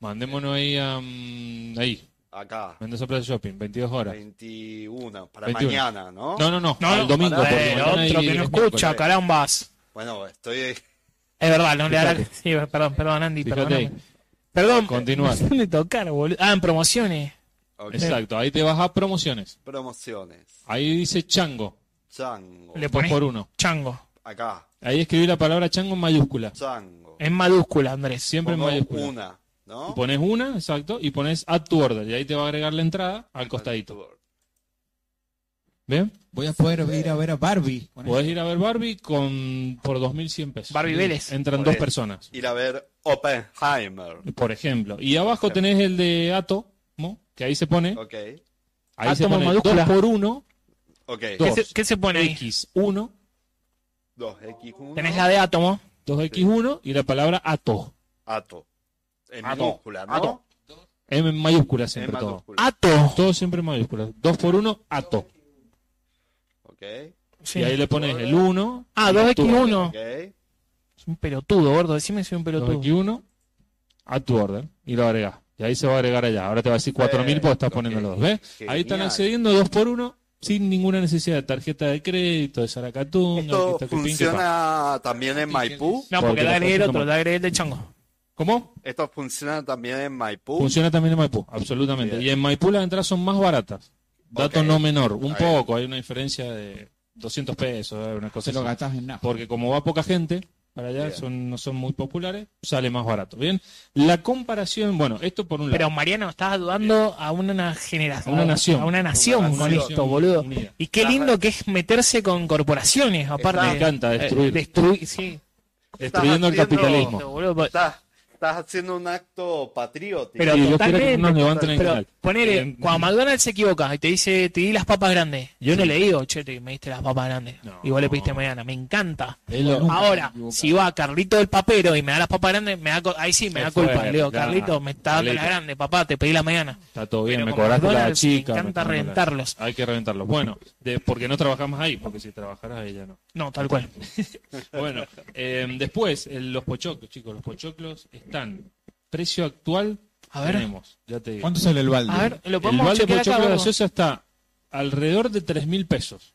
Mandémonos ahí a. mm, ahí,
Acá.
Mendoza Plaza Shopping, 22 horas.
21. Para
21.
mañana, ¿no?
No, no, no,
No,
al
no,
domingo.
pará,
porque
Eh,
mañana
otro
hay-
que no
es
escucha,
miércoles.
carambas.
Bueno, estoy.
Es verdad, no le hará.
Fíjate.
Sí, perdón, perdón, Andy,
Fíjate
perdón.
ahí.
Perdón.
Continúa.
me dejaron de tocar, boludo. Ah, en promociones.
ok.
Exacto, ahí te vas a promociones.
Promociones.
Ahí dice chango,
Chango.
Le
dos
pones
por uno.
chango.
Acá.
Ahí escribí la palabra chango en mayúscula.
Chango.
En mayúscula, Andrés.
Siempre en
Pongo
mayúscula.
una, ¿no?
Y pones una, exacto, y pones add to order. Y ahí te va a agregar la entrada al costadito. ¿Bien?
Voy a poder ir a ver a Barbie. con
Podés ir a ver Barbie con por 2.100 pesos.
Barbie Vélez.
Entran
Por
dos
eso.
personas,
Ir a ver Oppenheimer.
por ejemplo. Y abajo tenés el de Atomo, que ahí se pone.
Ok.
Ahí se
Átomo
pone
mayúscula.
2 por 1,
Ok.
Dos.
¿Qué se, qué se pone ahí?
X1,
2X1.
Tenés la de átomo.
2X1 y la palabra Ato.
Ato. En
Ato.
minúscula, ¿no?
Ato.
M en mayúscula
En
siempre todo.
mayúscula.
Ato.
Todo siempre en mayúscula. 2 por 1, Ato.
Ok.
Sí.
Y ahí le pones el 1.
Ah,
Ok.
2X1. Es un pelotudo, gordo. Decime si es un pelotudo.
2X1 a tu orden y lo agregás. Y ahí se va a agregar allá. Ahora te va a decir 4.000 porque estás
Perfecto,
poniendo los
ok.
dos. ¿Ves? Ahí están
Genial.
accediendo 2 por 1 sin ninguna necesidad de tarjeta de crédito, de Saracatún.
Esto funciona también en Maipú.
No,
Porque
porque
la
dale el
cosa
otro,
toma-
dale el de chango.
¿Cómo?
Esto funciona también en Maipú.
Funciona también en Maipú, absolutamente.
Bien.
Y en Maipú las entradas son más baratas. Dato
Ok.
no menor, un
Ahí.
poco, hay una diferencia de 200 pesos, eh, una cosa
Se lo
así.
gastás en nada.
porque como va poca gente para allá,
Bien.
son, no son muy populares, sale más barato. Bien, la comparación, bueno, esto por un lado.
Pero Mariano, estás ayudando a una generación.
A una nación.
A una nación
Una
con
nación
esto, boludo.
unida.
Y qué lindo que es meterse con corporaciones, aparte. Eh,
Me encanta destruir.
Destruir, sí.
Destruyendo el
Estás haciendo-
capitalismo.
Boludo, pa-
Estás, estás haciendo un acto patriótico.
Pero
pues, Sí, yo quiero que
totalmente,
no nos levanten el
Pero
canal.
ponele,
Eh,
cuando McDonald's se equivoca y te dice, te di las papas grandes. Yo no le digo, che, te, me diste las papas grandes.
No.
Y vos le pediste mañana. Me encanta.
Es lo-
Ahora,
me equivoco.
si va Carlito del papero y me da las papas grandes, me da, co- ahí sí me
Es
da culpa.
fuerte,
Le digo,
claro.
Carlito, me está dando las
Carlito.
grandes, papá, te pedí la mañana.
Está todo bien,
Pero
me
como
cobraste la
McDonald's, me
chica. me
encanta
cobraste-
reventarlos.
Hay que reventarlos. Bueno, de- porque no trabajamos ahí, porque si trabajaras ella no.
No, tal cual.
Bueno, eh, después, el- los pochoclos, chicos, los pochoclos están. Precio actual,
A ver.
tenemos, ya te digo.
¿Cuánto sale el balde?
A ver, lo
El
podemos
balde
chequear
pochoclo
acá, gordo?
gaseosa está alrededor de 3 mil pesos.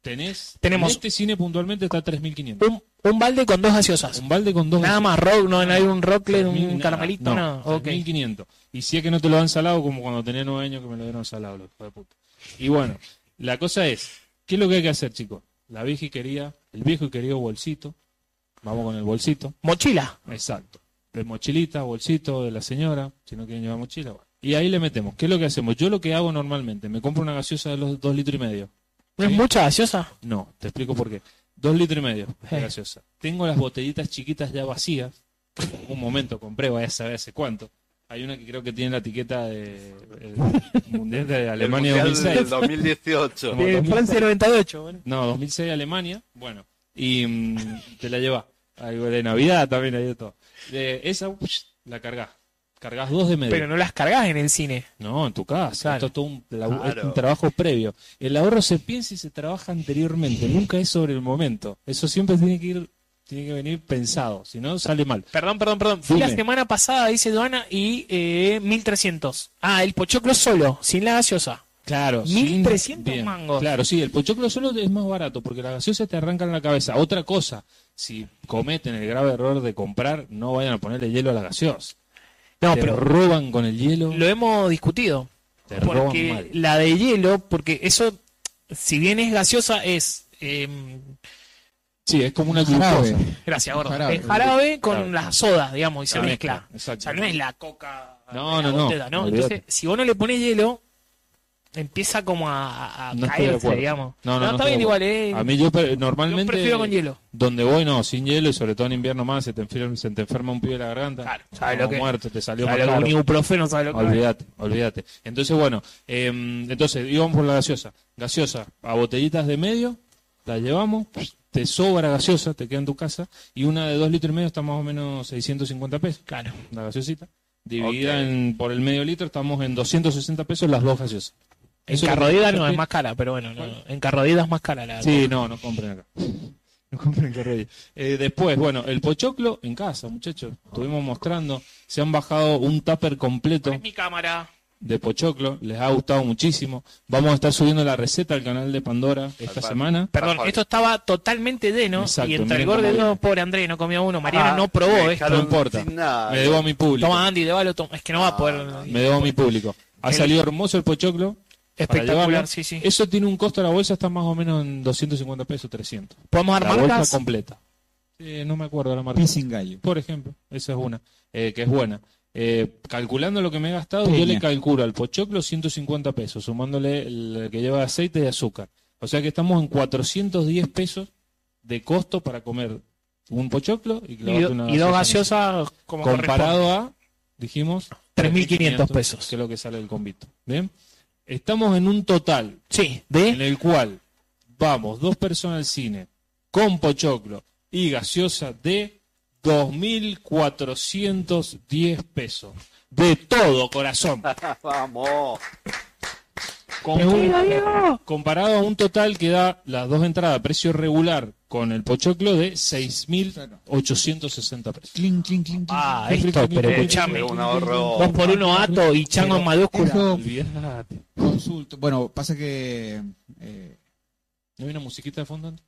Tenés,
Tenemos-
en este cine puntualmente está 3.500.
un, un balde con dos gaseosas.
Un balde con dos
Nada más, rock, no, no hay un rockler,
3.000,
un
nada,
caramelito, nada.
no,
Ok.
3.500. Y si es que no te lo han salado, como cuando tenía nueve años que me lo dieron salado, los hijos de puta. Y bueno, la cosa es, ¿qué es lo que hay que hacer, chicos? La vieja y querida, el viejo y querido bolsito. Vamos con el bolsito.
Mochila.
Exacto. De mochilita, bolsito de la señora, si no quieren llevar mochila, bueno. Y ahí le metemos. ¿Qué es lo que hacemos? Yo lo que hago normalmente, me compro una gaseosa de los dos litros y medio.
¿No es mucha gaseosa?
No, te explico por qué. Dos litros y medio de
Eh.
gaseosa. Tengo las botellitas chiquitas ya vacías. Un momento compré, vaya a saber hace cuánto. Hay una que creo que tiene la etiqueta de el Mundial de
El
Alemania
Mundial
2006.
del 2018.
Como
De
2000.
Eh, Francia 98, bueno.
No, 2006 Alemania. Bueno, y mm, te la llevas. Algo de Navidad también, hay de todo. De esa, psh, la cargas. Cargas dos de medio.
Pero no las cargas en el cine.
No, en tu casa.
Claro.
Esto es todo un, labu- es
Claro.
un trabajo previo. El ahorro se piensa y se trabaja anteriormente. Nunca es sobre el momento. Eso siempre tiene que ir, tiene que venir pensado. Si no, sale mal.
Perdón, perdón, perdón. Fui
Dime.
la semana pasada, dice Duana, y eh, 1300. Ah, el pochoclo solo, sin la gaseosa.
Claro.
1300
bien.
mangos.
Claro, sí. El pochoclo solo es más barato porque la gaseosa te arranca en la cabeza. Otra cosa, si cometen el grave error de comprar, no vayan a ponerle hielo a la gaseosa.
No,
te
pero
roban con el hielo.
lo hemos discutido.
te roban
Porque
mal.
la de hielo, porque eso, si bien es gaseosa, es. eh,
Sí, es
Ah,
como una
Jarabe.
glucosa.
gracias, gordo.
Jarabe.
Es jarabe con
Claro.
las sodas, digamos, y se
La
mezcla.
mezcla, exacto.
O sea, no es la coca.
No,
de la
no, no.
botella,
Olvídate.
Entonces, si vos no le pones hielo, empieza como a, a
No estoy de
caerse,
acuerdo.
digamos.
No, no, no
está
estoy
bien
de
igual,
acuerdo.
eh.
A mí yo pre- normalmente...
Yo prefiero con hielo.
Donde voy, no, sin hielo y sobre todo en invierno más, se te enferma, se te enferma un pibe de la garganta.
Claro, ¿sabes lo
Estamos
que-
muerto, te salió
Sabe
más
lo que
caro.
un ibuprofeno, sabe lo que-
Olvídate, olvídate. Entonces, bueno, eh, entonces íbamos por la gaseosa. Gaseosa a botellitas de medio, la llevamos, te sobra gaseosa, te queda en tu casa, y una de dos litros y medio está más o menos 650 pesos. Claro. La gaseosita. Dividida en- por el medio litro, estamos en 260 pesos las dos gaseosas.
En
Eso es lo que
Carrodida no
yo
es
te-
más cara, pero bueno, no, en Carrodida es más cara la.
Sí, no, no compren acá. No compren Carrera. Eh, después, bueno, el pochoclo en casa, muchachos. Estuvimos mostrando. Se han bajado un tupper completo
Es mi cámara.
de pochoclo. Les ha gustado muchísimo. Vamos a estar subiendo la receta al canal de Pandora esta
Alfaro.
semana.
Perdón,
Rafael.
esto estaba totalmente lleno
Exacto,
y entre el
miren cómo
gordo y
viene.
yo, pobre André, no comió uno. Mariano
Ah,
no probó
me
esto.
No
dejaron
importa.
sin nada.
Me debo a mi público.
Toma Andy, débalo, toma. Es que
Ah,
no va a poder.
Me debo a mi público. Ha
El-
salido hermoso el pochoclo. para
Espectacular,
llevarlo.
sí, sí.
Eso tiene un costo a la bolsa, está más o menos en 250 pesos, 300.
Podemos
La bolsa
armarlas.
completa. Eh, no me acuerdo la marca.
Pis sin gallo.
por ejemplo, esa es una, eh, que es buena. Eh, calculando lo que me he gastado, yo
Peña.
le calculo al pochoclo 150 pesos, sumándole el que lleva aceite y azúcar. O sea que estamos en 410 pesos de costo para comer un pochoclo y,
Y,
clavarte
do-
una
y dos
gaseosa
gaseosas como
en eso. Comparado a, dijimos,
3.500 pesos.
Que es lo que sale el convito. Bien. Estamos en un total
corresponde. Sí, de
en el cual vamos dos personas al cine con pochoclo y gaseosa de 2.410 pesos. De todo corazón.
Ah. Vamos.
Con- comparado a un total que da las dos entradas a precio regular con el pochoclo de 6.860 pesos.
Clink, clink, clink, clink.
Ah, esto, pero escuchame.
Es un ahorro.
Dos por uno ato y chango en mayúscula.
Eso,
Olvídate.
consulto. Bueno, pasa que eh,
¿No hay una musiquita de fondo? antes?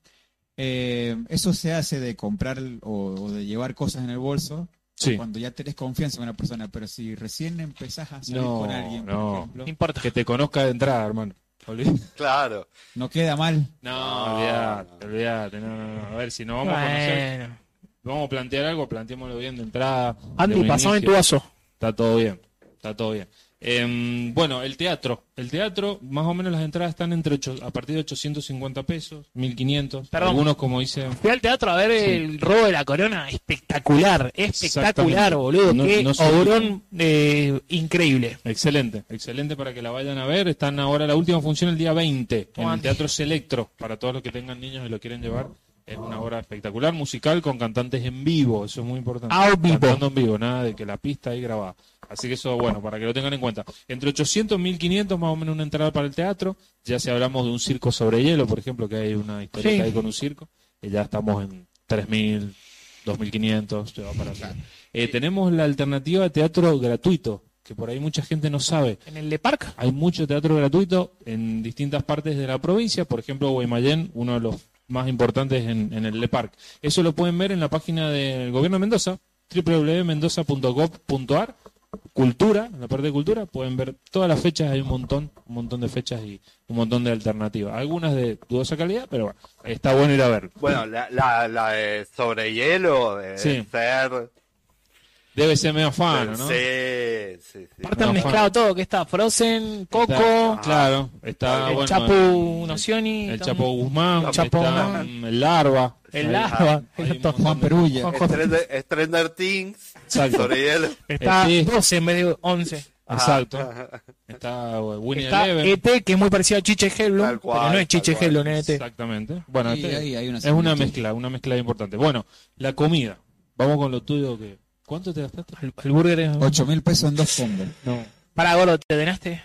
eh, eso se hace de comprar o, o de llevar cosas en el bolso
Sí.
cuando ya tenés confianza en una persona, pero si recién empezás a salir
No,
con alguien,
no.
por ejemplo,
No importa.
Que te conozca de entrada, hermano. Olvídate.
Claro.
no queda mal.
No, olvídate, olvídate. No, no, no. A ver, si nos vamos a conocer,
Bueno.
vamos a plantear algo, planteémoslo bien de entrada. de
Andy,
un
pasame tu
inicio.
vaso.
Está todo bien, está todo bien. Em, bueno, el teatro. El teatro, más o menos las entradas están entre ocho- a partir de 850 pesos, 1500.
Perdón.
Algunos, como dicen.
Fui al teatro a ver el robo de la corona. Espectacular, espectacular,
Exactamente.
boludo.
No-
Qué
no sé-
obrón eh, increíble.
Excelente, excelente para que la vayan a ver. Están ahora la última función el día 20 en el
Andy.
Teatro Selectro. Para todos los que tengan niños y lo quieren llevar, es una obra espectacular, musical con cantantes en vivo. Eso es muy importante.
Ao vivo.
Cantando en vivo, nada de que la pista ahí grabada. Así que eso, bueno, para que lo tengan en cuenta. Entre 800 y 1500, más o menos, una entrada para el teatro. Ya si hablamos de un circo sobre hielo, por ejemplo, que hay una historia
Sí.
ahí con un circo, eh, ya estamos en 3000, 2500, se va para acá. Eh, tenemos la alternativa de teatro gratuito, que por ahí mucha gente no sabe.
En el de Park,
Hay mucho teatro gratuito en distintas partes de la provincia, por ejemplo, Guaymallén, uno de los más importantes en, en el Le Parc. Eso lo pueden ver en la página del Gobierno de Mendoza, www.mendoza.gov.ar, cultura, en la parte de cultura, pueden ver todas las fechas, hay un montón, un montón de fechas y un montón de alternativas. Algunas de dudosa calidad, pero bueno, está bueno ir a verlo.
Bueno, la, la, la de sobre hielo, de
Sí.
ser
Debe ser medio afano, ¿no?
Sí, sí, sí.
Aparte han
No,
mezclado todo, que está Frozen, Coco,
Está- claro, está
el
bueno,
Chapu Nocioni,
el
está-
Chapo Guzmán,
El
el
Chapo
está,
Guzmán.
mm, el Larva.
el
Ahí-
Lava,
hay un
está-
montón
Juan
de-
Perulla.
Stranger, Stranger Things,
Exacto.
sobre hielo.
está
Sí.
12 en vez de 11.
Exacto.
Ah,
Está bueno, Winnie
Está
Eleven.
ET, que es muy parecido a Chiche Helblum,
Tal cual,
pero no es
tal
Chiche
cual.
Helblum, es ET.
Exactamente. Bueno,
Y
este-
ahí hay una
es una
similitud.
mezcla, una mezcla importante. Bueno, la comida. Vamos con lo tuyo que ¿Cuánto te gastaste?
El, el burger es...
8 mil pesos en dos combos.
No,
Para gordo, ¿te denaste?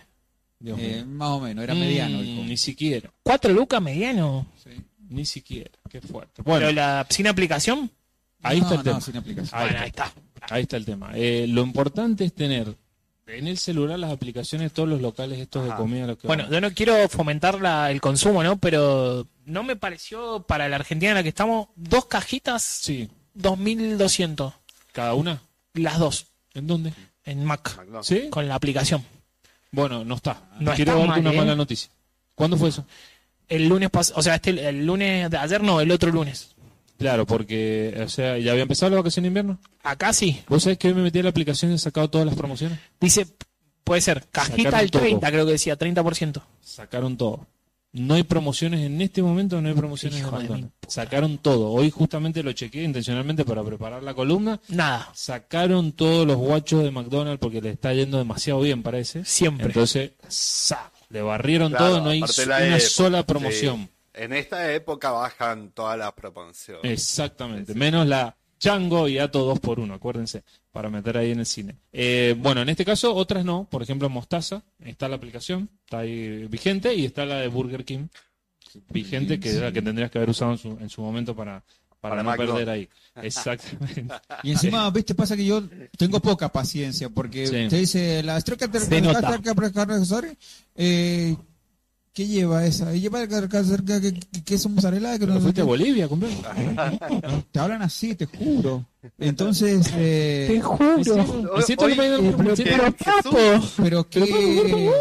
Dios
Eh,
mío.
más o menos, era mediano el
Mm,
combo.
ni siquiera,
¿Cuatro lucas mediano?
ni siquiera. Qué fuerte.
¿Pero
Bueno,
la, sin aplicación?
ahí
no,
está el
no,
tema.
sin aplicación.
Ahí
bueno,
está.
ahí está.
Ahí está el tema. Eh, lo importante es tener en el celular las aplicaciones de todos los locales estos de
Ajá.
comida. a los que
Bueno,
vamos.
yo no quiero fomentar la- el consumo, ¿no? Pero no me pareció para la Argentina en la que estamos dos cajitas,
sí.
2200,
¿Cada una?
las dos,
¿En dónde?
en Mac,
McDonald's.
¿Sí?
con la aplicación.
Bueno, no está.
No
Quiero
está mal,
darte una
¿eh?
mala noticia. ¿Cuándo fue eso?
El lunes pasado, o sea, este, el lunes de ayer no, el otro lunes.
Claro, porque, o sea, ¿ya había empezado la vacación de invierno?
Acá sí,
¿Vos sabés que hoy me metí a la aplicación y he sacado todas las promociones?
dice, puede ser, cajita
Sacaron
al
todo.
30, creo que decía, 30%.
Sacaron todo. No hay promociones en este momento, no hay promociones
Hijo
en
de
McDonald's.
mi
Sacaron todo. Hoy justamente lo chequeé intencionalmente para preparar la columna.
Nada,
Sacaron todos los guachos de McDonald's porque le está yendo demasiado bien, parece.
siempre.
Entonces, ¡sa! le barrieron
Claro,
todo, no hay
aparte la
una
época,
sola promoción.
sí. En esta época bajan todas las promociones.
Eh, Exactamente,
Sí, sí.
menos la Chango y Ato 2 por 1 acuérdense, para meter ahí en el cine. Eh, bueno, en este caso otras no, por ejemplo Mostaza, está la aplicación, está ahí vigente, y está la de Burger King, vigente, que es la que tendrías que haber usado en su, en su momento para, para,
Para
no
McDonald's.
perder ahí. Exactamente.
Y encima, viste, pasa que yo tengo poca paciencia porque
Sí.
te dice la estroca ter-
Se nota.
carca- carca- carca- eh, ¿Qué lleva esa? Y Lleva carca- carca- que, que- que es un mozzarella que
¿Pero
no sé
fuiste a
qué.
Bolivia, cumpleaños?
Te hablan así, te juro. Entonces, eh,
juro.
Me siento que me he ido al
Hoy-
cumpleaños.
¿Qué?
Pero, capo.
pero qué,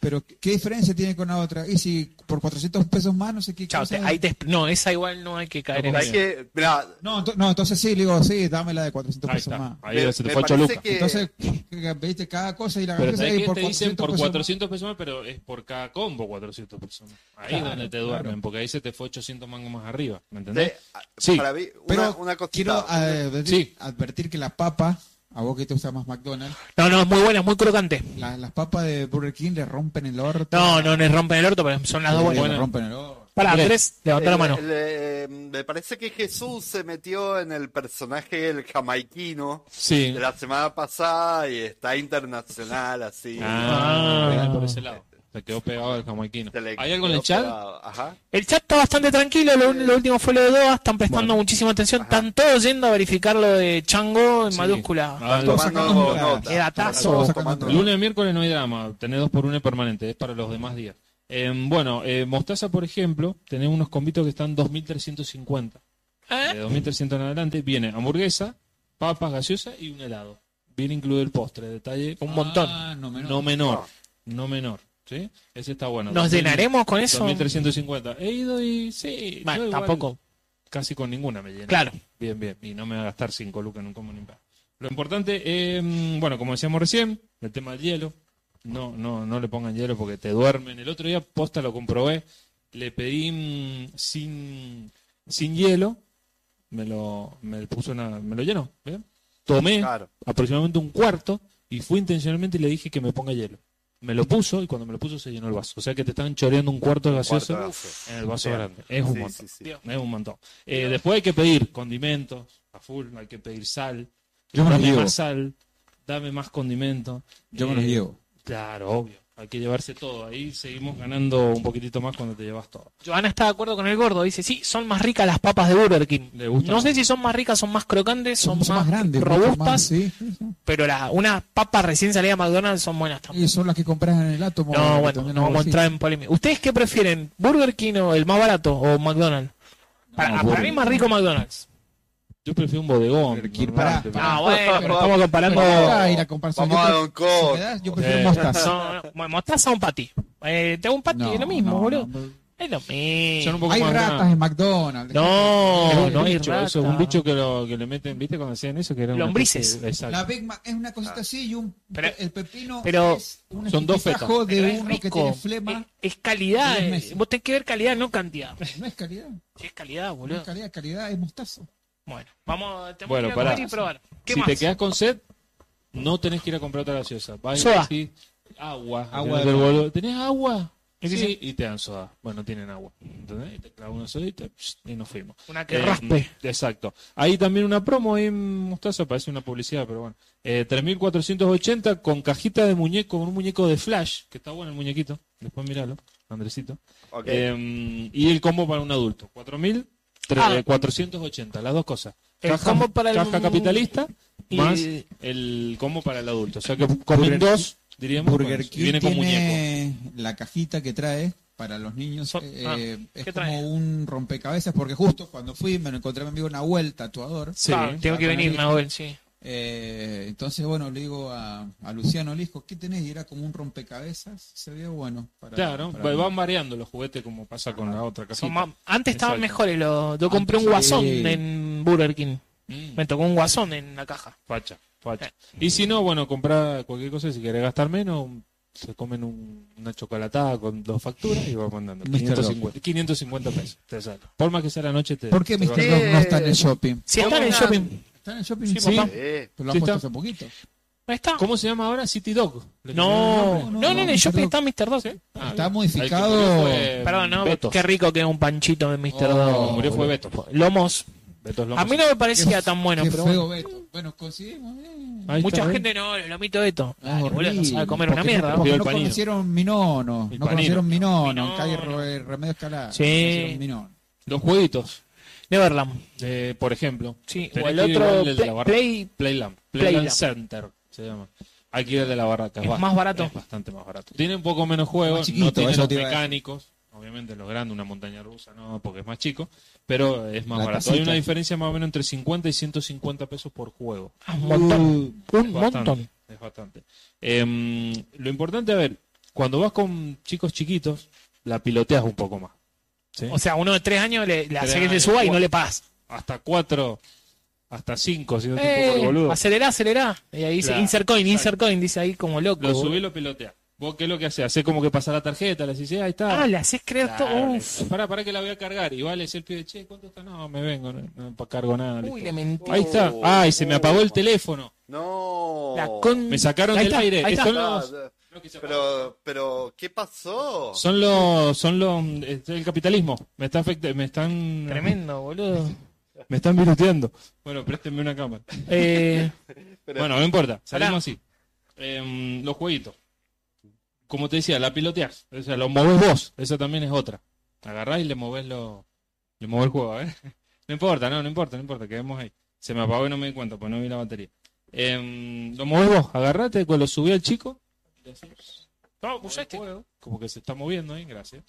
pero qué diferencia tiene con la otra. Y si por 400 pesos más, no sé qué.
Chao,
cosa-
te- ahí te, expl- no, esa igual no hay que caer en
Hay
eso.
que, mirá,
No, ento- no, entonces sí, le digo, sí, dame la de 400
Ahí
pesos
está,
más.
ahí
me-
se te
me
fue
parece
Choluca.
que-
Entonces, que pediste cada cosa Ah, y la
Pero
ganaste
¿sabés
ahí
qué? te dicen por
pesos más.
400 pesos más, pero es por cada combo 400 pesos más. Ahí es donde te duermen, porque ahí se te fue 800 mangos más arriba, ¿me entendés?
de- ah,
Sí. eh,
para mí, una,
Pero
una cosita.
quiero advertir,
Sí.
advertir que la papa, a vos que te gusta más McDonald's,
No, no, es muy buena, es muy crocante.
la- las papas de Burger King le rompen el orto.
No, no, le rompen el orto, pero son las dos
le,
buenas.
le rompen el orto.
Para, Andrés, levanta la
El-
mano.
el, eh, me parece que Jesús se metió en el personaje del jamaiquino
Sí.
de la semana pasada y está internacional así.
Ah, mirá, por ese lado. Se quedó pegado al jamaiquino.
Se le
¿Hay algo en el
quedó
chat?
pegado. Ajá.
El chat está bastante tranquilo, lo, lo último fue lo de Doha, están prestando muchísima atención, están todos yendo a verificar lo de Chango en
Sí.
mayúscula.
Ah,
Todos
lo-
Tomando
sacamos
nota.
el atazo.
Todos
Sacamos
tomando
nota.
Lunes a miércoles no hay drama. Tenés dos por uno permanente. Es para los demás días. Eh, bueno, eh, Mostaza, por ejemplo, tenés unos combitos que están 2.350.
¿Eh?
De 2.300 en adelante viene hamburguesa, papas, gaseosa y un helado. Viene incluido el postre. Detalle
Un montón.
Ah, no,
no menor. No menor. ¿Sí? Ese está bueno.
¿Nos
2000,
llenaremos con eso?
2.350. He ido y sí. yo
Bueno,
igual
tampoco.
Casi con ninguna me llené.
Claro.
Bien, bien. Y no me va a gastar 5 lucas en un combo ni en pan. Lo importante, eh, bueno, como decíamos recién, el tema del hielo. No, no, no le pongan hielo porque te duermen. El otro día, posta, lo comprobé. Le pedí mm, sin, sin hielo. Me lo, me puso una, me lo llenó. ¿bien? Tomé
Claro.
aproximadamente un cuarto y fui intencionalmente y le dije que me ponga hielo. Me lo puso y cuando me lo puso se llenó el vaso. O sea que te estaban choreando un cuarto de gaseoso
Cuarto brazo.
en el vaso
Bien.
grande. Es un
Sí,
montón.
sí, sí.
Es un montón. Eh, después hay que pedir condimentos a full, hay que pedir sal.
Yo me los
dame
llevo.
más sal, dame más condimento.
Yo me los
Eh,
llevo.
Claro, obvio. Hay que llevarse todo. Ahí seguimos ganando un poquitito más cuando te llevas todo.
Joana está de acuerdo con el gordo, dice, sí, son más ricas las papas de Burger King.
Le gusta
No
más.
sé si son más ricas, son más crocantes, son,
Son
más,
más grandes, mucho
robustas,
más, sí.
pero las unas papas recién salidas de McDonald's son buenas también.
Y son las que compras en el átomo.
No,
que
bueno,
también
no vamos a
bolsita.
entrar en polémica. ¿Ustedes qué prefieren? ¿Burger King o el más barato o McDonald's? Para, para
Burger
mí más rico McDonald's.
Yo prefiero un bodegón.
Pero que ir
¿no?
para-
Te-
Ah, bueno, pero estamos comparando...
Ah, y la comparación.
Vamos a
Yo pre-
Don
si
Coco.
me das, Yo prefiero
Eh,
mostaza.
No, no, mostaza o un patty. Eh, te hago un patty,
No,
es lo mismo,
no,
boludo.
no.
Es lo mismo.
Son un poco
Hay
más
ratas
grandes.
en McDonald's.
Es
No,
un
no hay
bicho, eso,
rata.
un bicho que, lo, que le meten, ¿viste cuando hacían eso? Que era una
Lombrices.
especie de- exacto.
La Big Mac es una cosita así y un
Pero-
el pepino
pero
es un
son dos
escupitajo de
Pero es
uno que
rico.
tiene flema.
Es, es calidad.
Y es
eh.
Messi.
Vos tenés que ver calidad, no cantidad.
No es calidad.
Sí, es calidad,
No es
boludo.
calidad, calidad es mostazo.
Bueno, vamos, tenemos que
Bueno,
ir a
pará.
comer y probar. ¿Qué
si
más?
te quedas con sed, no tenés que ir a comprar otra gaseosa. Vas y
Soda.
decís, agua.
Agua
Tenés
de
el boludo, ¿Tenés agua?
Y te
Sí,
dicen-
y te dan soda. Bueno, tienen agua. ¿Entendés? Y te clavas una sodita psh, y nos fuimos.
Una que
Eh,
raspe.
Exacto. Hay también una promo ahí en Mostazo, parece una publicidad, pero bueno. Eh, 3480 con cajita de muñeco, con un muñeco de Flash, que está bueno el muñequito. Después míralo, Andresito.
Ok.
Eh, y el combo para un adulto, 4480, eh, las dos cosas.
Ah. El combo para el-
Caja capitalista
y-
más el combo para el adulto. O sea que comen dos, diríamos. con
Burger
eso. Y
King
viene con muñeco.
tiene la cajita que trae para los niños.
So-
eh,
ah,
es
¿qué
como
trae?
un rompecabezas porque justo cuando fui me lo encontré a mi amigo Nahuel, tatuador.
Sí.
Ah, tengo que
Con
venir,
el-
Nahuel, sí.
Eh, entonces, bueno, le digo a, a Luciano, le dijo, ¿qué tenés? Y era como un rompecabezas. Se veía bueno. Para,
Claro, pues
para-
van variando los juguetes como pasa con la otra
Son
cajita.
más- antes estaban
Exacto.
mejores. Los, yo compré un
Antes,
guasón
sí.
en Burger King.
Mm.
Me tocó un guasón en la caja.
Facha, facha.
Eh.
Y si no, bueno, comprar cualquier cosa, si querés gastar menos, un- se comen un- una chocolatada con dos facturas y vas mandando.
Mr.
550, 550 pesos, te sale. Por más que sea la noche, te.
¿Por qué
te
Mr.
va-
Dog no está en el shopping?
Si está en el
una-
shopping.
¿Está en el shopping?
Sí, papá.
Sí.
Pero lo
Sí
han puesto
está.
hace poquito.
Ahí está.
¿Cómo se llama ahora? City Dog. Le cambiaron el
No, no,
nombre.
no,
no,
no, en
no,
el
Mr.
shopping está
Dog.
Mr. 12.
Ah,
está
el que
modificado.
murió fue, mm,
Perdón, no,
Betos.
qué rico que es un panchito de Mr.
Oh,
Dog.
Como murió fue
boludo.
Beto.
Lomos.
Betos
A
Lomos.
mí no me parecía
Qué-
tan bueno,
qué
pero
feo,
bueno.
Beto. Bueno, conseguimos. eh.
Ahí está,
mucha
¿ves?
gente no, lo mito de esto.
Ah,
Dale, boludo, no
horrible.
sabe comer una
Porque
mierda.
no-
Porque
el
no
panino.
conocieron Minono.
El
No
panino.
conocieron Minono.
Minono.
En calle Re- Remedio Escalada.
Sí.
No conocieron Minono.
Los jueguitos,
Neverland.
eh, por ejemplo.
Sí,
Tenés
o el
que ir
otro
al de la
Play-
barra.
Play.
Playland.
Playland.
Playland Center se llama. Hay que ir al de la barraca.
Es
va.
más barato.
Es bastante más barato. Tiene un poco menos juegos,
Más chiquito,
no tiene
eso
los
te iba a decir.
mecánicos. Obviamente los grandes, una montaña rusa, no, porque es más chico, pero es más
La
barato.
casita.
Hay una diferencia más o menos entre 50 y 150 pesos por juego.
Ah, un montón. un
Es Uh, bastante,
montón.
Es bastante. Em, lo importante, a ver, cuando vas con chicos chiquitos, la piloteas un poco más. ¿sí?
O sea, uno de tres años le, le hace que se
años,
suba y
cuatro.
no le pagas.
hasta cuatro, hasta cinco, si no te
Eh,
pongo boludo.
acelerá, acelerá. Y ahí dice
Claro,
insert coin, insert
exacto.
coin, dice ahí como loco.
Lo subí y lo pilotea. ¿Vos qué es lo que haces? Hacés como que pasa la tarjeta, le decís, "Eh, ahí está.
Ah, le haces creer todo.
Claro,
Uf.
le- Pará, pará que la voy a cargar. Y vale, es el pibe, che, ¿cuánto está? No, me vengo, no, no pa- cargo nada.
Uy,
listo.
le mentí.
Ahí está. Ay, se me apagó el teléfono.
No.
La con-
Me sacaron
Ahí
del
está,
aire.
ahí está.
Son
Ah,
los,
Pero, pero, ¿qué pasó?
son los, son los, es el capitalismo. Me está afecta- me están,
Tremendo, boludo.
me están viruteando. Bueno, préstenme una cámara.
Eh,
Pero-
Bueno, no importa, salimos así. Em, los jueguitos. Como te decía, la piloteás. O sea, lo movés vos. Esa también es otra. Agarrás y le movés lo. Le movés el juego, a ver. No importa, no, no importa, no importa, quedemos ahí. Se me apagó y no me di cuenta, pues no vi la batería. Em, lo movés vos, agarrate, lo subí al chico. le hacés
no,
este.
pusiste.
Como que se está moviendo ahí, gracias.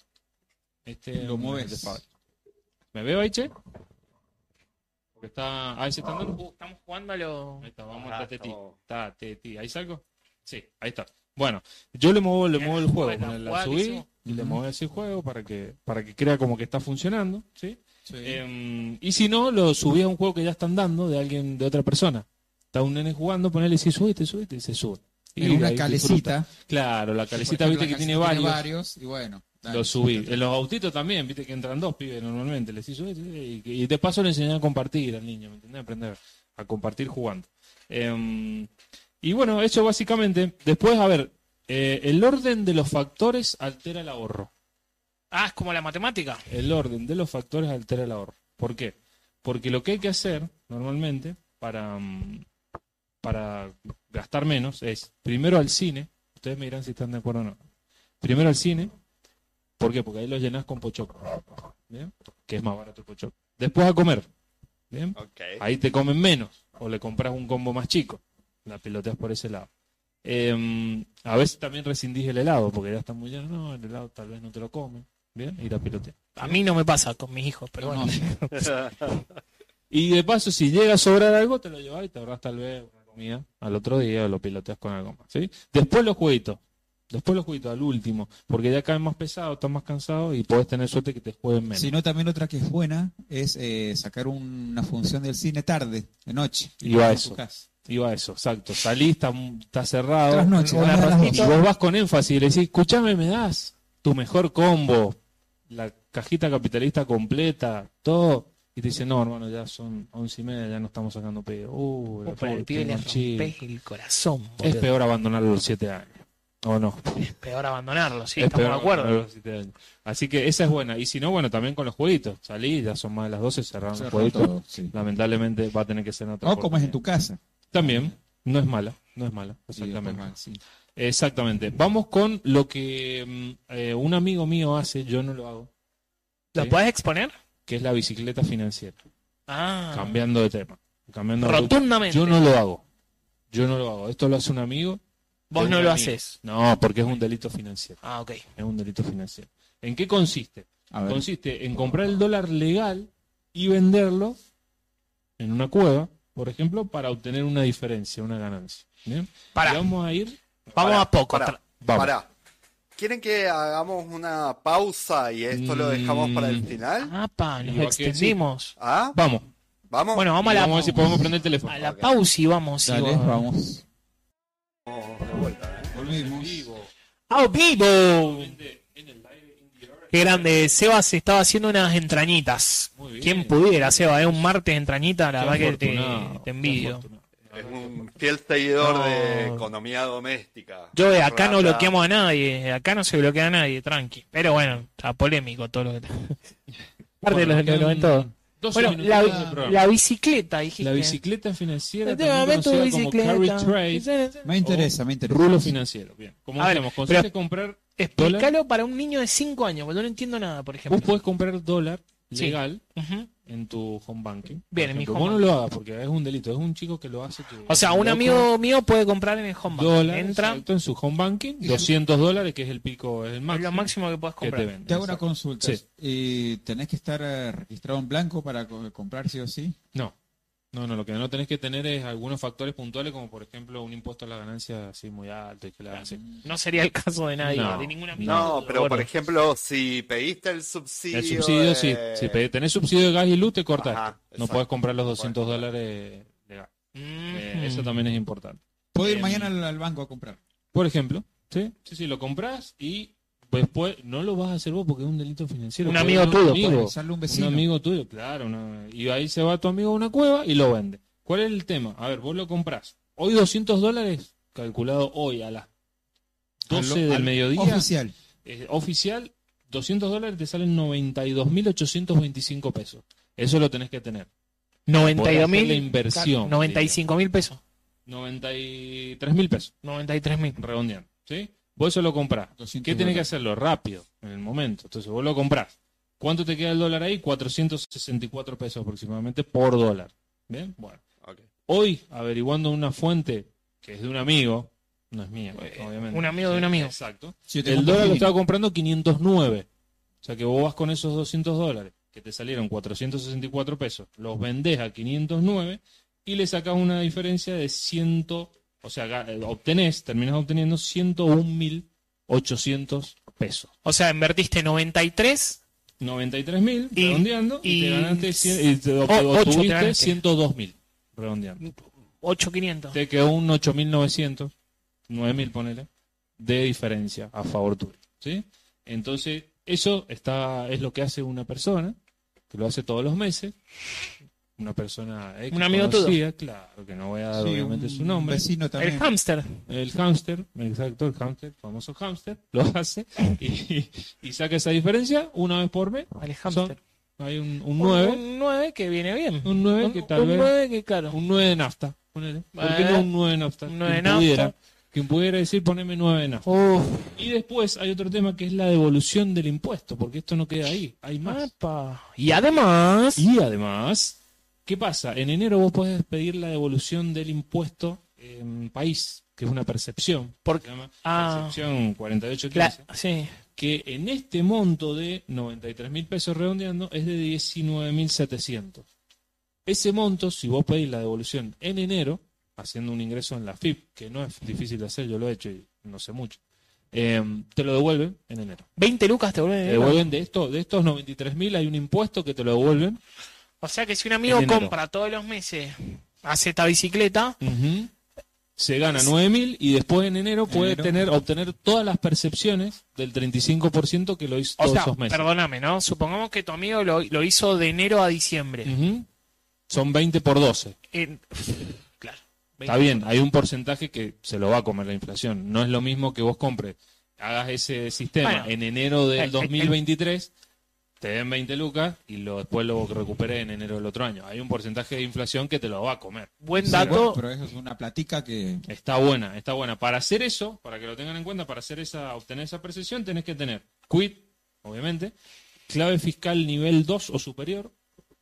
Este,
Lo
mm,
movés.
de favor. ¿Me veo ahí, che? Porque está. Ahí se están dando.
Uh, estamos jugando a lo.
Ahí está, vamos
Ah,
a este Teti.
no.
Ta, Teti. ¿Ahí salgo? Sí, ahí está. Bueno, yo le muevo, le
Mira,
muevo el juego.
bueno,
la, la
jugada que
subí
hicimos.
y le
Ujú.
muevo ese juego para que, para que crea como que está funcionando. ¿sí?
Sí.
Em, y si no, lo subí a un juego que ya están dando de alguien, de otra persona. Está un nene jugando, ponele si subiste, subiste, y se sube. Y
en una
ahí disfruta.
calecita.
Claro, la calecita,
Por ejemplo,
viste
la
que tiene
calecita
varios.
Y bueno. dale.
Lo subí. En los autitos también, viste que entran dos pibes normalmente. Les hizo eso, y, y de paso le enseñé a compartir al niño, ¿me entendés? Aprender a compartir jugando. Em, y bueno, eso básicamente. Después, a ver, eh, el orden de los factores altera el ahorro.
Ah, es como la matemática.
El orden de los factores altera el ahorro. ¿Por qué? Porque lo que hay que hacer normalmente para, mm, para gastar menos es primero al cine. Ustedes me dirán si están de acuerdo o no. Primero al cine. ¿Por qué? Porque ahí lo llenas con pochoclo. ¿Bien? Que es más barato el pochoclo. Después a comer. ¿Bien?
Ok.
Ahí te comen menos. O le compras un combo más chico. La piloteas por ese lado. Eh, a veces también rescindís el helado, porque ya está muy lleno. No, el helado tal vez no te lo comen. Bien, y la piloteas.
A mí no me pasa con mis hijos, pero bueno.
Y de paso, si llega a sobrar algo, te lo llevas y te ahorras tal vez una comida al otro día o lo piloteas con algo más. ¿sí? Después los jueguitos. Después los cubitos, al último. Porque ya caen más pesados, están más cansados y podés tener suerte que te jueguen menos.
Si no, también otra que es buena es eh, sacar un- una función del cine tarde, de noche.
Y va
En
eso.
tu casa.
Iba a eso, exacto. Salís, está, está cerrado.
Trasnoche,
Una
vas a las
pastilla.
ocho.
vos vas con énfasis y le decís, escuchame, me das tu mejor combo, la cajita capitalista completa, todo. Y te dice, no, hermano, ya son once y media, ya no estamos sacando pedo. Uh, la
Pero el
puta,
pibe le
machín.
rompes el corazón,
Es
boludo.
peor abandonarlo a los siete años. ¿O no?
Es peor abandonarlo, sí,
es
estamos
peor
de acuerdo.
abandonarlo a los siete años. Así que esa es buena. Y si no, bueno, también con los jueguitos. Salís, ya son más de las 12, cerraron
Cerró
los jueguitos.
todo, sí.
Lamentablemente va a tener que ser en otra
O como es en tu casa.
También, no es mala, no es mala, exactamente. Exactamente. Vamos con lo que mm, eh, un amigo mío hace, yo no lo hago,
¿Lo
Sí.
podés exponer?
que es la bicicleta financiera.
Ah,
Cambiando de tema. Cambiando de tema.
rotundamente.
Yo no lo hago. Yo no lo hago. Esto lo hace un amigo.
Vos
de
no
un
lo
amigo.
haces.
No, porque es un delito financiero.
Ah, ok.
Es un delito financiero. ¿En qué consiste?
A ver.
Consiste en comprar el dólar legal y venderlo en una cueva, por ejemplo, para obtener una diferencia, una ganancia. ¿Bien?
Pará.
Y vamos a ir.
Vamos
Pará,
a poco.
pará,
tra-
Vamos.
pará. ¿Quieren que hagamos una pausa y esto lo dejamos para el final?
Ah, pa, nos
Iba a que sí.
extendimos.
¿Ah,
Vamos.
vamos.
Bueno, vamos a
Y
la,
vamos a ver si podemos prender el teléfono.
a la
Ok.
pausa y vamos. y
Dale,
vamos.
vamos.
Vamos de vuelta. ¿eh?
Volvimos.
¡Ah, vivo! Qué grande. Seba se estaba haciendo unas entrañitas.
Muy bien.
Quien pudiera, Seba, es un martes entrañita, la
Qué
verdad que
afortunado,
te, te
qué
envidio.
afortunado.
Es un fiel seguidor de
No.
economía doméstica.
Yo de acá no
Rata.
bloqueamos a nadie, acá no se bloquea a nadie, tranqui. Pero bueno, está polémico todo lo que... Parte de
Bueno,
los
quedan
que lo ven todo.
12
Bueno,
minutos
la,
más de este programa.
la bicicleta, dijiste.
La bicicleta financiera también
Últimamente tu
conocida
bicicleta.
como carry trade,
Me interesa, me interesa.
rulo financiero. Bien. Como
A ver,
decíamos, consiste
pero-
comprar dólar.
Explícalo para un niño de 5 años, porque no entiendo nada, por
Vos
ejemplo.
podés comprar dólar
Sí.
legal
Ujú.
en tu home banking. por
Bien, en mi
ejemplo.
home
Vos no lo hagas porque es un delito. Es un chico que lo hace. que-
O sea, un
loco,
amigo mío puede comprar en el home bank.
dólar,
Entra,
exacto, en su home banking, 200 dólares, que es el pico, es el
es
máximo,
lo máximo que puedes
que te
comprar.
venden.
Te hago una
Exacto.
consulta.
Sí.
Eh, ¿Tenés que estar eh, registrado en blanco para co- comprar sí o sí?
No. No, no, lo que no tenés que tener es algunos factores puntuales, como por ejemplo un impuesto a la ganancia así muy alto y que la así.
No sería el caso de nadie,
No,
de ningún amigo.
No, pero por
Bueno.
ejemplo, si pediste el subsidio.
El subsidio,
eh,
si, si pe- tenés subsidio de gas y luz, te cortas.
Ajá,
no
exacto.
podés comprar los 200
Bueno.
dólares de gas.
Mm.
Eh, Eso también es importante.
Puedo ir
Em,
mañana al, al banco a comprar.
Por ejemplo, ¿sí? Sí, sí, lo compras y después no lo vas a hacer vos porque es un delito financiero.
Un
Podés
amigo
ir a
tuyo,
Para
amigo.
avisarle a un
Un
pues. vecino.
amigo tuyo, claro. una- y ahí se va tu amigo a una cueva y lo vende. ¿Cuál es el tema? A ver, vos lo comprás. Hoy 200 dólares, calculado hoy a las 12
Al-
del
al-
mediodía, oficial.
Oficial.
oficial, 200 dólares te salen 92.825 pesos. Eso lo tenés que tener. Podés
92
hacer
mil.
la inversión.
95 mil pesos.
93.000 pesos,
93 mil.
redondeando. ¿sí? Vos eso lo comprás.
200
¿Qué tenés que
dólares.
hacerlo? Rápido, en el momento. Entonces vos lo comprás. ¿Cuánto te queda el dólar ahí? 464 pesos aproximadamente por dólar. ¿Bien? Bueno.
Ok.
Hoy, averiguando una fuente que es de un amigo, no es mía, obviamente.
un amigo de un amigo.
Exacto.
Si yo te
El
compro
dólar lo
mil,
estaba comprando 509. O sea que vos vas con esos 200 dólares que te salieron 464 pesos, los vendés a 509 y le sacás una diferencia de 100, o sea, ga- eh, obtenés, terminás obteniendo 101.800 pesos.
O sea, invertiste 93
93.000
Y-
redondeando y, te
y-
ganaste cien- y te ob-
O- ocho te
obtuviste
ganaste.
102.000 redondeando.
8500.
Te quedó un 8.900, 9.000 ponele, de diferencia a favor tuyo. ¿sí? Entonces, eso está es lo que hace una persona, que lo hace todos los meses. Una persona X
Un amigo tuyo.
conocida, claro, que no voy a dar
sí,
obviamente
un
su nombre.
vecino también.
El hámster.
El hámster, exacto, el hámster, famoso hámster, lo hace y, y saca esa diferencia una vez por mes.
El hámster.
Son- hay un, un 9,
Un 9 que viene bien.
un 9 que tal
un
vez...
9 que, claro.
Un 9 de nafta. ponele. ¿Por qué
Eh,
no un 9 de nafta?
un nueve de
Quien pudiera-
nafta.
Quien pudiera decir poneme 9 de nafta.
Uf.
Y después hay otro tema que es la devolución del impuesto, porque esto no queda ahí,
Ah.
hay más.
Apa. Y además.
Y además, ¿qué pasa? En enero vos podés pedir la devolución del impuesto en país, que es una percepción.
Por-
se llama
Ah.
Percepción 4815.
la- sí.
Que en este monto de 93 mil pesos redondeando es de 19 mil 700. Ese monto, si vos pedís la devolución en enero, haciendo un ingreso en la FIP, que no es difícil de hacer, yo lo he hecho y no sé mucho, eh, te lo devuelven en enero.
20 lucas te
Te
vuelven.
devuelven de, esto, de estos 93.000, hay un impuesto que te lo devuelven.
O sea que si un
En
amigo
enero.
compra todos los meses, hace esta bicicleta,
Ujú. Se gana 9.000 y después en enero puede
Enero.
tener obtener todas las percepciones del 35% que lo hizo
o
todos
sea,
esos meses.
perdóname, ¿no? Supongamos que tu amigo lo, lo hizo de enero a diciembre.
Ujú. Son 20 por 12.
En- claro.
Está bien, hay un porcentaje que se lo va a comer la inflación. No es lo mismo que vos compres, hagas ese sistema
Bueno.
en enero
Eh, eh,
del
eh.
2023, te den 20 lucas y lo, después lo recuperé en enero del otro año. Hay un porcentaje de inflación que te lo va a comer.
Buen
Sí,
dato.
bueno, pero eso es una platica que.
Está buena, está buena. Para hacer eso, para que lo tengan en cuenta, para hacer esa, obtener esa precesión, tenés que tener quit, obviamente, clave fiscal nivel 2 o superior,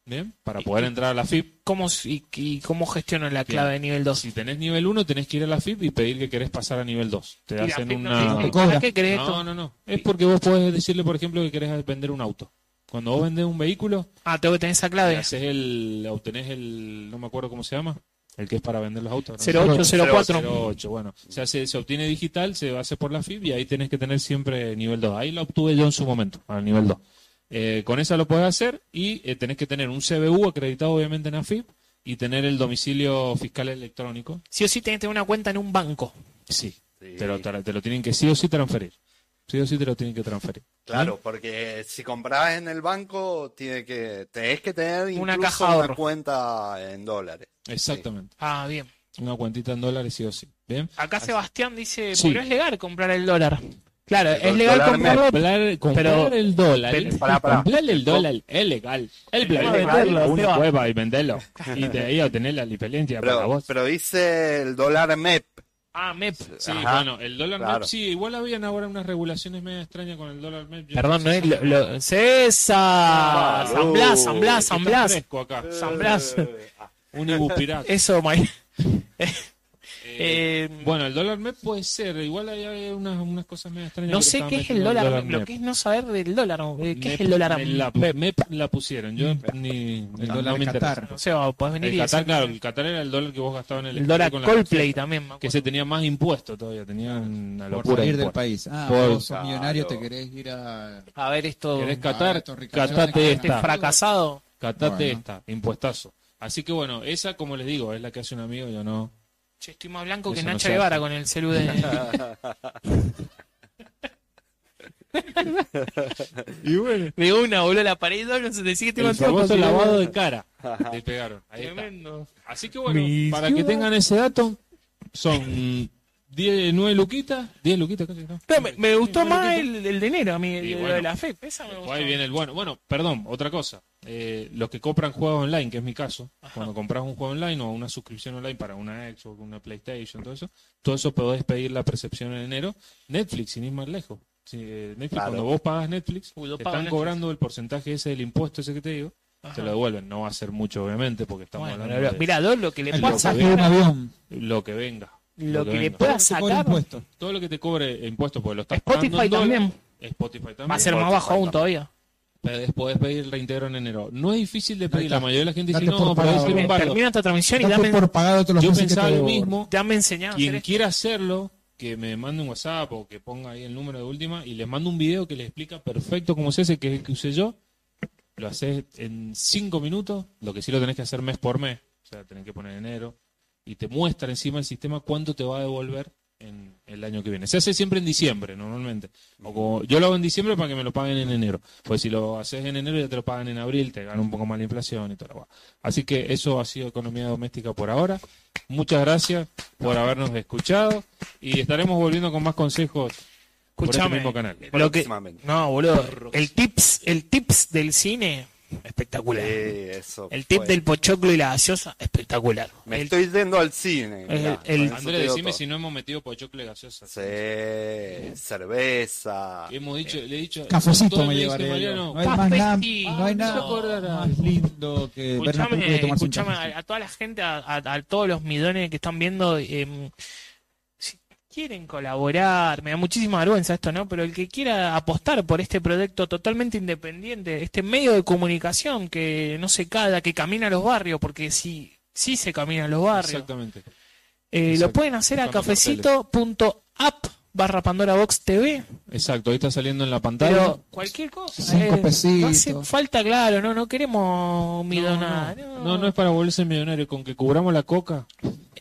¿bien? Para poder entrar a la FIP.
¿Cómo, s- y, y cómo gestiono la
Bien.
clave de nivel 2?
Si tenés nivel 1, tenés que ir a la FIP y pedir que querés pasar a nivel 2. Te
Y la
hacen
FIP no
una...
te dice,
Te cobra.
¿para qué crees esto?
No, no, no. Es porque vos podés decirle, por ejemplo, que querés vender un auto. Cuando vos vendés un vehículo,
Ah, tengo que tener esa
le
clave.
haces el, obtenés el, no me acuerdo cómo se llama, el que es para vender los autos. ¿no?
0804.
08, bueno. Se, hace, se obtiene digital, se hace por la FIB y ahí tenés que tener siempre nivel 2. Ahí la obtuve yo en su momento, al nivel 2. Eh, con esa lo podés hacer y eh, tenés que tener un CBU acreditado obviamente en AFIP y tener el domicilio fiscal electrónico.
Sí o sí tenés que tener una cuenta en un banco.
Sí,
Sí.
Te, lo, tra- te lo tienen que sí o sí transferir. Sí o sí te lo tienen que transferir.
¿Mm?
Claro, porque si compras en el banco, tiene que, tenés que tener
Una
incluso
caja de ahorro.
una cuenta en dólares.
Exactamente.
Ah, bien.
Una cuentita en dólares sí o sí. ¿Bien?
Acá Sebastián dice,
Sí.
pero es legal comprar el dólar. Claro,
Pero
es
el
legal
dólar
comprarlo.
Comprar, comprar
pero-
el dólar. ¿eh?
pero-
pará, pará.
Comprar el dólar es legal. El
Vamos a
problema es
venderlo,
una
Seba.
cueva y venderlo. Y de ahí obtener la diferencia para
Pero,
vos.
pero dice el dólar MEP.
Ah, MEP.
Sí,
Ajá,
bueno, el dólar MEP,
claro.
sí, igual habían ahora unas regulaciones medio extrañas con el dólar MEP. Yo
Perdón,
sé
no
si-
es... Lo, lo- César.
Ah,
San Blas, San
Uy,
Blas,
está
San Blas.
Eh.
fresco acá.
San Blas.
Un ibupirac.
Eso, May.
Eh,
Eh,
bueno, el dólar MEP puede ser. Igual hay, hay unas, unas cosas medio extrañas.
no
que
sé
estaban
qué es el
metiendo
dólar,
MEP.
lo que es no saber del dólar. ¿no? Eh, ¿Qué es
Me-
el dólar? Mm.
me la, me la pusieron, yo ni
El
no,
dólar
no me
de Ah, Qatar.
interesa.
No sé, va, podés venir
El
y
Qatar,
decir-
claro, el Qatar era el dólar que vos gastabas en el
el dólar
exterior con la
Coldplay también. me
que
acuerdo.
se tenía más impuestos todavía, tenía una
Por
locura. de
salir del
impuestos.
país. Ah,
Por-
vos sos millonario, te
Claro.
querés ir a.
A ver esto.
¿Querés
Este
Ah,
Qatar?
estos ricachones
Catate
que
esta,
están-
fracasado.
catate
Bueno.
esta, impuestazo. Así que bueno, esa, como les digo, es la que hace un amigo, yo no.
Che, estoy más blanco que
Eso no
Nacha
se hace.
Guevara con el celu de...
Y bueno,
De una, boludo, la pared doble, se decía que te
el famoso lavado de cara. Le pegaron, ahí está.
Tremendo.
Así que bueno,
Mi
para que
ciudad.
tengan ese dato, son 10, 9 luquitas, 10 luquitas casi, ¿no?
No, me, me gustó
Sí, nueve
más
luquitas.
el, el de enero, a mí, el
Y
de
bueno.
la FEP. Esa me gustó.
Ahí viene el bueno. Bueno, perdón, otra cosa. Eh, los que compran juegos online, que es mi caso, cuando compras un juego online o una suscripción online para una Xbox, una PlayStation, todo eso, todo eso podés pedir la percepción en enero. Netflix, sin ir más lejos. Si, eh, Netflix,
Claro.
cuando vos pagas Netflix,
Uy, lo
te
pago
están
Netflix.
cobrando el porcentaje ese del impuesto ese que te digo,
Ajá.
te lo devuelven. No va a ser mucho, obviamente, porque estamos
Bueno,
hablando de
mirá, dos, lo que le
El
pueda
pasaje de un
sacar,
avión.
lo que venga.
lo que le
venga.
pueda
Se cobra
sacar,
impuesto.
Todo lo que te cobre impuesto, porque lo estás
Spotify
pagando en dólar.
también.
Spotify también.
va a ser más
Spotify
bajo aún
también.
todavía.
Podés, podés pedir el reintegro en enero. No es difícil de pedir.
está.
La mayoría de la gente dice,
Date
no,
por
pero
pagado.
es un
Me
bardo.
Eh, termina esta transmisión y
Date
dame,
por pagado todos los
Yo
meses que
pensaba
te
lo
debo.
mismo.
dame enseñado a hacer
Quien
esto.
quiera hacerlo, que me mande un WhatsApp o que ponga ahí el número de última y les mando un video que les explica perfecto cómo se hace, que es el que usé yo. Lo haces en cinco minutos, lo que sí lo tenés que hacer mes por mes. O sea, tenés que poner enero. Y te muestra encima el sistema cuánto te va a devolver en el año que viene. Se hace siempre en diciembre, normalmente. O como- yo lo hago en diciembre para que me lo paguen en enero. Pues si lo haces en enero ya te lo pagan en abril, te gana un poco más la inflación y todo lo demás. Así que eso ha sido economía doméstica por ahora. Muchas gracias por habernos escuchado y estaremos volviendo con más consejos por este
Escuchame,
mismo canal.
Lo que,
Próximamente.
no, boludo, el tips, el tips del cine, espectacular.
Sí, eso
el tip
Eh, fue.
del pochoclo y la gaseosa, espectacular.
Me
El-
estoy yendo al cine.
el-
mirá,
el-
con eso
Andrés,
te digo
decime
todo.
si no hemos metido pochocle gaseosa.
Sí, cerveza.
Hemos dicho, le he dicho,
Cafecito
todo
me
le dice
llevaré. yo.
Mariano,
No hay más nada,
Cafecito.
no hay nada
No te acordarás.
más lindo que ver una película y
Escuchame,
tomarse un
escuchame
cafecito.
a, a toda la gente, a, a- a todos los midones que están viendo, em, si quieren colaborar, me da muchísima vergüenza esto, ¿no? Pero el que quiera apostar por este proyecto totalmente independiente, este medio de comunicación que no se cala, que camina a los barrios, porque sí, sí se camina a los barrios,
Exactamente.
eh, lo
exacto.
pueden hacer a
Buscando
cafecito.app barra Pandora Box TV.
Exacto, ahí está saliendo en la pantalla.
Pero cualquier cosa.
Cinco
eh, No hace
pesitos.
falta, claro, no, no queremos
no,
millonar.
no, no, no es para volverse millonario, con que cubramos la coca.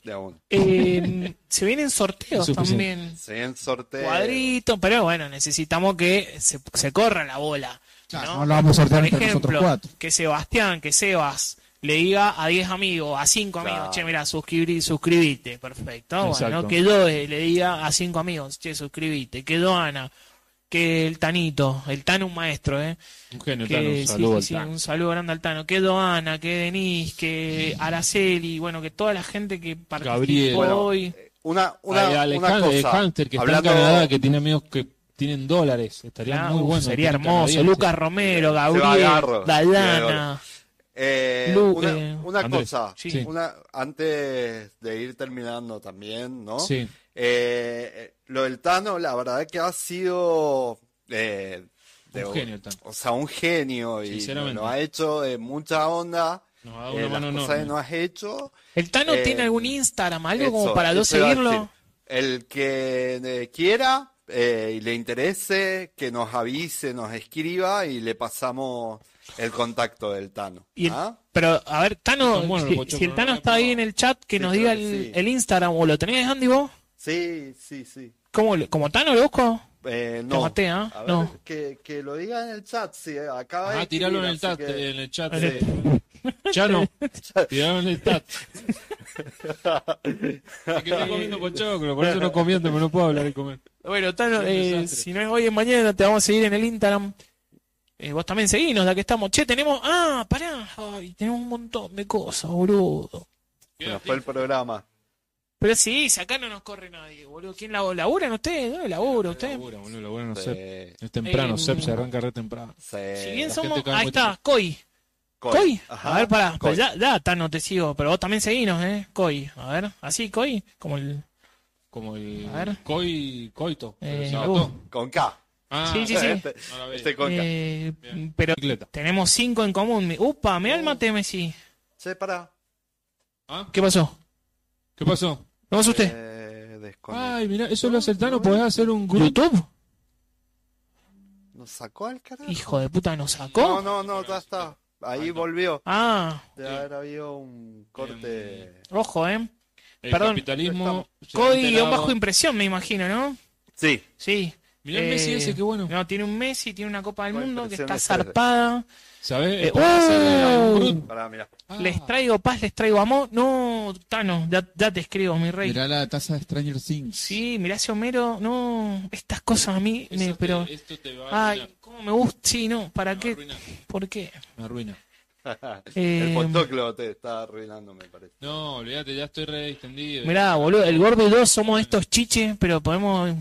de a uno.
Eh, se vienen sorteos
Es suficiente.
también.
Se ven sorteos.
Cuadritos, pero bueno, necesitamos que se, se corra la bola.
Claro, no lo vamos a sortear
Por
entre
ejemplo,
nosotros cuatro.
Que Sebastián, que Sebas le diga a 10 amigos, a 5 amigos,
Claro.
che, mira, suscribí, suscribite, perfecto.
Exacto.
Bueno, que Doe le diga a 5 amigos, che, suscribite, que Doana, que el Tanito, el Tano un maestro, ¿eh?
Un genio,
Que-
Tano, un
sí,
saludo
sí, sí,
al Tano.
un saludo grande al Tano, que Doana, que Denise, que Araceli, bueno, que toda la gente que participó
Gabriel.
Bueno,
hoy.
eh, una, una,
Ay, Alex
una
Han-
cosa.
eh, Hunter, que
hablando,
está en Canadá, que tiene amigos que tienen dólares. Estaría
Ah,
muy
uf,
bueno.
sería
tener
hermoso.
canadienses.
Lucas Romero,
Se va
Gabriel,
Garro.
Dalana.
eh,
Lu-
una,
eh,
una
Andrés,
cosa.
sí.
Una, antes de ir terminando también, ¿no?
Sí.
Eh, lo del Tano, la verdad que ha sido. eh, de-
Un genio el Tano.
O sea, un genio. Y
Sinceramente.
lo ha hecho de mucha onda.
Nos ha dado
eh,
una
las
mano
cosas
enorme.
que no has hecho.
¿El Tano
Eh,
tiene algún Instagram, algo como
Eso,
para yo
eso iba a
seguirlo?
decir. El que eh, quiera eh, y le interese, que nos avise, nos escriba y le pasamos el contacto del Tano.
Y el-
¿ah?
Pero, a ver, Tano,
Son buenos
si,
los pochoclos,
si el
no
Tano
lo
está
había
ahí en el chat, que
Sí,
nos
creo
diga
que
el,
sí.
el Instagram, o lo tenés, Andy, vos.
Sí, sí, sí.
¿Cómo, le- ¿Como Tano lo busco?
Eh, no.
maté, ¿ah?
A ver,
No.
que, que lo diga en el chat. Sí, acaba de
Ah, tiralo en el
escribir,
chat.
así que-
En el chat. eh.
Sí.
este-
Chano, tiralo en el chat. Es que estoy comiendo pochoclo, por eso no comiendo, pero no puedo hablar y comer.
Bueno, Tano,
Sí, un
eh,
desastre.
si no es hoy es mañana, te vamos a seguir en el Instagram. Eh, vos también seguinos, la que estamos. Che, tenemos. Ah, pará. Ay, tenemos un montón de cosas, boludo.
Se nos fue el programa.
Pero sí, si acá no nos corre nadie, boludo. ¿Quién labo- laburan ustedes? ¿Dónde labura usted?
Labura, boludo, labura, no sé.
Se-
Es temprano,
Eh,
Sep se arranca re temprano.
se-
Si bien
Eh, la
somos.
gente cae
Ahí
muy
está,
temprano.
Coy.
Coy.
Coy,
Ajá,
a ver, pará,
Coy.
pues ya, ya, Tano, te sigo, pero vos también seguinos, ¿eh? Coy, a ver, así, Coy, como el...
Como el
A ver.
coi, coito. pero
Eh,
se
uh,
agotó.
Con K.
Ah,
sí, sí, sí.
Este,
no la veo.
este con K.
eh,
Bien. Uh.
pero
Bicicleta.
tenemos cinco en común. Mi- Upa, me alma Messi.
Che, pará.
Ah,
¿Qué pasó?
¿Qué pasó?
¿Cómo es usted?
Eh, desconectó.
Ay, mira, eso lo hace el Tano, podés hacer un grupo.
¿YouTube?
¿Nos sacó al carajo?
Hijo de puta, ¿nos
No,
sacó?
no, no, ya está. Ahí volvió.
Ah,
De haber habido un corte.
ojo, ¿eh?
El
Perdón.
capitalismo. se ha
Coy,
enterado.
bajo impresión, me imagino, ¿no?
Sí.
Sí. Eh,
Mirá el Messi ese, qué bueno.
No, tiene un Messi, tiene una Copa del
Coy,
Mundo que
impresión
está
es verde.
zarpada.
¿Sabés?
Eh,
Podés hacer
¡oh!
un grupo.
Pará, mira.
Ah,
Les traigo paz, les traigo amor. No, Tano, ya, ya te escribo, mi rey.
Mirá la taza de Stranger Things.
Sí, mirá ese Homero, no, estas cosas a mí,
eso
me-
te-
pero,
Esto te va a
ay,
arruinar.
cómo me gusta, sí, no, ¿para
Me
qué?
arruina.
¿Por qué?
Me arruina.
Eh,
El fotoclo te está arruinando, me parece.
No, olvídate, ya estoy re extendido.
Mirá, boludo, el gordo y yo somos estos chiches, pero podemos,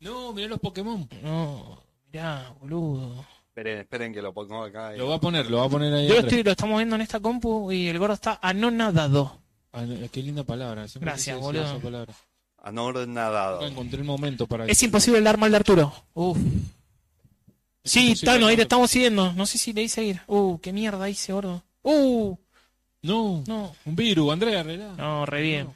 No, mirá los Pokémon.
no, mirá, boludo.
Esperen, esperen que lo pongo acá. y-
Lo va a poner, lo va a poner ahí.
Yo lo
atrás.
estoy, lo estamos viendo en esta compu y el gordo está anonadado.
Ah, no, qué linda palabra. siempre
Gracias,
quise decir
boludo.
esa palabra.
Anordenadado.
Nunca encontré el momento para
Es
decirlo.
imposible hablar mal de Arturo. Uf.
Es
Sí, Tano,
imposible
ahí te
hablar-
estamos siguiendo, no sé si le hice ir. Uh, qué mierda hice, gordo. Uh,
No,
no,
un virus, Andrea, arreglá.
no, re bien.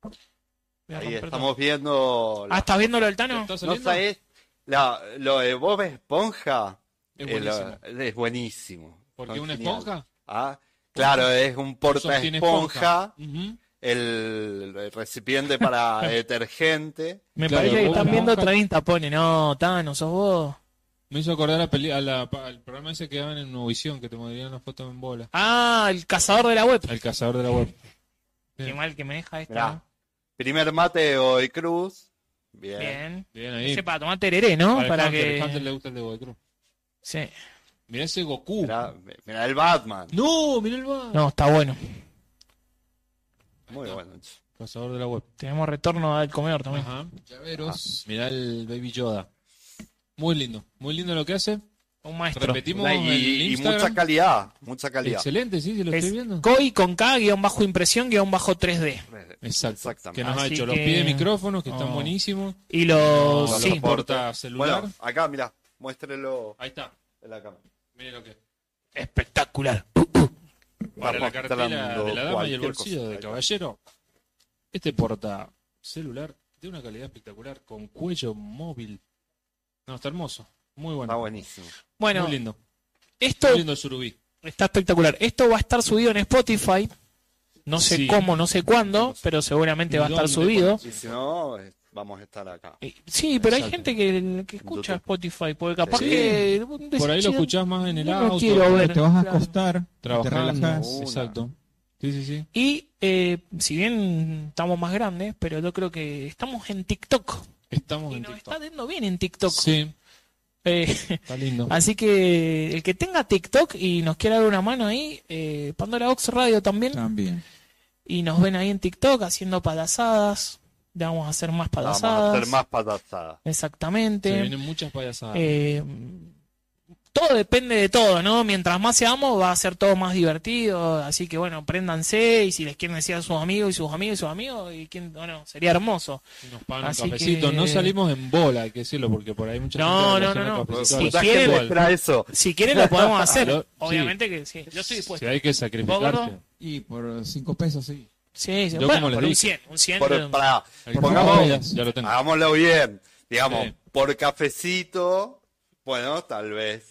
Voy a
Ahí
romper todo.
estamos viendo. la-
Ah, ¿estás viendo lo del Tano?
¿Está
¿No
saliendo?
sabés? La, lo de Bob Esponja
Es
eh, lo-
buenísimo.
es buenísimo.
Porque
Son
una
genial.
esponja
Ah, claro, es un porta
sostiene
esponja,
Ujú.
el el recipiente para detergente.
Me
Claro,
parece que
vos
están
la
viendo
hoja-
30, pone. No, Tano, sos vos.
Me hizo acordar a peli- a la- pa- al programa ese que daban en Novisión, que te mandarían las fotos en bola.
Ah, el cazador de la web.
El cazador de la web.
Qué
Bien.
mal que me deja esta.
Mirá, primer mate de Godoy Cruz. Bien.
Bien.
Bien ahí.
Ese para tomar tereré, ¿no?
Para,
Para,
el Hunter, el Hunter
que.
le gusta el de Godoy Cruz.
Sí.
Mirá ese Goku.
Mirá, mirá el Batman.
No, mirá el va.
No, está bueno.
Muy bueno.
Cazador de la web.
Tenemos retorno al comedor también.
Ajá. Llaveros. Mirá el Baby Yoda. Muy lindo. Muy lindo lo que hace.
Un maestro.
Repetimos
Una-
el
Y, y
Instagram.
mucha calidad. Mucha calidad.
Excelente, sí, sí, lo estoy
Es
viendo.
COI con K, guión bajo impresión, guión bajo 3D.
Exacto.
Exactamente.
Que nos ha
Así
hecho los
que-
pies de micrófonos, que están
Oh.
buenísimos.
Y los.
No,
sí.
los- porta celular.
Bueno, acá, mirá, muéstrelo
Ahí está.
en la cámara.
Mire lo que.
Espectacular.
Para la
Está
cartera
mostrando
de la dama y el
cualquier cosa.
bolsillo
Ahí
del
está.
caballero. Este porta celular de una calidad espectacular, con cuello móvil. No, está hermoso. Muy bueno.
Está buenísimo.
Bueno,
Muy lindo.
esto
Muy lindo el surubí.
está espectacular. Esto va a estar subido en Spotify. No sé
Sí.
cómo, no sé cuándo, pero seguramente va a estar
¿Dónde?
subido.
Y si no, eh, vamos a estar acá.
Eh, Sí, pero hay
Exacto.
gente que, que escucha
YouTube.
Spotify, porque capaz
Sí.
que...
Por ahí lo escuchás más en el
Yo no
auto.
quiero ver.
Te vas a
Claro.
acostar, te
Trabajando.
relajás.
Una.
Exacto. Sí, sí, sí.
Y eh, si bien estamos más grandes, pero yo creo que estamos en TikTok.
Estamos
Y
en
nos
TikTok.
está yendo bien en TikTok.
Sí,
Eh,
está lindo.
así que el que tenga TikTok y nos quiera dar una mano ahí, eh, Pandora Ox Radio también.
Ah.
También.
Y nos ven ahí en TikTok haciendo palazadas. Le vamos a hacer más
Vamos
palazadas.
a hacer más patasadas.
Se
Exactamente.
vienen muchas payasadas.
Eh, todo depende de todo, ¿no? Mientras más seamos, va a ser todo más divertido. Así que bueno, préndanse y si les quieren decir a sus amigos y sus amigos y sus amigos, y quién, bueno, sería hermoso.
Unos pan, un
así
cafecito.
que-
No salimos en bola, hay que decirlo, porque por ahí mucha
No,
gente
no,
relaciona
no,
el
no.
cafecito
Si
a la-
quieren-
igual.
Era eso.
Si quieren, lo podemos hacer.
Lo- sí.
Obviamente que sí. Yo estoy
Si
dispuesto.
hay que sacrificarse.
gordo?
Y por cinco pesos, sí.
Sí, sí.
Yo
Bueno,
como les
por un
dije.
100, un 100.
Por-
pero-
para-
Ahí está.
pongamos,
Ya lo tengo.
hagámoslo bien. Digamos,
Sí.
por cafecito, bueno, tal vez.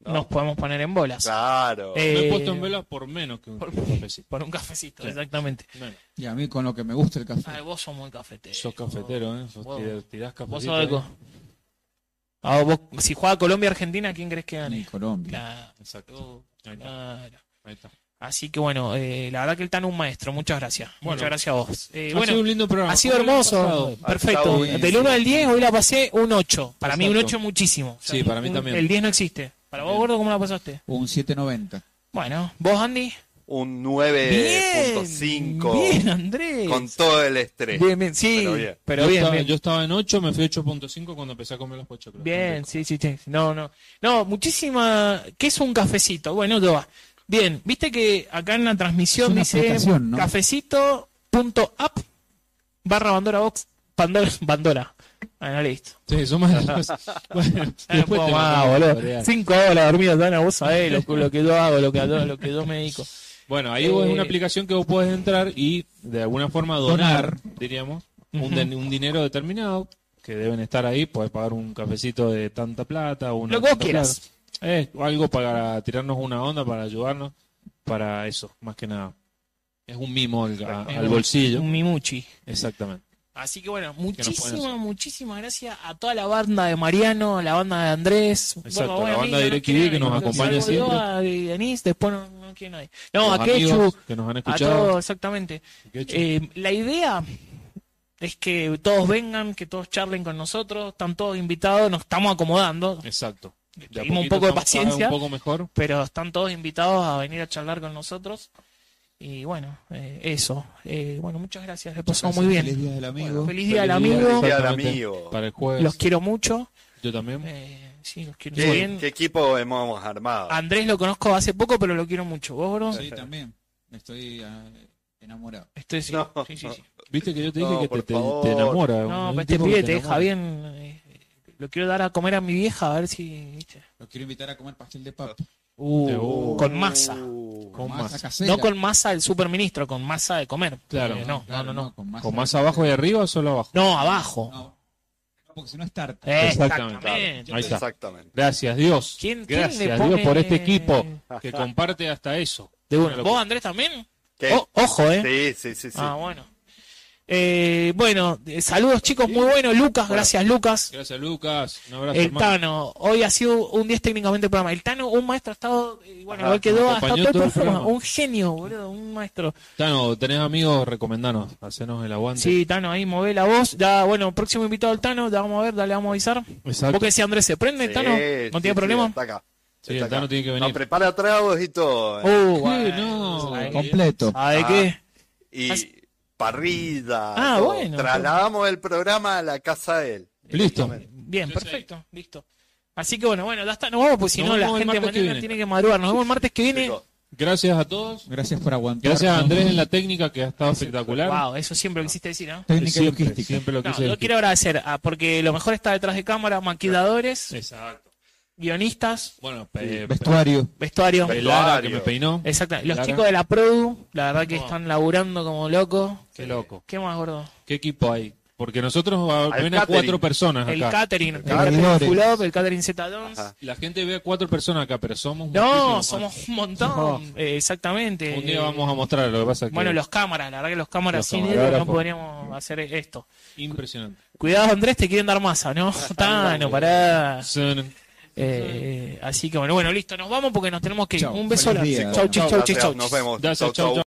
¿no?
Nos podemos poner en bolas.
Claro.
Eh,
Me he puesto en vela por menos que un cafecito.
Por un cafecito,
Sí.
exactamente.
Menos.
Y a mí con lo que me gusta el café.
Ay, vos sos muy cafetero.
Sos cafetero, ¿eh? Sos
Vos-
tira- tirás
Vos
cafecito.
sos de
¿eh?
co- Ah, vos- si juega Colombia-Argentina, ¿quién crees que
En
gane?
Colombia.
Claro,
Exacto. Ahí está.
claro.
Ahí está.
Así que bueno, eh, la verdad que el TAN es un maestro. Muchas gracias.
Bueno.
Muchas gracias a vos. Eh,
Ha
bueno,
sido un lindo programa.
ha sido
¿Cómo lo han
hermoso.
pasado?
Perfecto.
Está
Del 1 al 10, hoy la pasé un 8. Para mí un
Exacto.
8 muchísimo.
Sí, para mí
un-
también.
El 10 no existe. Para vos, gordo, ¿cómo la pasaste?
Un 790.
Bueno, vos, Andy.
un
Bien.
9.5
Bien, Andrés.
Eh, con todo el estrés.
Bien, bien. Sí,
Pero
pero
bien.
bien.
yo,
bien,
estaba, yo estaba en 8, me fui a 8.5 cuando empecé a comer los pochoclos.
Bien, sí, sí, sí. No, no. No, muchísima. ¿Qué es un cafecito? Bueno, yo va. Bien, viste que acá en la
Es
transmisión
una
dice
aplicación, ¿no?
cafecito.app barra Pandora Box. Pandora. Pandora. Ah, no leíste.
Sí, son más Bueno,
Ah, no
después
puedo
te
más,
mandamos
boludo.
a variar.
Cinco horas dormido, Dana, vos sabés lo, lo que yo hago, lo que, yo- lo que yo me dedico.
Bueno, ahí vos- es
Eh,
una aplicación que vos podés entrar y de alguna forma donar, diríamos, un, de- un dinero determinado que deben estar ahí. Podés pagar un cafecito de tanta plata. Una
Lo que vos
tanta
quieras.
plata. Eh, o algo para tirarnos una onda, para ayudarnos, para eso, más que nada. Es un mimo al, a- al bolsillo.
Un mimuchi.
Exactamente.
Así que bueno,
nos pueden
muchísimas, muchísimas gracias a toda la banda de Mariano, la banda de Andrés,
Exacto,
Bueno, bueno,
la
a mí
banda de
nos
DirecTV que nos
quieren, salvo
acompaña
yo,
siempre.
A Denise, después no, no quiere nadie. No,
Los
a Quechu,
amigos que nos han
a
escuchado.
todos, exactamente.
Quechu.
Eh, la idea es que todos vengan, que todos charlen con nosotros, están todos invitados, nos estamos acomodando,
Exacto. De a
pedimos un
poquito
poco de
estamos cada vez
paciencia.
Un poco mejor.
pero están todos invitados a venir a charlar con nosotros. Y bueno, eh, eso. Eh, bueno, muchas gracias, le pasó muy bien.
Feliz día del amigo.
Feliz día al
Feliz día,
amigo,
Día del
exactamente.
amigo.
Para el jueves.
los quiero mucho.
Yo también.
Eh, sí, los quiero
¿Qué,
muy bien.
qué equipo hemos armado?
A Andrés lo conozco hace poco, pero lo quiero mucho. ¿Vos, bro?
Sí, también. Estoy ah, enamorado.
Estoy, Este, sí,
No.
sí, sí, sí.
Viste que yo te dije
No,
que
por
te, te-
favor.
te enamora.
No,
un
pero este
tipo que
pibe te
enamora.
deja bien. eh, Lo quiero dar a comer a mi vieja, a ver si. ¿viste?
Los quiero invitar a comer pastel de papa.
Uh,
con masa.
Uh,
Con
masa
más.
casera.
No con masa del superministro, con masa de comer.
Claro.
Eh, no, no,
Claro,
no, no.
Con más,
¿Con más abajo y arriba o solo abajo?
No, abajo.
No. No, porque si no es tarta.
Eh,
Exactamente.
exactamente.
Ahí está.
Exactamente.
Gracias, Dios.
¿Quién- quién
Gracias,
le pone-
Dios, por este equipo que comparte hasta eso.
De una.
Una
¿Vos,
locura.
Andrés, también?
¿Qué?
O- ojo, ¿eh?
Sí, sí, sí, sí.
Ah, bueno. Eh, bueno, eh, saludos chicos, muy bueno. Lucas, gracias Lucas.
Gracias, Lucas. Un abrazo,
El
hermano.
Tano, hoy ha sido un 10 técnicamente el programa. El Tano, un maestro, ha estado, eh, bueno,
Ajá,
igual que dos, ha estado
acompañó
todo el
todo el
programa.
programa.
Un genio, boludo, un maestro.
Tano, tenés amigos, recomendanos. Hacenos el aguante.
Sí, Tano, ahí mueve la voz. Ya, bueno, próximo invitado el Tano, ya vamos a ver, dale, vamos a avisar.
Exacto.
Porque si Andrés se prende,
Sí,
Tano, no
sí,
tiene
sí,
problema.
está acá.
Sí,
Está
el Tano
acá.
tiene que venir.
Nos prepara tragos y todo. ¿eh?
Uh,
Sí,
bueno,
no.
¿sabe qué?
Completo.
¿Sabe
Ah,
qué?
Y parrida.
Ah,
todo.
bueno.
Trasladamos el programa a la casa de él.
Listo.
Bien,
Entonces,
perfecto, listo. Así que bueno, bueno, ya está, nos vamos, pues si
Nos
no, la
vemos el
gente
martes que
mañana
viene.
tiene que madrugar. Nos vemos el martes que viene.
Chicos,
Gracias a todos.
Gracias por aguantar.
Gracias a Andrés en la técnica que ha estado espectacular.
Wow, eso siempre lo quisiste decir, ¿no?
Técnica y
Siempre,
logística.
siempre lo
No,
quise
yo
decir.
quiero agradecer, ah, porque lo mejor está detrás de cámara, maquilladores,
Exacto.
guionistas,
Bueno, pe-
Vestuario.
vestuario.
pe- Lara, que me
Vestuario.
peinó.
Exactamente. Los
Lara.
chicos de la Produ, la verdad que
No.
están laburando como locos.
Qué loco.
¿Qué más, gordo?
Qué equipo hay. Porque nosotros a-
Al
ven a
catering.
cuatro personas
El
acá.
catering, el
catering.
catering full up, el catering Z2.
Ajá.
La gente ve a cuatro personas acá, pero somos muchísimos
No,
más.
somos un montón.
No.
Eh, exactamente.
Un día vamos a mostrar lo que pasa que
Bueno, los cámaras, la verdad que los cámaras
Los pues.
sin ellos no
camarógrafos.
podríamos hacer esto.
impresionante.
Cuidado, Andrés, te quieren dar masa, ¿no? Tano, pará.
Son-
Eh, así que bueno, bueno, listo, nos vamos porque nos tenemos que ir.
Chao,
un beso. a
feliz
la-
día.
Chau, chis, chau, chis,
Gracias,
chau,
Nos
chis.
vemos.
Gracias,
Chau,
chau,
chau.
chau.